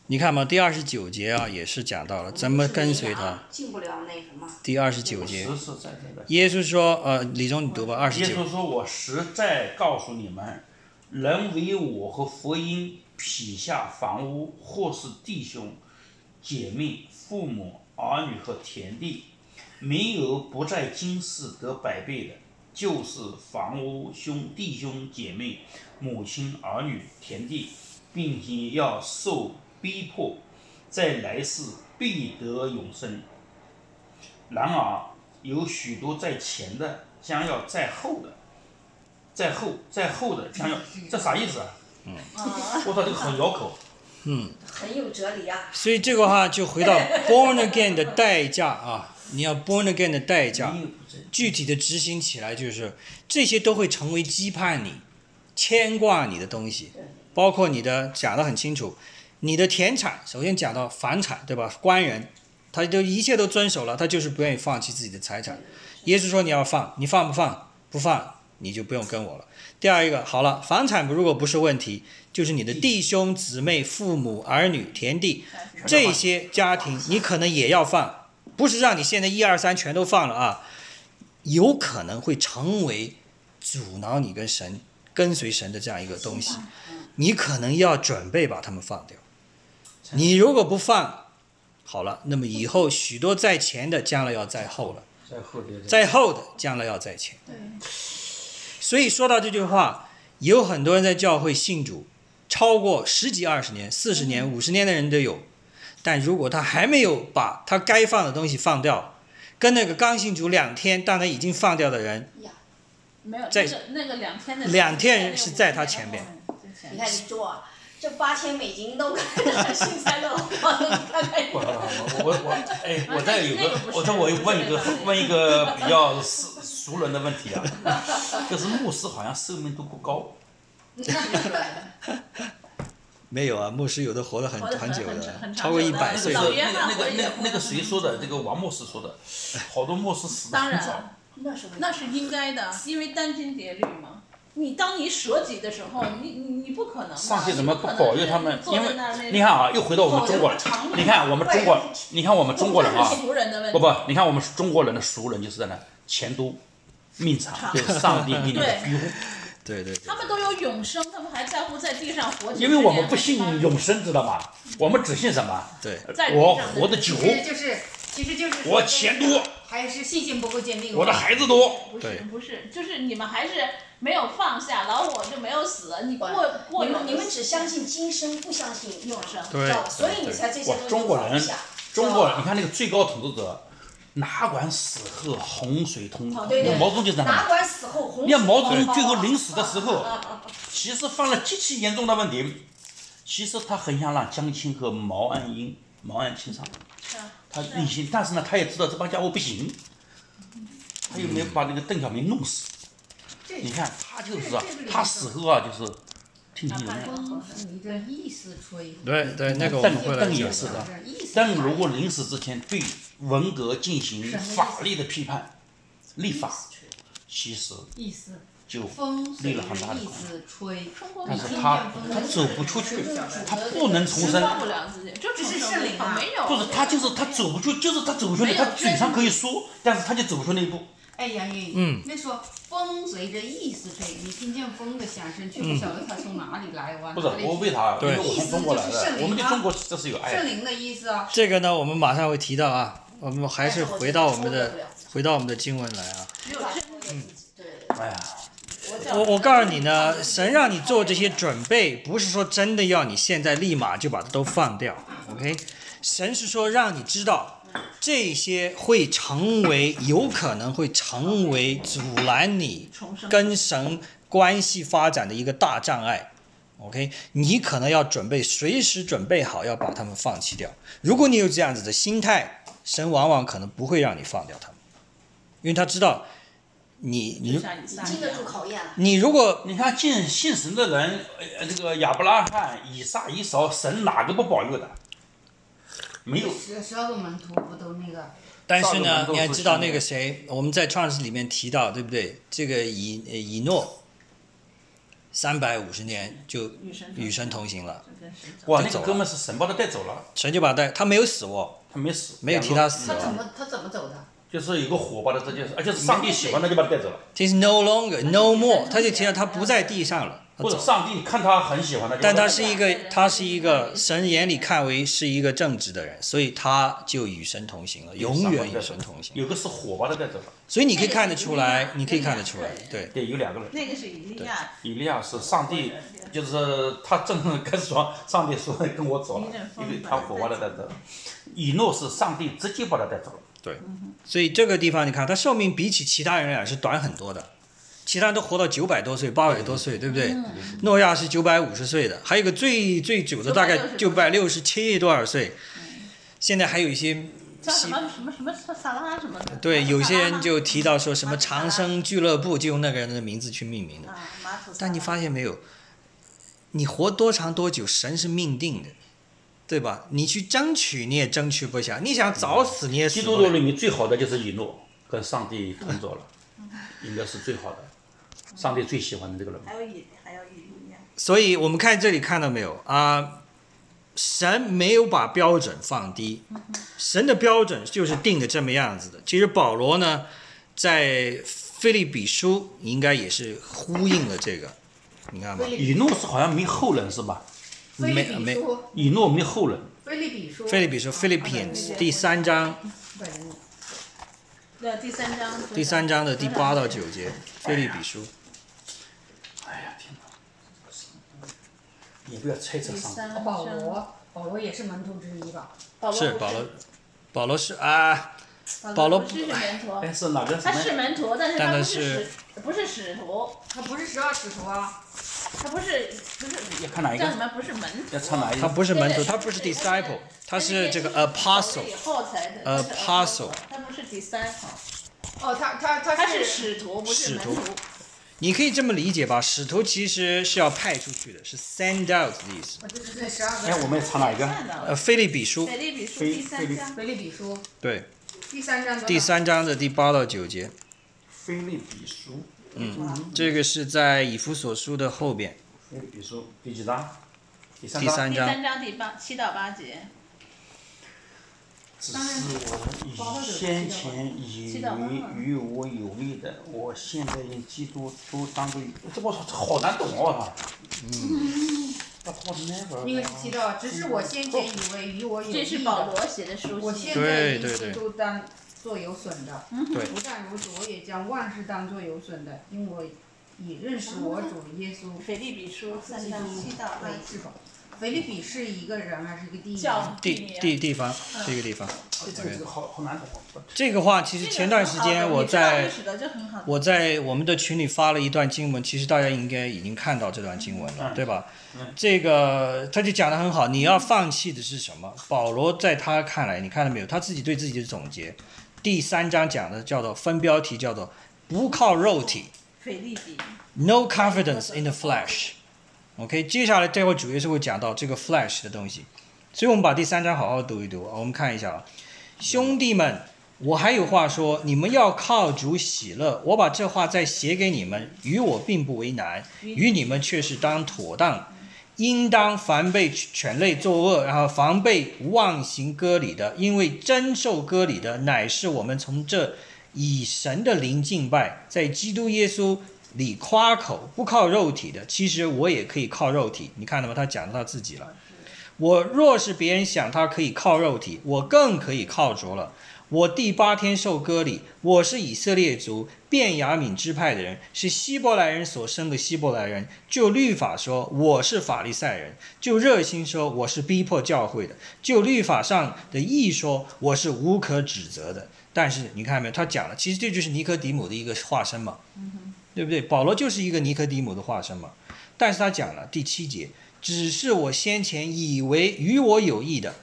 A: 你看嘛，第二十九节啊，也是讲到了怎么跟随他。
D: 进不了那什么。
A: 第二十九节
B: 实，实在在的。
A: 耶稣说：“呃，李忠，你读吧。”二十
B: 耶
A: 九，
B: 稣说：“我实在告诉你们，人为我和福音撇下房屋，或是弟兄、姐妹、父母、儿女和田地，没有不在今世得百倍的，就是房屋、兄弟兄、姐妹、母亲、儿女、田地，并且要受逼迫，在来世必得永生。然而，有许多在前的将要在后的，在后在后的将要，这啥意思啊？嗯，我操，这个很绕口。
H: 很有哲理啊！
A: 所以这个话就回到 born again 的代价啊，你要 born again 的代价
B: 没，有不是
A: 具体的执行起来就是这些都会成为羁绊你、牵挂你的东西，包括你的讲得很清楚，你的田产，首先讲到房产，对吧？官人，他就一切都遵守了，他就是不愿意放弃自己的财产。耶稣说你要放，你放不放？不放，你就不用跟我了。第二一个，好了，房产如果不是问题，就是你的弟兄姊妹、父母、儿女、田地这些家庭，你可能也要放，不是让你现在一二三全都放了啊，有可能会成为阻挠你跟神跟随神的这样一个东西。你可能要准备把它们放掉。你如果不放，好了，那么以后许多在前的将来要在后了，
B: 在后的
A: 在后的将来要在前。所以说到这句话，有很多人在教会信主超过十几、二十年、四十年、五十年的人都有，但如果他还没有把他该放的东西放掉，跟那个刚信主两天但他已经放掉的人，
C: 没有，
A: 在
C: 那个那个两天的
A: 两天人是在他前面，
D: 哎
H: 你看你做啊，这八千美金都看着幸灾乐祸，你看看
B: 我
H: 你
B: 我我我哎，我这有
C: 啊那
B: 个
C: 个不，是
B: 我这我问一个
C: 不是
B: 问一个比较熟熟人的问题啊， 就是牧师好像寿命都不高，
A: 没有啊，牧师有的活了很
C: 活得很
A: 久
C: 很
A: 的，
C: 很长
A: 超过
C: 久
A: 一
C: 的
A: 百
B: 那个
A: 岁
C: 老
A: 的。
C: 爷
B: 那个那
C: 我
B: 个那
C: 也活
B: 那个
C: 得
B: 谁
C: 很
B: 说的？这个王牧师说的，好多牧师死的
C: 当
B: 很
C: 然
B: 早。
H: 那时候
C: 那是应该的，因为殚精竭虑嘛。你当你舍己的时候，你你你不可能嘛
B: 上帝怎么
C: 你
B: 不
C: 可能
B: 保佑他们
C: 是？坐
B: 因
C: 在
B: 为
C: 那儿那
B: 你看啊，又回到我们中国人
C: 走着吧长，路
B: 你看我们中国，你看我们中国人啊
C: 这，是俗人的问
B: 不
C: 题。
B: 不，你看我们中国人的俗人就是在那钱多命长，对上帝给你的
C: 对
B: 庇护。
A: 对对对
C: 他们都有永生，他们还在乎在地上活几十
B: 因
C: 年。
B: 为我们不信
C: 还是
B: 永生，知道吗？我们只信什么？
A: 对，
C: 在地上
B: 我活得久
E: 其，实就是，其实就是
B: 我钱多，
E: 还是信心不够坚定。
B: 我的孩子多。
C: 不
A: 对
C: 是不是，就是你们还是没有放下，老我就没有死。你过过
H: 你
C: 有
H: 们你们只相信今生，不相信
C: 永生，
A: 对
H: 知道吧所以你才这些
B: 哇
H: 东西
B: 中国人
H: 放不下
B: 中国，
H: 知
B: 你
H: 道吧
B: 看那个最高统治者，哪管死后洪水滔
C: 哦
B: 滔？
C: 对
B: 那
H: 对
B: 毛泽东就是这样
H: 哪
B: 的。
H: 管死后红
B: 你看毛泽东最后临死的时候，其实犯了极其严重的问题。其实他很想让江青和毛岸英、毛岸青上，
C: 是啊
B: 他
C: 是啊
B: 立心，但是呢，他也知道这帮家伙不行，他又没有把那个邓小平弄死。
E: 这
B: 你看他就是啊
E: 这个，
B: 他死后啊就是听
C: 哪
B: 天由
C: 怕
B: 命
C: 是。
E: 风你的意思吹。
A: 对对，那个我
B: 邓
A: 们会来
B: 邓
A: 讲
B: 也是的。
E: 意思
B: 但如果临死之前对文革进行法律的批判、立法，其实
E: 意思
B: 就
E: 风
B: 立
E: 随
B: 了
E: 着
B: 很大的
E: 意
B: 功。
E: 思吹，
B: 但是他他走不出去，
H: 嗯
B: 他不能重生，
C: 忘不了自己，这
E: 这是
C: 种
E: 圣灵啊
C: 没有，
B: 不是他就是他走不出，就是他走不出那，
C: 没有
B: 他嘴上可以说，但是他就走不出那一步。
E: 哎，杨云，
A: 嗯，
E: 那说风随着意思吹，你听见风的响声，却不晓得它从哪里来，往
B: 不是
E: 哪里
B: 我
E: 去
B: 为啥？因
A: 对
B: 为我从中国来
E: 意思就是圣
B: 的，
E: 灵啊
B: 我们对中国这是有爱
E: 圣
B: 的。
E: 灵的意思啊，
A: 这个呢，我们马上会提到啊，我们还是回到我们的回到我们的经文来啊。
C: 只有真
H: 对，
B: 哎呀，
A: 我我告诉你呢，神让你做这些准备，不是说真的要你现在立马就把它都放掉，OK？神是说让你知道，这些会成为有可能会成为阻拦你
C: 重生。
A: 跟神关系发展的一个大障碍。OK，你可能要准备随时准备好要把他们放弃掉。如果你有这样子的心态，神往往可能不会让你放掉他们，因为他知道你
C: 就
A: 你
C: 像你撒
H: 经
C: 一
H: 得
C: 样
H: 住考验了。
A: 你如果
B: 你看信信神的人，呃，这个亚伯拉罕、以撒、以扫，神哪个不保佑的？没有。
E: 十十二个门徒不都那个？
A: 但是呢
B: 萨鲁门，都
A: 你还
B: 是
A: 知道
B: 兄弟
A: 那个谁，我们在创世里面提到，对不对？这个以呃以诺，三百五十年就
C: 与神
A: 与
C: 与
A: 神同行了，
B: 哇，
A: 就
B: 那
A: 走
B: 个
A: 了
B: 哥们是神把他带走了，
A: 神就把他带，他没有死哦，
B: 他没死，
A: 没有
B: 两
A: 提
B: 个
A: 他死
E: 他怎
A: 哦。
E: 么他怎么走的？
B: 就是有个火把他这就是，而且是上帝喜欢他就把他带走了，
A: 这是 no longer no more，他就提到他不在地上了，他
B: 或者
A: 走。
B: 上帝看他很喜欢他就把
A: 但
B: 他带走
A: 他
B: 了，
A: 是一个，他是一个神眼里看为是一个正直的人，所以他就与神同行了，永远与神同行。
B: 有个是火把他带走了，
A: 所以你可以看得出
C: 那
A: 来
C: 个，是
A: 你可以看得出来
C: 那个，
A: 对
B: 对，有两个人，
C: 那个是以利亚，
B: 以利亚是上帝，就是他正跟说，上帝说跟我走了，因为他火把他带走了，以诺是上帝直接把他带走了，
A: 对，所以这个地方你看，他寿命比起其他人来是短很多的，其他人都活到九百多岁、八百多岁，对不对？诺亚是九百五十岁的，还有一个最最久的大概九百六十七多少岁，嗯现在还有一些
C: 叫什么什么什么萨拉什么的。
A: 对，有些人就提到说什么
C: 马萨拉
A: 长生俱乐部就用那个人的名字去命名的，
C: 啊，马祖萨拉。
A: 但你发现没有，你活多长多久，神是命定的。对吧？你去争取你也争取不下，你想早死你也死
B: 基
A: 不
B: 督徒
A: 了。
B: 里面最好的就是以诺跟上帝同走了，应该是最好的，上帝最喜欢的这个人，
C: 还有以还有以利亚，
A: 所以我们看这里看到没有啊、神没有把标准放低，神的标准就是定的这么样子的。其实保罗呢，在菲利比书应该也是呼应了这个，你看吧，
B: 以诺是好像没后人是吧？
E: 菲
A: 没
E: 利比
A: 没
E: 书，
B: 以诺没后人。
E: 菲利比书，
A: 菲利比书 Philippians 第三章
E: 本
C: 对，第三章多少。
A: 第三章的第八到九节，菲利比书
B: 哎呀，天哪！你不要猜测
C: 第
B: 上帝，
C: 三章。
E: 保罗，保罗也是门徒之一吧？
A: 是保罗，保罗是啊，保罗哎
C: 不是门徒，
B: 但是哪个什
C: 他是
B: 么？
C: 门徒，但是
A: 但
C: 他
A: 他是
C: 不使，不是使徒，
E: 他不是十二使徒啊，
C: 他不是不是
B: 要看哪一
C: 叫什
B: 个？
C: 么？不是门徒，
B: 要唱哪一
A: 他
B: 个？
A: 不是门徒，
C: 对
A: 他不是 disciple，他是这个
C: 走了
A: apostle，
C: 以后才的
A: apostle
C: 他不是 disciple，
E: 哦，他他他
C: 他是使徒，不是
A: 使
C: 门
A: 徒
C: 徒。
A: 你可以这么理解吧，使徒其实是要派出去的，是 send out 的意思。
E: 我哦对对对，十二
B: 哎，我
E: 个
B: 们也查哪一个？
C: 看到
A: 呃，
C: 了，
A: 《菲利比书》
C: 腓立比书
B: 腓腓
C: 第三
B: 立
C: 章，
E: 腓立比书
A: 对
E: 第三章多少
A: 第三章的第八到九节，嗯
B: 菲利比书，
A: 这个是在以弗所书的后边
B: 菲利比书第几章？第三
A: 第
B: 章。
A: 三
C: 第
A: 章。
C: 三章第八七到八节，
B: 只是我以先前以为与我有利的，我现在因基督都当作与这我操，这好难懂啊！我操。 嗯。我 never。
E: 因为是提到，只是我先前以为与我有
C: 这是
E: 益
C: 保
E: 的，
C: 罗写的书
E: 我
C: 信
E: 现。在
A: 对
E: 一
A: 对
E: 切
A: 对
E: 都当做有损的。
C: 嗯
A: 对
E: 不但如此，我也将万事当做有损的，因为我已认识我主耶稣
C: 腓立比书三章七到八
E: 为
C: 节，
E: 至宝。腓利比是一个人还是一个地
C: 叫
E: 名？
A: 地啊嗯地地方，这个地方，
B: 这这个好好难懂啊！
A: 这个话其实前段时间我在
C: 这个很好懂你知道历史的就很好懂，
A: 我在我们的群里发了一段经文，其实大家应该已经看到这段经文了，
B: 嗯
A: 对吧？
B: 嗯
A: 这个他就讲得很好，你要放弃的是什么？
B: 嗯
A: 保罗在他看来，你看到没有？他自己对自己的总结，第三章讲的叫做分标题叫做不靠肉体
C: 腓立比，
A: ，no confidence in the flesh。OK，接下来待会儿主耶稣会讲到这个 flash 的东西，所以我们把第三章好好读一读。我们看一下啊，兄弟们，我还有话说，你们要靠主喜乐。我把这话再写给你们，与我并不为难，与你们却是当妥当。应当防备犬类作恶，然后防备妄行割礼的，因为真受割礼的乃是我们从这以神的灵敬拜，在基督耶稣里夸口，不靠肉体的。其实我也可以靠肉体，你看到吗？他讲到他自己了。我若是别人想他可以靠肉体，我更可以靠着了。我第八天受割礼，我是以色列族便雅敏支派的人，是希伯来人所生的希伯来人。就律法说，我是法利赛人；就热心说，我是逼迫教会的；就律法上的义说，我是无可指责的。但是你看到没有，他讲了，其实这就是尼科底母的一个化身嘛，对不对？保罗就是一个尼科底母的化身嘛。但是他讲了第七节，只是我先前以为与我有益的，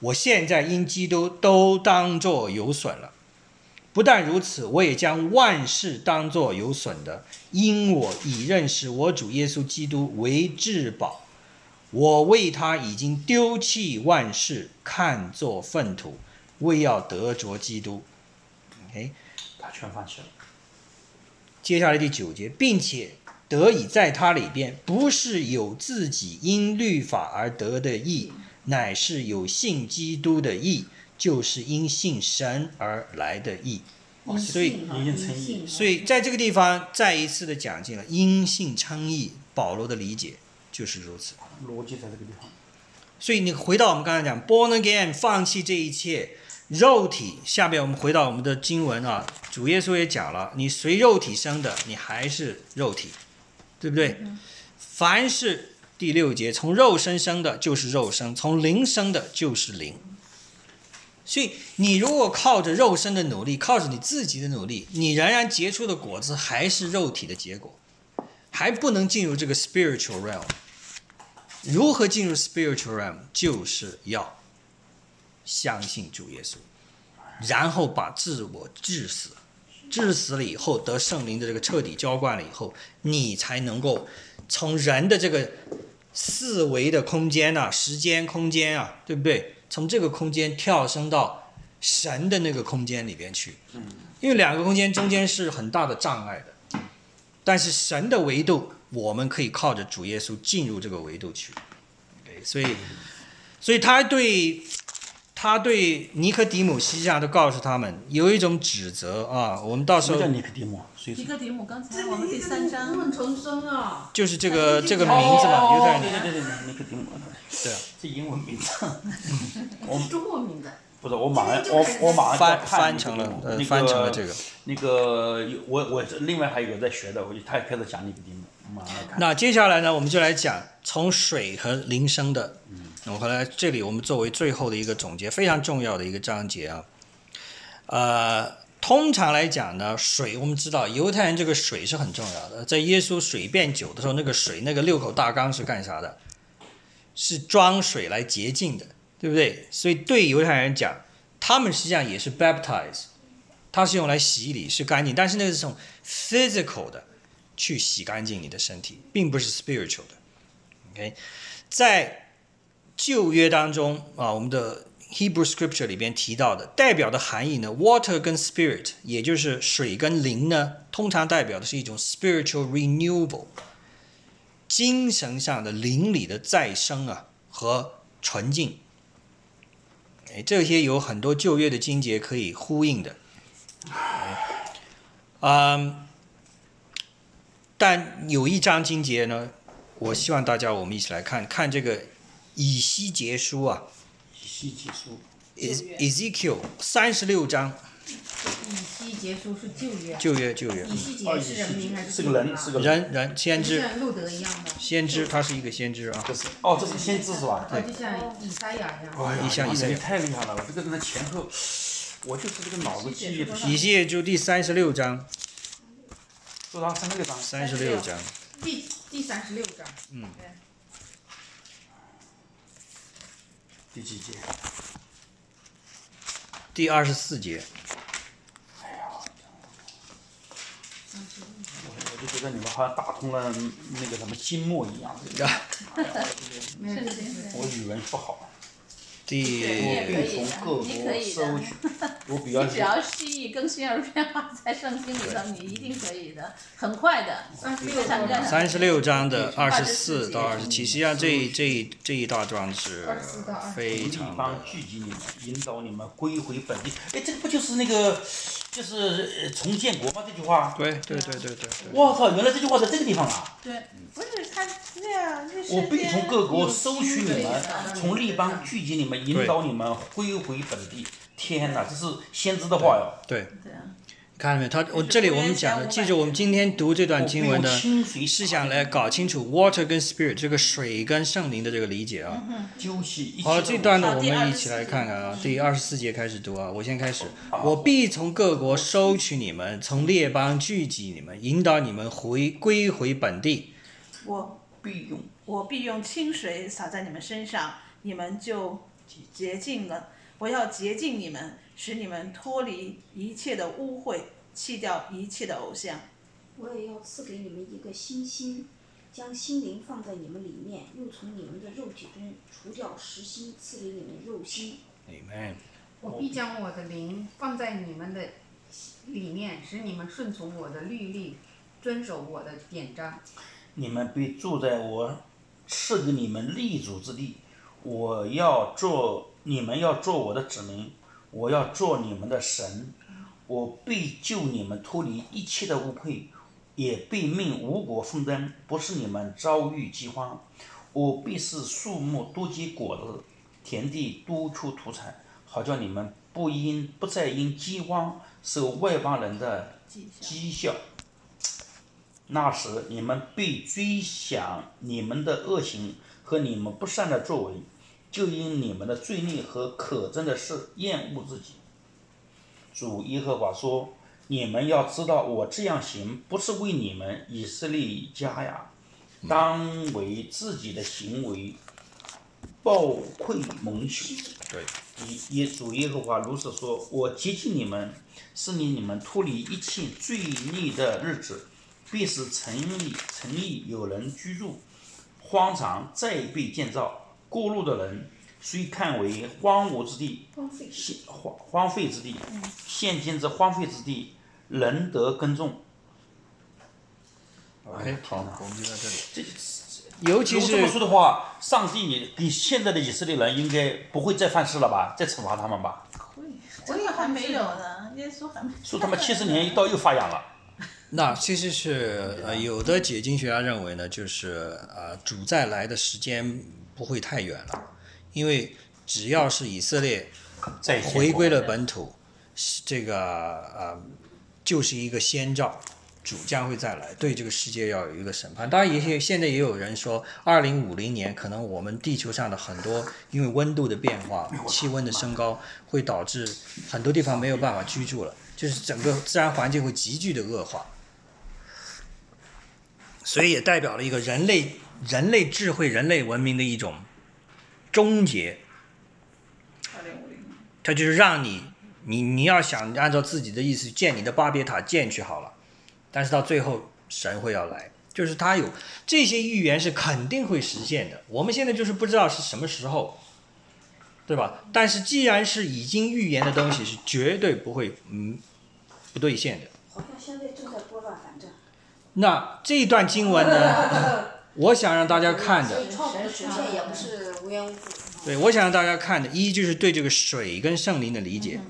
A: 我现在因基督都当作有损了。不但如此，我也将万事当作有损的，因我已认识我主耶稣基督为至宝。我为他已经丢弃万事，看作粪土，为要得着基督。OK，
B: 他全放弃了。
A: 接下来第九节，并且得以在他里边，不是有自己因律法而得的义，乃是有信基督的义，就是因信神而来的义。
E: 阴
A: 哦所以
E: 性啊，
B: 阴
E: 阴
B: 性
E: 性啊。
A: 所以在这个地方再一次的讲尽了因信称义，保罗的理解就是如此。
B: 逻辑在这个地方。
A: 所以你回到我们刚才讲 born again，放弃这一切肉体。下面我们回到我们的经文啊，主耶稣也讲了，你随肉体生的，你还是肉体，对不对？凡是第六节从肉身生的，就是肉身；从灵生的，就是灵。所以，你如果靠着肉身的努力，靠着你自己的努力，你仍然结出的果子还是肉体的结果，还不能进入这个 spiritual realm。如何进入 spiritual realm，就是要相信主耶稣，然后把自我致死，致死了以后得圣灵的这个彻底浇灌了以后，你才能够从人的这个四维的空间呐、时间空间啊，对不对？从这个空间跳升到神的那个空间里边去，因为两个空间中间是很大的障碍的。但是神的维度，我们可以靠着主耶稣进入这个维度去。对所以，所以他对他对尼科底母西下都告诉他们有一种指责啊，我们到时
B: 什么叫
A: 候
B: 尼克底母？谁
C: 尼
B: 是？
C: 哥底母，刚才我们第三章，
E: 论重生啊，
A: 就是这个这个名字嘛，犹太
B: 对
A: 人
B: 哦对对对，尼克底母。
A: 对啊，
B: 这英文名字。
E: 啊是中国名字。
B: 不是，我马上我我马上就要
A: 翻
B: 看
A: 翻
B: 尼克
A: 成
B: 底
A: 了
B: 母
A: 呃
B: 那个
A: 翻成了这个。
B: 那个有我我另外还有个在学的，我就他也开始讲尼古丁了，我马上来看。
A: 那接下来呢，我们就来讲从水和铃声的。我后来这里我们作为最后的一个总结，非常重要的一个章节啊。呃，通常来讲呢，水我们知道犹太人这个水是很重要的，在耶稣水变酒的时候，那个水那个六口大缸是干啥的？是装水来洁净的，对不对？所以对犹太人讲，他们实际上也是 baptize，它是用来洗礼，是干净，但是那个是从 physical 的。去洗干净你的身体，并不是 spiritual 的。OK，在旧约当中啊，我们的 Hebrew Scripture 里边提到的代表的含义呢，water 跟 spirit，也就是水跟灵呢，通常代表的是一种 spiritual renewable，精神上的灵里的再生啊和纯净。哎，这些有很多旧约的经节可以呼应的。哎嗯，但有一章经节呢，我希望大家我们一起来看看这个以西结书啊
B: 西结书，
A: ，E-，Ezekiel 三十六章，
E: 以西结束是旧约，
A: 旧约旧约嗯
E: 以，西结
B: 哦，
E: 是人名还
B: 是个
E: 地名
B: 人，
E: 啊
B: 是个人，
A: 人人先
E: 就
A: 知
E: 像路德一样的，
A: 先知，他是一个先知啊，
B: 这是哦，这是先知是吧？
E: 哦，就像以赛亚一样。
B: 哎呀，
A: 一项一
B: 你
A: 项
B: 你太厉害了！我这个人的前后，我就是这个脑子记忆不行。
A: 以西结书第三十六章，
B: 多少三十六章？
A: 三十六章，
E: 第第三十六章，
B: 第几节？
A: 第二十四节，
B: 哎呀，我我就觉得你们好像打通了那个什么筋膜一样。这个
E: 没有这个
B: 我语文不好，
A: 第
B: 我并从各
C: 你可
B: 国
C: 以
B: 搜
C: 的
B: 取，我比较
C: 你只要蓄意更新而变化在圣经里头，你一定可以的，很快的。
E: 三十六
C: 三
E: 章
C: 十六章
A: 三十六章的二十
C: 24
A: 四到二十七，实际上这一这一这一大段是
E: 24到27
A: 非
B: 地
A: 常
B: 方
A: 的
B: 聚集你们，引导你们归回本地。哎，这个不就是那个，就是呃重建国吗？这句话。
A: 对对对对对对，
B: 我靠，原来这句话在这个地方啊！
C: 对，不是他啊这样，这
B: 我必从各国
C: 收
B: 收取你们
E: 对的，嗯
B: 从立邦聚集你们，引导你们归回本地。天哪，这是先知的话哟！
A: 对，
C: 对啊，
A: 看到没有？他我这里我们讲的，记住我们今天读这段经文
B: 我
A: 呢
B: 不用，清水
A: 是想来搞清楚 water 跟 spirit 这个水跟圣灵的这个理解啊。
B: 究其一切
A: 好，
B: 嗯的
A: 这段呢，
C: 好
A: 我
C: 第
A: 们一
C: 24
A: 起来看看啊，第二十四节开始读啊，我先开始。
B: 嗯好
A: 我必从各国收取你们，从列邦聚集你们，引导你们回归回本地。
C: 我
B: 必用
C: 我必用清水洒在你们身上，你们就洁净了。我要洁净你们，使你们脱离一切的污秽，弃掉一切的偶像。
D: 我也要赐给你们一个新心，将心灵放在你们里面，又从你们的肉体中除掉实心，赐给你们肉心。
A: Amen。
E: 我必将我的灵放在你们的里面，使你们顺从我的律例，遵守我的典章。
B: 你们必住在我赐给你们立足之地。我要做你们要做我的子民，我要做你们的神，我必救你们脱离一切的污秽，也必命五国纷争，不是你们遭遇饥荒。我必使树木多结果子，田地多出土产，好叫你们不因不再因饥荒受外邦人的讥笑。那时你们必追想你们的恶行和你们不善的作为，就因你们的罪孽和可憎的事厌恶自己。主耶和华说：“你们要知道，我这样行不是为你们以色列家呀，当为自己的行为报愧蒙羞。”
A: 对，
B: 耶主耶和华如此说：“我接近你们，是令你们脱离一切罪孽的日子，必使城里城里有人居住，荒场再被建造，过路的人虽看为荒芜之地，现荒荒废之地，现今这荒废之地，人得耕种。
A: 哎，好，我们就到这里。
B: 这
A: 尤
B: 如
A: 其
B: 果
A: 是
B: 这么说的话，上帝给现在的以色列人应该不会再犯事了吧？再惩罚他们吧？
C: 我也还没有呢，耶稣还没。
B: 说他们七十 年一到又发痒了。
A: 那其实是呃，有的解经学家认为呢，就是呃，主再来的时间不会太远了，因为只要是以色列
B: 再见
A: 回归了本土，是这个呃，就是一个先兆，主将会再来，对这个世界要有一个审判。当然，也有现在也有人说，二零五零年可能我们地球上的很多因为温度的变化、气温的升高，会导致很多地方没有办法居住了，就是整个自然环境会急剧的恶化。所以也代表了一个人类、人类智慧、人类文明的一种终结。它就是让你，你你要想按照自己的意思建你的巴别塔建去好了，但是到最后神会要来，就是他有这些预言是肯定会实现的。我们现在就是不知道是什么时候，对吧？但是既然是已经预言的东西，是绝对不会嗯不兑现的。
D: 好像现在正在拨乱反正。
A: 那这一段经文呢，我想让大家看
H: 所
A: 的，
H: 以创普的出现也不是无缘无故。
A: 对我想让大家看的，一就是对这个水跟圣灵的理解。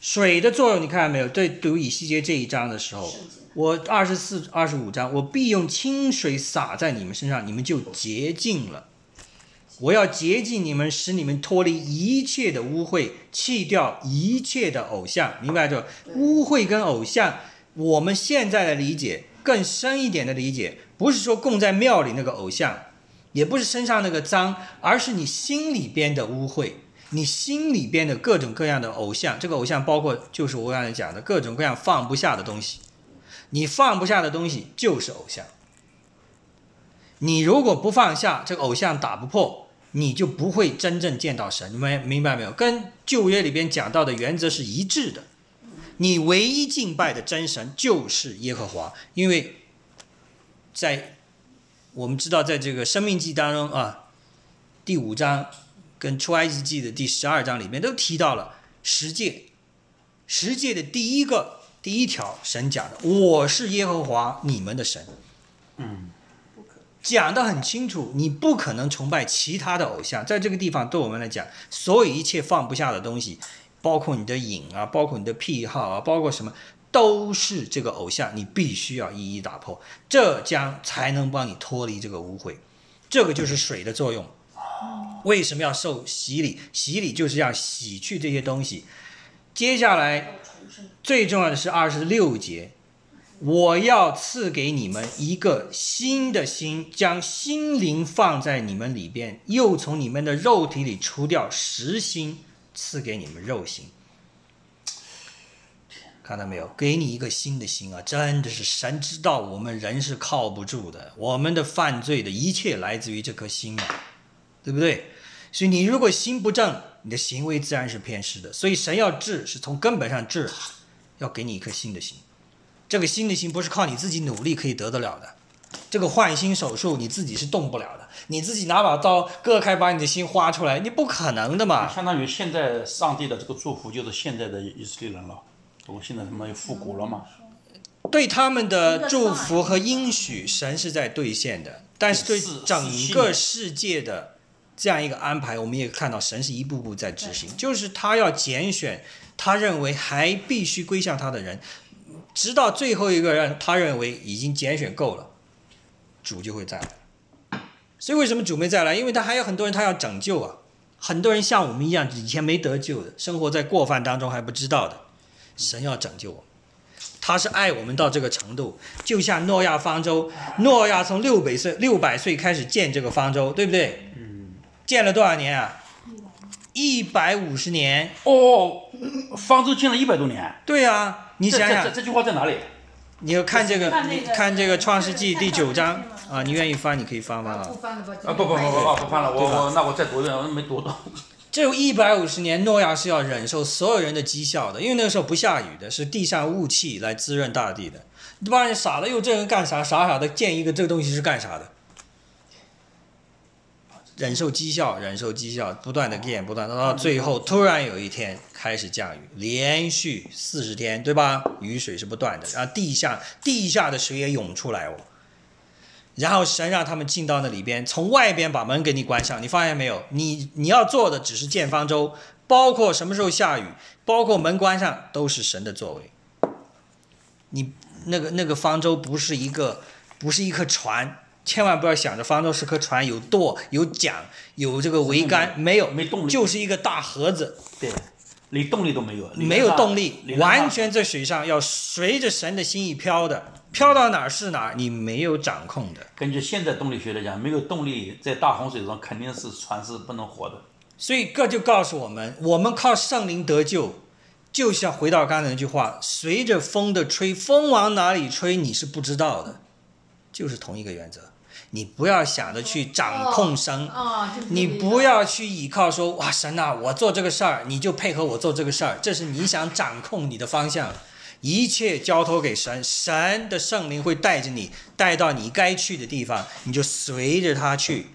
A: 水的作用，你看到没有？对读以西结这一章的时候，我二十四、二十五章，我必用清水洒在你们身上，你们就洁净了。我要洁净你们，使你们脱离一切的污秽，弃掉一切的偶像。明白就污秽跟偶像，我们现在的理解更深一点的理解，不是说供在庙里那个偶像，也不是身上那个脏，而是你心里边的污秽。你心里边的各种各样的偶像，这个偶像包括就是我刚才讲的各种各样放不下的东西，你放不下的东西就是偶像。你如果不放下，这个偶像打不破，你就不会真正见到神。你们明白没有？跟旧约里边讲到的原则是一致的。你唯一敬拜的真神就是耶和华，因为在我们知道，在这个生命记当中啊，第五章跟出埃及记的第十二章里面都提到了十诫。十诫的第一个第一条，神讲的：“我是耶和华你们的神。”
B: 嗯，
A: 讲得很清楚，你不可能崇拜其他的偶像。在这个地方，对我们来讲，所有一切放不下的东西，包括你的瘾啊，包括你的癖好啊，包括什么，都是这个偶像，你必须要一一打破，这将才能帮你脱离这个污秽。这个就是水的作用。为什么要受洗礼？洗礼就是要洗去这些东西。接下来，最重要的是二十六节，我要赐给你们一个新的心，将心灵放在你们里边，又从你们的肉体里除掉实心，赐给你们肉心。看到没有？给你一个新的心啊！真的是神知道我们人是靠不住的，我们的犯罪的一切来自于这颗心啊，对不对？所以你如果心不正，你的行为自然是偏失的。所以神要治，是从根本上治，要给你一颗新的心。这个新的心不是靠你自己努力可以得得了的，这个换心手术你自己是动不了的，你自己拿把刀割开把你的心划出来，你不可能的嘛。
B: 啊相当于现在上帝的这个祝福就是现在的以色列人了，我现在他们又复古了嘛，
A: 对他们的祝福和应许，神是在兑现的，但是对
B: 是
A: 整个世界的这样一个安排，我们也看到神是一步步在执行，就是他要拣选他认为还必须归向他的人，直到最后一个人，他认为已经拣选够了，主就会再来。所以为什么主没再来？因为他还有很多人他要拯救啊，很多人像我们一样以前没得救的，生活在过犯当中还不知道的，神要拯救我们。他是爱我们到这个程度，就像诺亚方舟，诺亚从六百岁六百岁开始建这个方舟，对不对？
B: 嗯，
A: 建了多少年啊？一百五十年。
B: 哦，方舟建了一百多年，
A: 对啊，你
B: 这
A: 想
B: 这这
A: 想，
B: 这句话在哪里？
A: 你要看这个，
C: 看那
A: 你
C: 个
A: 看这个《创世纪》第九章
F: 看上去
A: 啊，你愿意翻，你可以翻翻啊
E: 不。翻了吧？就
B: 啊不不不不不不翻了，
A: 对吧
B: 我我那我再读一遍，我没读到。
A: 这一百五十年，诺亚是要忍受所有人的讥笑的，因为那个时候不下雨的，是地上雾气来滋润大地的。这帮人傻了，又这人干啥？傻傻的建一个这个东西是干啥的？忍受讥笑，忍受讥笑，不断的建，不断的到最后，突然有一天开始降雨，连续四十天，对吧？雨水是不断的，然后地下地下的水也涌出来哦。然后神让他们进到那里边，从外边把门给你关上。你发现没有？你你要做的只是建方舟，包括什么时候下雨，包括门关上，都是神的作为。你那个那个方舟不是一个，不是一颗船，千万不要想着方舟是颗船，有舵、有桨、有这个桅杆，没有，
B: 没动力
A: 就是一个大盒子，
B: 对，连动力都没有，理论上
A: 没有动力
B: 理，论上
A: 完全在水上，要随着神的心意飘的，飘到哪儿是哪儿，你没有掌控的。
B: 根据现在动力学来讲，没有动力，在大洪水上肯定是船是不能活的。
A: 所以这就告诉我们，我们靠圣灵得救，就像回到刚才那句话，随着风的吹，风往哪里吹你是不知道的，就是同一个原则。你不要想着去掌控神，
E: 啊，哦就是
A: 你不要去依靠说哇神呐、我做这个事儿你就配合我做这个事儿，这是你想掌控你的方向。一切交托给神，神的圣灵会带着你带到你该去的地方，你就随着他去。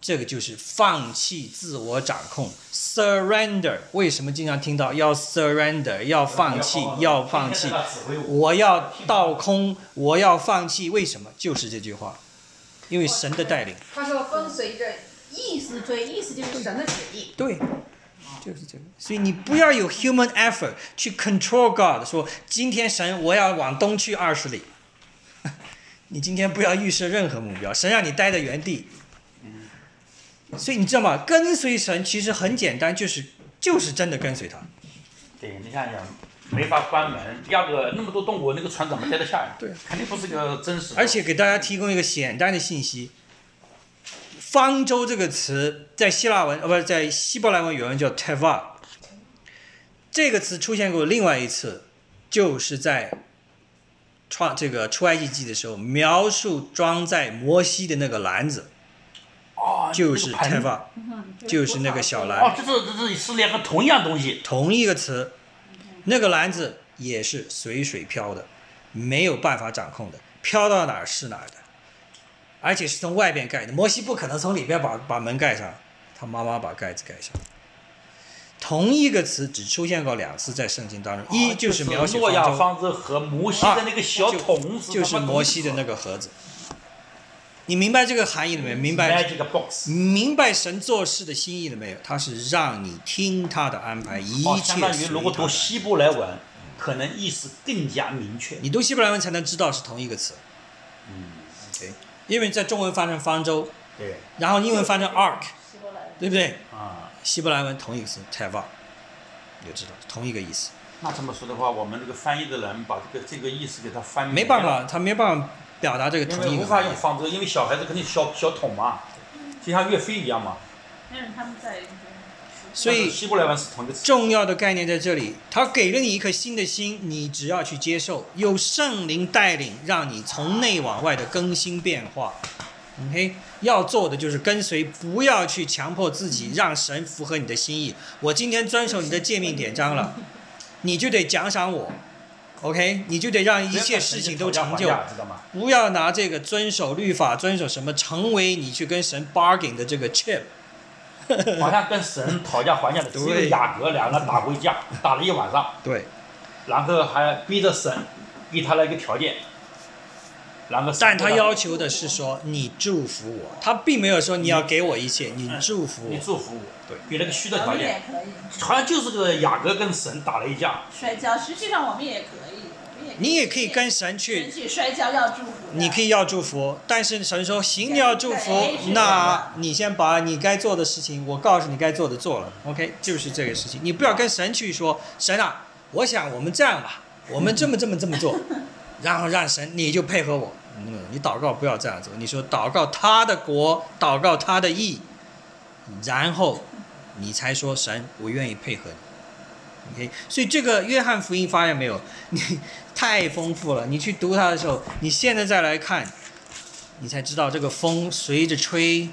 A: 这个就是放弃自我掌控，surrender。为什么经常听到要 surrender，要放弃，要放弃？我要倒空，我要放弃，为什么？就是这句话，因为神的带领。
E: 他说跟随着意思追，意思就是神的旨意。
A: 对，就是这个。所以你不要有 human effort 去 control God，说今天神我要往东去二十里， 你今天不要预设任何目标，神让你待在原地。所以你知道吗？跟随神其实很简单，就是就是真的跟随他。
B: 对，你想想，没法关门。第二个，那么多动物，那个船怎么待得下呀？
A: 对，
B: 肯定不是个真实的。
A: 而且给大家提供一个简单的信息：方舟这个词在希腊文呃不是在希伯来文原文叫 teva，这个词出现过另外一次，就是在创这个出埃及记的时候，描述装在摩西的那个篮子
B: 哦，
A: 就
B: 那
A: 是
B: 个盆
A: teva，就是那个小篮。
B: 哦，这是这是是两个同样东西。
A: 同一个词，那个篮子也是随水漂的，没有办法掌控的，飘到哪儿是哪儿的，而且是从外边盖的。摩西不可能从里边把把门盖上，他妈妈把盖子盖上。同一个词只出现过两次在圣经当中，一
B: 啊就是
A: 描写
B: 诺亚
A: 方舟，啊
B: 方舟和摩西的那个小桶子，
A: 就是摩西的那个盒子。你明白这个含义了没有？明白
B: magic box。
A: 明白神做事的心意了没有？他是让你听他的安排，一
B: 哦，
A: 切随他的
B: 相当
A: 安
B: 于
A: 排。
B: 如果读希伯来文，可能意思更加明确。
A: 你读希伯来文才能知道是同一个词。嗯，OK，因为在中文翻成方舟，
B: 对
A: 然后英文翻成 ark，
C: 希伯来人
A: 对不对？
B: 啊，
A: 希伯来文同一个词 t e v a 你就知道同一个意思。
B: 那这么说的话，我们这个翻译的人把这个这个意思给他翻
A: 没办，法，他没办法表达这个
B: 因
A: 同
B: 为
A: 一
B: 无
A: 个
B: 法
A: 含
B: 用
A: 义。
B: 方舟，因为小孩子肯定小小桶嘛，就像岳飞一样嘛。
C: 但是他们在那个
A: 所
B: 但
A: 以
B: 是希伯来文是同一个词。
A: 重要的概念在这里，他给了你一颗新的心，你只要去接受，有圣灵带领，让你从内往外的更新变化。OK，要做的就是跟随，不要去强迫自己，让神符合你的心意。我今天遵守你的诫命典章了，你就得奖赏我。OK，你就得让一切事情都成就
B: 不要。跟神仙吵架，知道吗？
A: 不要拿这个遵守律法、遵守什么成为你去跟神 bargain 的这个 chip。
B: 好像跟神讨价还价的，只有
A: 嗯对
B: 雅各两个人打回架，打了一晚上，
A: 对，
B: 然后还逼着神给他了一个条件，然后神
A: 但他
B: 说
A: 要求的是说你祝福我，他并没有说你要给我一切，你祝福
B: 你
A: 我。
B: 祝福我，
A: 对，
B: 给了个虚的
C: 我
B: 条
C: 们
B: 件，
C: 也可以
B: 好像就是个雅各跟神打了一架，
C: 摔跤，实际上我们也可以，我们也
A: 你也可以跟神去
C: 人，去摔跤要祝福的，
A: 你可以要祝福，但是神说行，你要祝福
C: 对是，的
A: 那你先把你该做的事情，我告诉你该做的做了，OK，就是这个事情。你不要跟神去说，神啊，我想我们这样吧，我们这么这么这么 做，然后让神你就配合我。嗯，你祷告不要这样做，你说祷告他的国，祷告他的意，然后你才说神，我愿意配合你。OK，所以这个约翰福音发现没有？你 太丰富了。你去读它的时候，你现在再来看，你才知道这个风随着吹，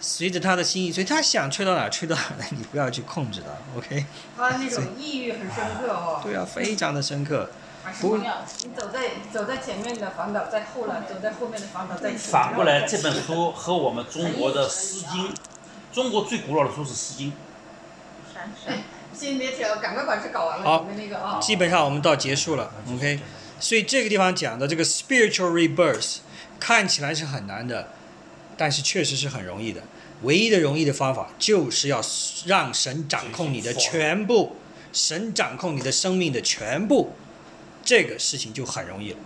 A: 随着他的心意，所以他想吹到哪儿吹到哪儿，你不要去控制它。OK，
E: 他啊的那种抑郁很深刻哦。
A: 对啊，非常的深刻。
E: 还是
A: 不
E: 重要。你走在走在前面的反倒在后了，走在后面的反倒在前。
B: 反过来这本书和我们中国的《诗经》，中国最古老的书是《诗经》，
C: 闪闪
E: 先别提了，赶快把这搞完
A: 好
E: 了，你们那个啊。
A: 基本上我们到结束了，OK。所以这个地方讲的这个 spiritual rebirth 看起来是很难的，但是确实是很容易的。唯一的容易的方法就是要让神掌控你的全部，神掌控你的生命的全部，这个事情就很容易了。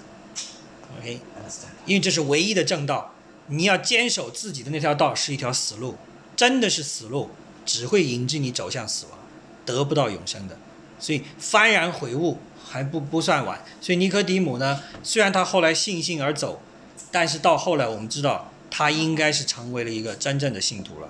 A: OK，因为这是唯一的正道，你要坚守自己的那条道是一条死路，真的是死路，只会引致你走向死亡，得不到永生的。所以幡然悔悟还不不算晚。所以尼科底姆呢，虽然他后来悻悻而走，但是到后来我们知道他应该是成为了一个真正的信徒了，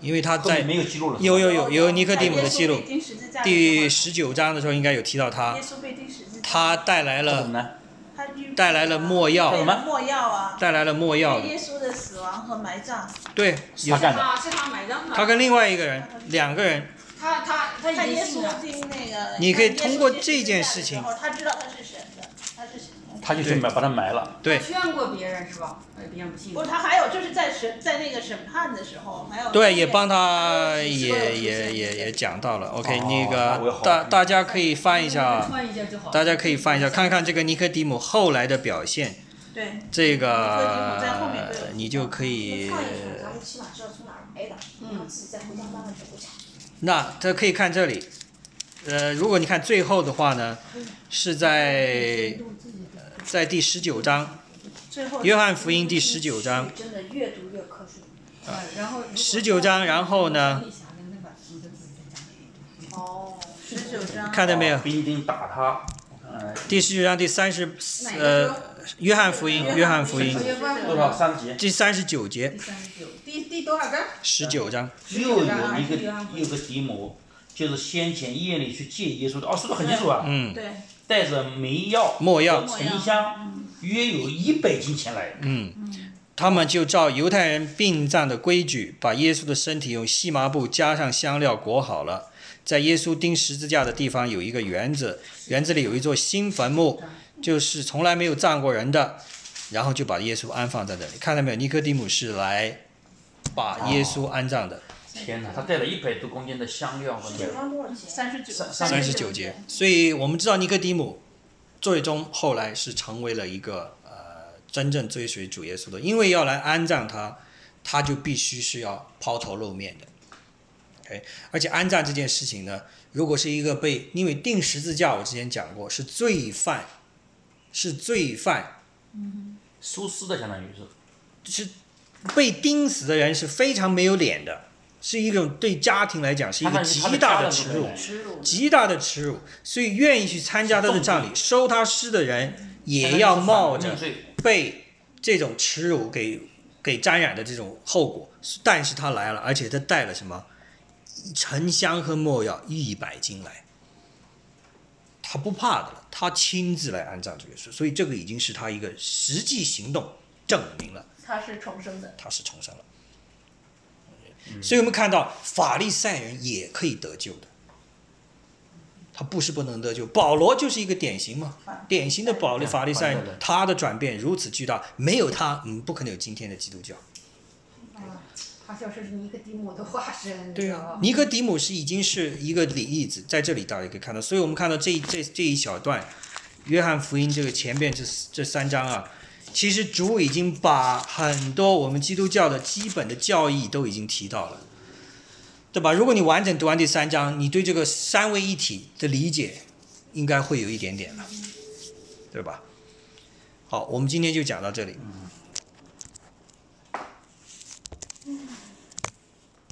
A: 因为他
B: 后面
A: 在
B: 没有记录了。
A: 有有有有尼科底姆的记录
C: 耶稣被，钉十字架的时候
A: 第十九章的时候应该有提到他
C: 耶，稣被钉十字架，
A: 他带来
B: 他怎么
A: 了
B: 呢？
C: 他预
A: 带来了墨药
C: 带来了墨药啊，
A: 带来了墨药
C: 对，耶稣的死亡和埋葬，
A: 对，
B: 他干的。
E: 啊，是他买账的。
A: 他跟另外一个人两个人
E: 他他他
C: 看
E: 已
C: 耶
E: 经信
C: 稣
E: 了。
C: 经那个，
A: 你可以
C: 看耶稣
A: 通过
C: 进
A: 这件事
C: 十字
A: 情
C: 架的时候，他知道他是神的，他是神的。
B: 他就去买把他埋了。
A: 对
E: 劝过别人是吧？哎别人不信
C: 不。是他还有就是在审在那个审判的时候，还有
A: 对，
C: 那
A: 也
C: 个
A: 帮他也也也也讲到了。OK，、那
B: 哦那我要
A: 个
B: 好
A: 大
B: 好
A: 大家可以翻一下，啊
E: 穿一下就好。
A: 大家可以翻一下，看看这个尼克迪姆后来的表现。
C: 对
A: 这
C: 尼克迪姆在后面
A: 个
C: 会有
A: 你就可
H: 你
A: 以
H: 看一下，咱们起码知道从哪儿来的，然
D: 嗯
H: 后自己再回家慢慢补查。
A: 那这可以看这里，呃，如果你看最后的话呢，是在在第十九章，
C: 最后
A: 《约翰福音》第十九章，
H: 真的越读越瞌睡。
E: 啊然后如果
A: 19章然后呢？
H: 哦，
C: 十九章
A: 看到没有？
B: 兵丁打他，呃，
A: 第十九章第三十
E: 哪个
A: 呃，《约翰福音》《约翰福音
E: 哦》约翰福音
B: 多少三级？
A: 第三十九节
E: 第，三十九，第第多少章？
A: 十九章。
B: 又有一
E: 十
B: 个
E: 九章啊
B: 又有个迪摩，就是先前夜里去借耶稣的，哦，说的很清楚啊，
A: 嗯，
C: 对
B: 带着梅药、嗯
A: 末药
B: 沉香，约有一百斤前来。
A: 他们就照犹太人殡葬的规矩，把耶稣的身体用细麻布加上香料裹好了。在耶稣钉十字架的地方有一个园子，园子里有一座新坟墓，就是从来没有葬过人的。然后就把耶稣安放在这里，看到没有？尼哥底母是来把耶稣安葬的，
B: 天
E: 啊
B: 哪，他带了一百多公斤的香料和
H: 十
B: 梅
H: 九章多少节？
C: 三十九
B: 三
A: 三十
B: 39
A: 九节。所以我们知道尼哥底母最终后来是成为了一个呃真正追随主耶稣的，因为要来安葬他，他就必须是要抛头露面的。OK，而且安葬这件事情呢，如果是一个被因为定十字架，我之前讲过是罪犯，是罪犯，
B: 收尸的，相当于是。
A: 是被钉死的人是非常没有脸的，是一种对家庭来讲是一
B: 他
A: 个
B: 那是他
A: 极
B: 家
A: 大
B: 人
A: 的
B: 不
A: 耻
B: 会
A: 辱
B: 来。
E: 耻辱。
A: 极大的耻辱，所以愿意去参加他的葬礼、收他尸的人，也要冒着被这种耻辱给给沾染的这种后果。但是他来了，而且他带了什么沉香和墨药一百斤来，他不怕的了，他亲自来安葬这个事，所以这个已经是他一个实际行动证明了。
C: 他是重生的，
A: 他是重生了。所以我们看到法利赛人也可以得救的，他不是不能得救。保罗就是一个典型嘛，典型的保利法利赛
B: 反过
A: 人
B: 来，
A: 他的转变如此巨大，没有他，嗯，不可能有今天的基督教。
E: 啊，他像是尼克迪姆的化身。
A: 对
E: 啊。
A: 尼哥底母是已经是一个例子，在这里大家可以看到，所以我们看到这一这这一小段，约翰福音这个前边这这三章啊，其实主已经把很多我们基督教的基本的教义都已经提到了，对吧？如果你完整读完第三章，你对这个三位一体的理解应该会有一点点了，对吧？好，我们今天就讲到这里。